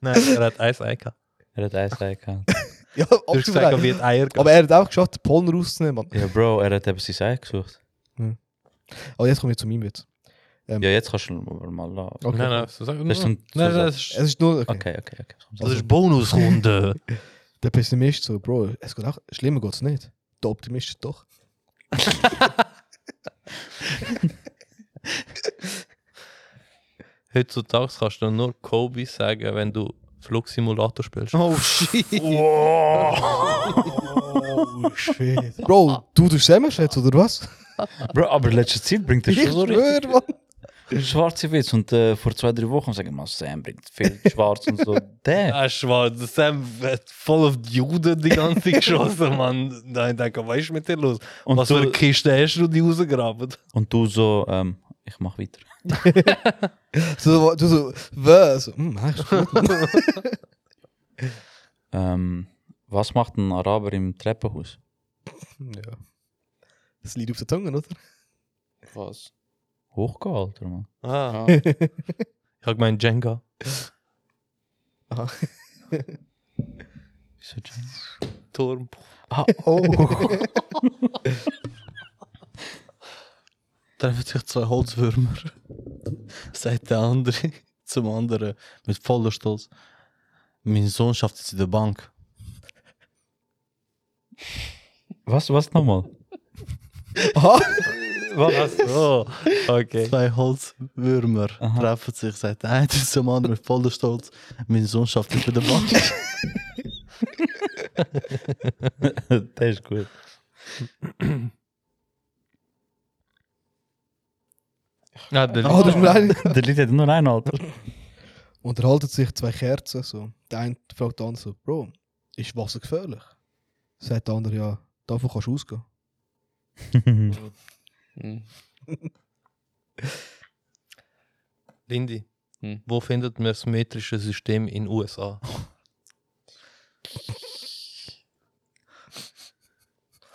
A: Nein, er hat eins Ei gehabt.
D: Er hat eins Ei gehabt.
C: Ja,
A: Du hast gesagt, er
C: absolut.
A: wird Eier gehabt.
C: Aber er hat auch geschafft, die Polner rauszunehmen, Mann.
D: Ja, Bro, er hat eben sein Ei gesucht.
C: Aber jetzt kommen wir zu meinem Witz.
D: Ja, jetzt kannst du ihn mal lassen.
A: Nein, nein, so sag nur.
D: Das ist ein
A: Nein, nein, das
C: Es
A: ist.
C: ist nur, okay.
D: Okay, okay, okay.
A: Das ist Bonusrunde. <laughs>
C: der Pessimist so, Bro, es geht auch, schlimmer geht's nicht. Der Optimist doch.
A: Heutzutage kannst du nur Kobe sagen, wenn du Flugsimulator spielst.
B: Oh, shit.
A: <laughs>
B: Oh.
C: Shit. Bro, du tust Semmelschätz, oder was?
D: Bro, aber letzte Zeit bringt er
C: Ich
D: schon so richtig
C: schwör, Mann.
D: schwarze Witz. Und äh, vor zwei, drei Wochen sagen wir, Sam bringt viel schwarz und so. <laughs> Der.
A: Ah, schwarz, der Sam hat voll auf die Juden die ganze Zeit <laughs> geschossen, Mann. Nein, ich denke, was ist mit dir los?
D: Und
A: was
D: du-
A: für eine Kiste hast du die rausgegraben?
D: Und du so, ähm, ich mach weiter.
C: So, du so, was? Hm, nein,
A: <laughs>
C: ist gut.
D: Ähm, was macht ein Araber im Treppenhaus?
C: ja. Das liegt auf der Zunge,
A: <laughs>
C: oder?
E: Was?
D: Hochgehen, Alter, Mann.
A: Ah,
E: Ah.
A: <laughs> ich habe gemeint <laughs> Jenga.
D: Wieso, Jim?
A: Turm.
D: Ah, oh.
B: <laughs> Treffen sich zwei Holzwürmer. Sagt der andere <laughs> zum anderen mit voller Stolz. Mein Sohn schafft es in der Bank.
D: was, was nochmal?
C: Ah,
A: Was?
D: <laughs>
A: Oh, okay.
B: Zwei Holzwürmer
D: Aha.
B: treffen sich, sagt der eine <laughs> zum anderen mit voller Stolz. Mein Sohn schafft es in der Bank.
D: das ist gut.
A: Ja, der
C: Ah, das ist mir ein.
D: Der Lied hat nur einen, Alter. <laughs>
C: Unterhalten sich zwei Kerzen. So. Der eine fragt den anderen so: Bro, ist Wasser gefährlich? Sagt der andere: Ja, davon kannst du ausgehen.
E: <laughs> Hm.
A: Lindy,
E: Hm.
A: wo findet man das metrische System in USA?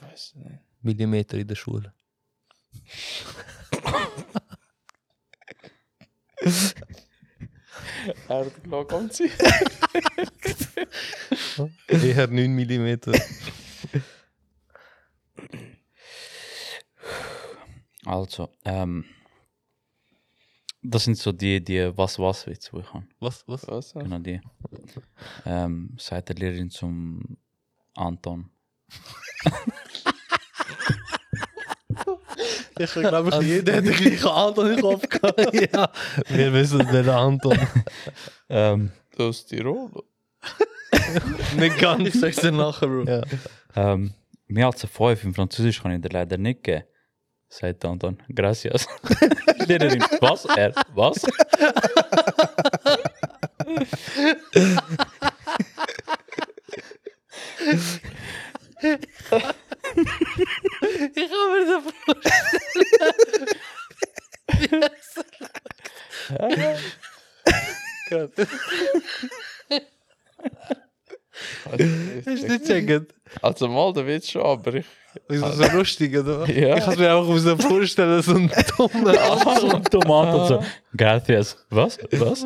E: Weiß nicht.
A: Millimeter in der Schule.
E: Er hat genau kommt sie.
A: Eher 9 Millimeter.
D: Also, ähm. Das sind so die, die Was-Was-Witze, die ich habe.
A: Was? Was?
E: Was?
D: Genau die. Ähm, sagt der Lehrerin zum Anton.
B: ich glaube,
A: <laughs>
B: jeder hat den gleichen Anton im Kopf gehabt.
A: Also, ja, wir wissen, wer der Anton
D: Ähm,
E: Aus Tirol?
A: nicht ganz.
B: Ich sag's dir nachher, Bro.
A: Ja.
D: ähm, mehr als ein 5 im Französisch kann ich dir leider nicht geben. Sagt der Anton. Gracias. <laughs> Lehrerin, was? Er, was?
A: Hast du nicht gecheckt?
E: Also mal der Witz schon, aber ich.
A: Ist das so lustig, oder?
E: Ja.
A: Ich kann mir einfach so vorstellen, so ein <laughs> dummer Anton.
D: Und der Anton so. Gracias. Was? Was?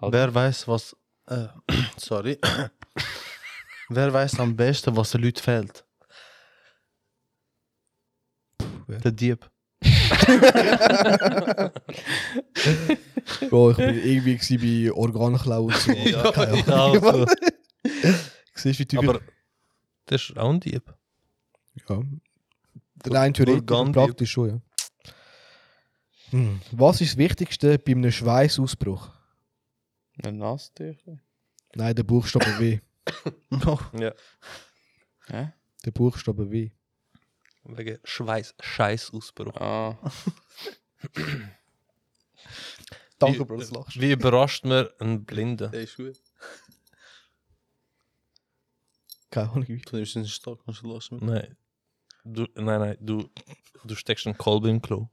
B: Wer weiß, was. Äh, <clears throat> sorry. <coughs> Wer weiß am besten, was den Leuten fehlt?
C: wer?
B: Der Dieb.
C: Bro, ich bin irgendwie gewesen bei Organklau und so.
A: <laughs> Ja,
C: Keine
A: ja,
C: Ahnung,
A: also.
C: Mann. <laughs> Siehst du, wie Typen.
A: Aber das ist auch ein Dieb.
C: Ja. Rein theoretisch,
A: Organ-
C: und praktisch schon, ja. Hm. Was ist das Wichtigste bei einem Schweißausbruch?
E: Ein Nasstücher.
C: Nein, der Buchstabe W. <laughs>
A: Ja.
E: Hä?
C: Der Buchstabe W.
A: Wegen Schweiß, Scheißausbruch.
E: Ah.
A: Wie-
C: Danke, Bro, dass du lachst.
A: Wie überrascht man einen Blinden?
B: ist gut.
C: Keine Ahnung, wie.
B: Du nimmst den Stock, kannst du lassen.
A: Nein. Du, nein, nein, du, du steckst einen Kolben im Klo.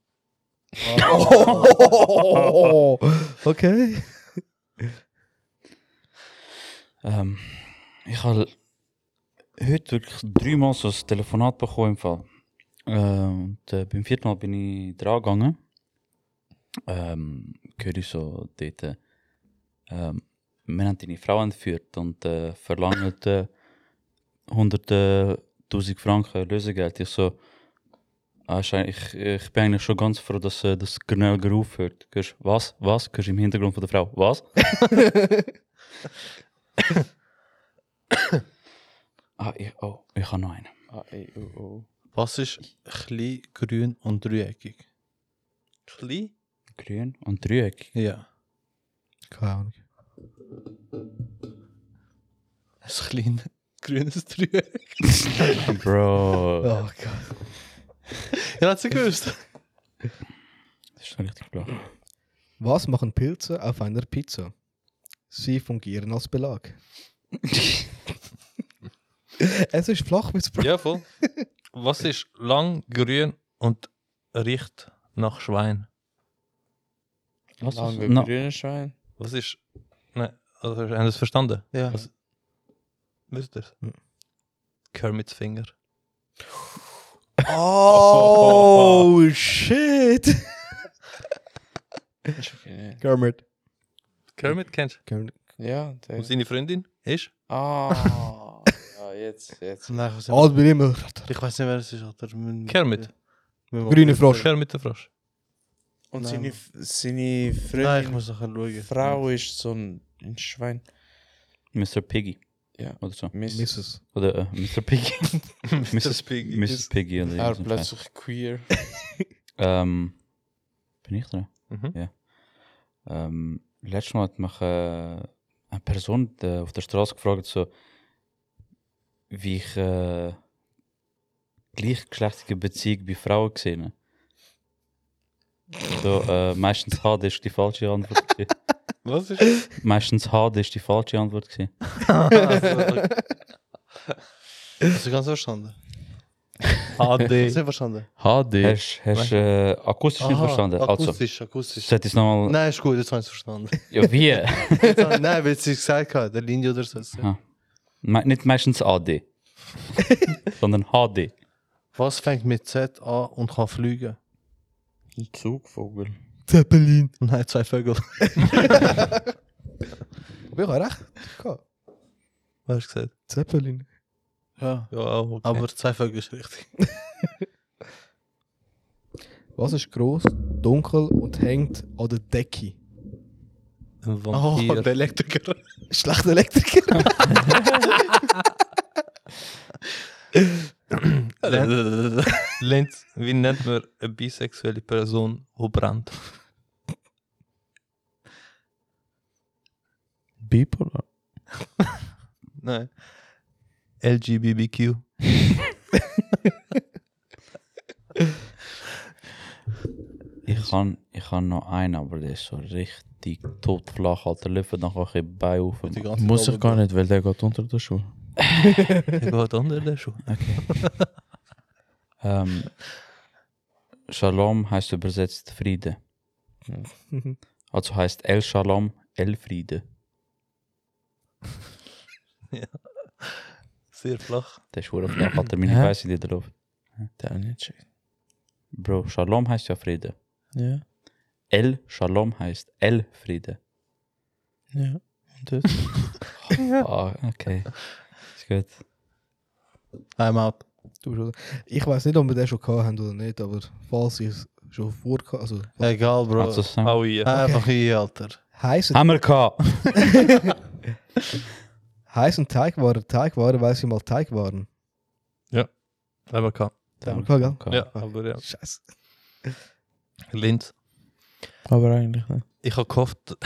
C: Oh. <laughs> Okay.
D: Ähm, ich habe heute wirklich dreimal so ein Telefonat bekommen im Fall. Äh, und äh, beim vierten Mal bin ich dran gegangen. Ähm, höre ich so dort, äh, ähm, wir haben deine Frau entführt und äh, verlangen äh, hunderte tausend Franken Lösegeld. Ich so, ah, ist eigentlich- ich, ich bin eigentlich schon ganz froh, dass äh, das schnell gerufen wird. Hörst, was, was, hörst im Hintergrund von der Frau, was? ah, ich, oh, ich habe noch einen.
E: A, E, U, O.
B: Was ist klein, grün und dreieckig?
A: Klein?
D: Grün und dreieckig.
B: Ja.
C: Keine Ahnung.
B: Ein kleines, grünes Dreieck.
C: <laughs>
D: Bro.
C: Oh Gott.
B: Ja, hat sie gewusst.
D: Das ist schon richtig klar.
C: Was machen Pilze auf einer Pizza? Sie fungieren als <laughs> Belag. es ist flach mit Bro.
A: Ja, voll. Was ist lang, grün und riecht nach Schwein?
D: Was ist-
E: Lange
D: no.
E: grüne Schwein.
A: Was ist. Nein, also, haben Sie es verstanden?
B: Ja.
A: Was- Wisst ihr es?
C: Hm.
A: Kermits Finger.
C: <laughs> Oh,
B: <laughs>
C: shit.
E: Ist okay, ne?
C: Kermit.
A: Kermit kennst
C: Kermit.
E: Ja,
A: du?
E: der.
A: Und seine Freundin ist?
E: <laughs> Ah, ja, jetzt, jetzt.
B: Nein, ich weiß nicht,
C: Alt bin immer.
B: ich weiß nicht wer es ist. Alter. Müssen-
A: Kermit.
B: müssen wir-
C: Grüne Frosch.
A: Kermit der Frosch.
E: Und
B: Nein.
E: seine, seine
B: Nein, ich
E: Freundin,
B: muss nachher schauen.
E: Frau ist so ein ein Schwein.
D: Mr. Piggy.
E: Ja.
D: Oder so.
E: Mist.
C: Mrs.
D: Oder äh, Mr. Piggy. Mrs.
A: Piggy.
D: Mrs. Piggy. Oder
E: Er
D: irgend so ein Scheiß.
E: plötzlich queer.
D: ähm, bin ich dran?
A: Mhm.
D: Ja. Ähm, letztes Mal hat mich äh, eine Person äh, auf der Straße gefragt, so, wie ich äh, gleichgeschlechtliche Beziehung bei Frauen gesehen habe. So, äh, meistens HD ist die falsche Antwort. gewesen.
A: Was ist das?
D: meistens HD ist die falsche Antwort. Gewesen.
A: Ah,
B: Hast du ganz verstanden? Hast
A: HD.
B: du verstanden?
E: HD.
D: Hast hast, äh, akustisch nicht verstanden? Also,
B: Akustisch, akustisch.
D: sollte ich es nochmal.
B: Nein, ist gut, jetzt habe ich es <laughs> verstanden.
D: Ja, wie? eh,
B: Jetzt hab- Nein, weil sie gesagt hat, der Linie oder so.
D: Me nicht meistens AD, sondern HD.
B: Was fängt mit Z an und kann fliegen?
E: Ein Zugvogel.
B: Zeppelin. Nein, zwei Vögel. <laughs>
C: Hab ich auch recht? Ja.
B: Was hast du gesagt?
C: Zeppelin.
B: Ja.
A: Ja, auch okay.
B: Aber zwei Vögel ist richtig.
C: Was ist groß, dunkel und hängt an der Decke?
A: Ein
B: Oh,
A: Vampir.
B: der Elektriker.
C: Schlechter Elektriker.
A: <laughs> Lenz, wie nennt man eine bisexuelle Person, die brennt?
E: Bipolar.
A: Nein. LGBTQ.
D: Ich kann, ich kann noch einen, aber der ist so richtig totflach, Alter. Löffel, dann kann ich ihn beiufen.
B: Die ganze
E: Muss ich
B: Arbeit.
E: gar nicht, weil der geht unter der Schuhe.
A: Der geht unter der Schuh.
D: Ähm, Shalom heißt übersetzt Friede. Also heißt El Shalom, El Friede.
A: Sehr flach.
D: Der ist hure flach, Alter. Meine
E: Hä?
D: Weiße, die da läuft.
E: Der hat nicht checkt.
D: Bro, Shalom heißt ja Friede.
E: Ja,
D: El Shalom heißt El Friede.
E: ja. Und
D: <laughs>
E: das?
D: Ah, okay. Ist gut.
B: I'm out.
C: Du bist oder- ich weiß nicht, ob wir den schon gehabt haben oder nicht, aber falls ich es schon vor also
B: Egal, Bro.
D: Also, sagen-
A: Auch hier.
B: Einfach hier, Alter.
C: heißen
D: Hammer gehabt.
C: heißen Teigwaren, Teigwaren, weil sie mal Teig waren.
A: Aber kann.
C: Da haben wir gehabt, gell?
E: <laughs>
A: Ja, aber ja.
C: Scheiße.
A: Lenz,
E: Aber eigentlich nicht.
A: ich habe <laughs> gehofft,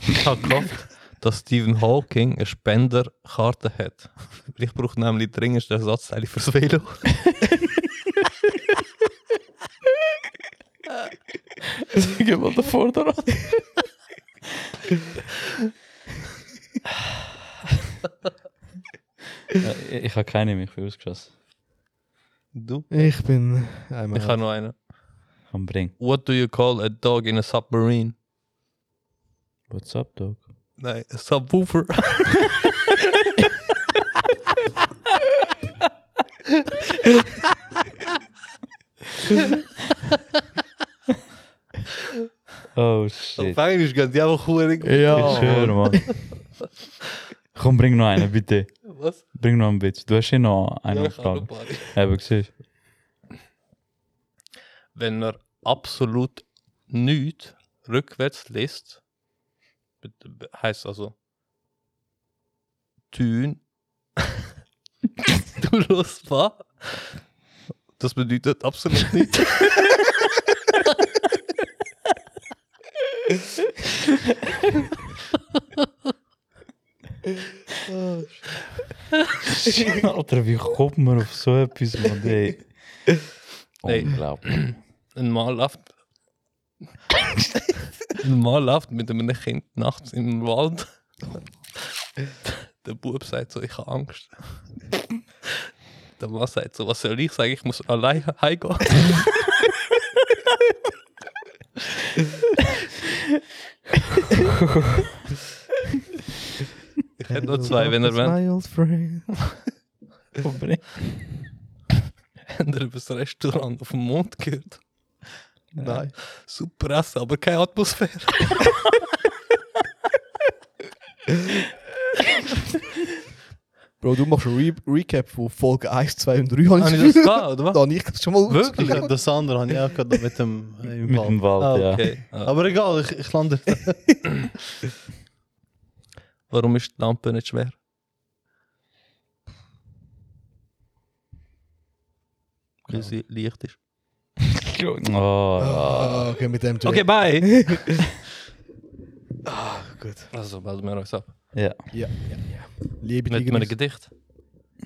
A: ich habe gehofft, dass Stephen Hawking eine Spenderkarte hat. Ich brauche nämlich dringend den Ersatzteil fürs Velo.
E: Jemand davor dran.
D: Äh, Ich habe keine mehr, ich bin ausgeschossen.
A: Du?
C: Ich bin einmal.
A: Ich habe noch einen.
D: Ich kann bringen.
A: What do you call a dog in a submarine?
D: What's up, Dog?
A: Nein, a subwoofer.
D: Oh shit.
B: Englisch geht die einfach hurig.
D: Ich schwöre, Mann. Komm, bring noch einen, bitte.
A: Was?
D: Bring noch einen, bitte. Du hast eh noch einen
A: Ja, ich habe
D: Frage.
A: noch ein paar.
D: Eben, siehst du.
A: Wenn man absolut nichts rückwärts liest, heißt also Tün. <laughs> du los war. Das bedeutet absolut nichts.
D: Alter, wie kommt man auf so etwas, Mann? Ey.
A: Ey.
D: Unglaublich.
A: Ein Mann läuft. ein Mann läuft mit einem Kind nachts im Wald. Der Bub sagt so, ich habe Angst. Der Mann sagt so, was soll ich sagen? Ich muss allein heimgehen. ich hätte noch zwei, wenn ihr wollt.
C: My old friend.
D: Komm, bring.
A: <laughs> Habt ihr über das Restaurant auf dem Mond gehört?
B: Nein.
A: <laughs> Super Essen, aber keine Atmosphäre.
C: Bro, du machst einen Re Recap von Folge 1, 2 und 3. Habe
A: Habe
C: ich
A: ich
C: das
A: das
C: Gefühl.
A: da, oder <laughs> was?
C: <laughs> Da habe ich das schon mal
A: Wirklich? Das andere habe ich auch gerade mit dem, äh,
B: eh,
A: im
D: Mit dem Wald,
A: ah,
D: ja.
A: okay. ja. Aber egal, ich, ich lande. Warum ist die Lampe nicht schwer? Weil sie leicht ist.
D: Oh,
C: Ah, okay, mit dem Jack.
A: Okay, <laughs> bye! Ah,
C: gut.
A: Also, melden wir uns ab.
D: ja.
C: Ja, ja, ja. Liebe
A: Mit einem
C: Tigris.
A: Gedicht?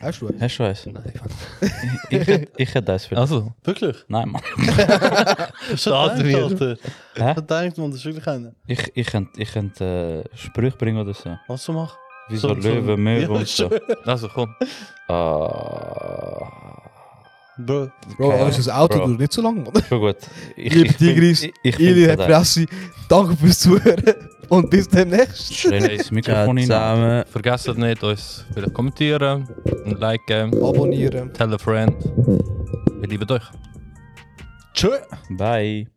C: Hast du einen?
D: Hast du eins?
A: Nein,
D: <laughs> Ich hätte ich hätt eins für dich.
A: Also,
B: Wirklich?
D: Nein, Mann.
A: schade mir.
D: Hä?
B: Ich denke, man, das ist wirklich einer.
D: Ich, ich könnte ich könnt, äh, Sprüche bringen oder so.
B: Was du machst?
D: eh, Wie
B: So-
D: so,
B: so-
D: Löwen, Möwen
B: Ja,
D: und so.
A: Also, komm.
D: Ah.
B: Bro,
C: Bro,
D: Keine
C: aber ist das Auto
D: Bro.
C: dauert nicht so lange, Mann.
D: Schon gut. Ich,
C: Liebe Tigris,
D: ich, ich
C: Ili hat
D: bin bereit.
C: Fresse. Danke fürs Zuhören und bis demnächst.
D: Schreien ins Mikrofon
E: Ja,
D: hinein.
E: zusammen.
A: Vergesst nicht, uns vielleicht kommentieren, und dus liken,
C: Abonnieren.
A: tell a friend. Wir lieben euch.
B: tschö.
D: Bye.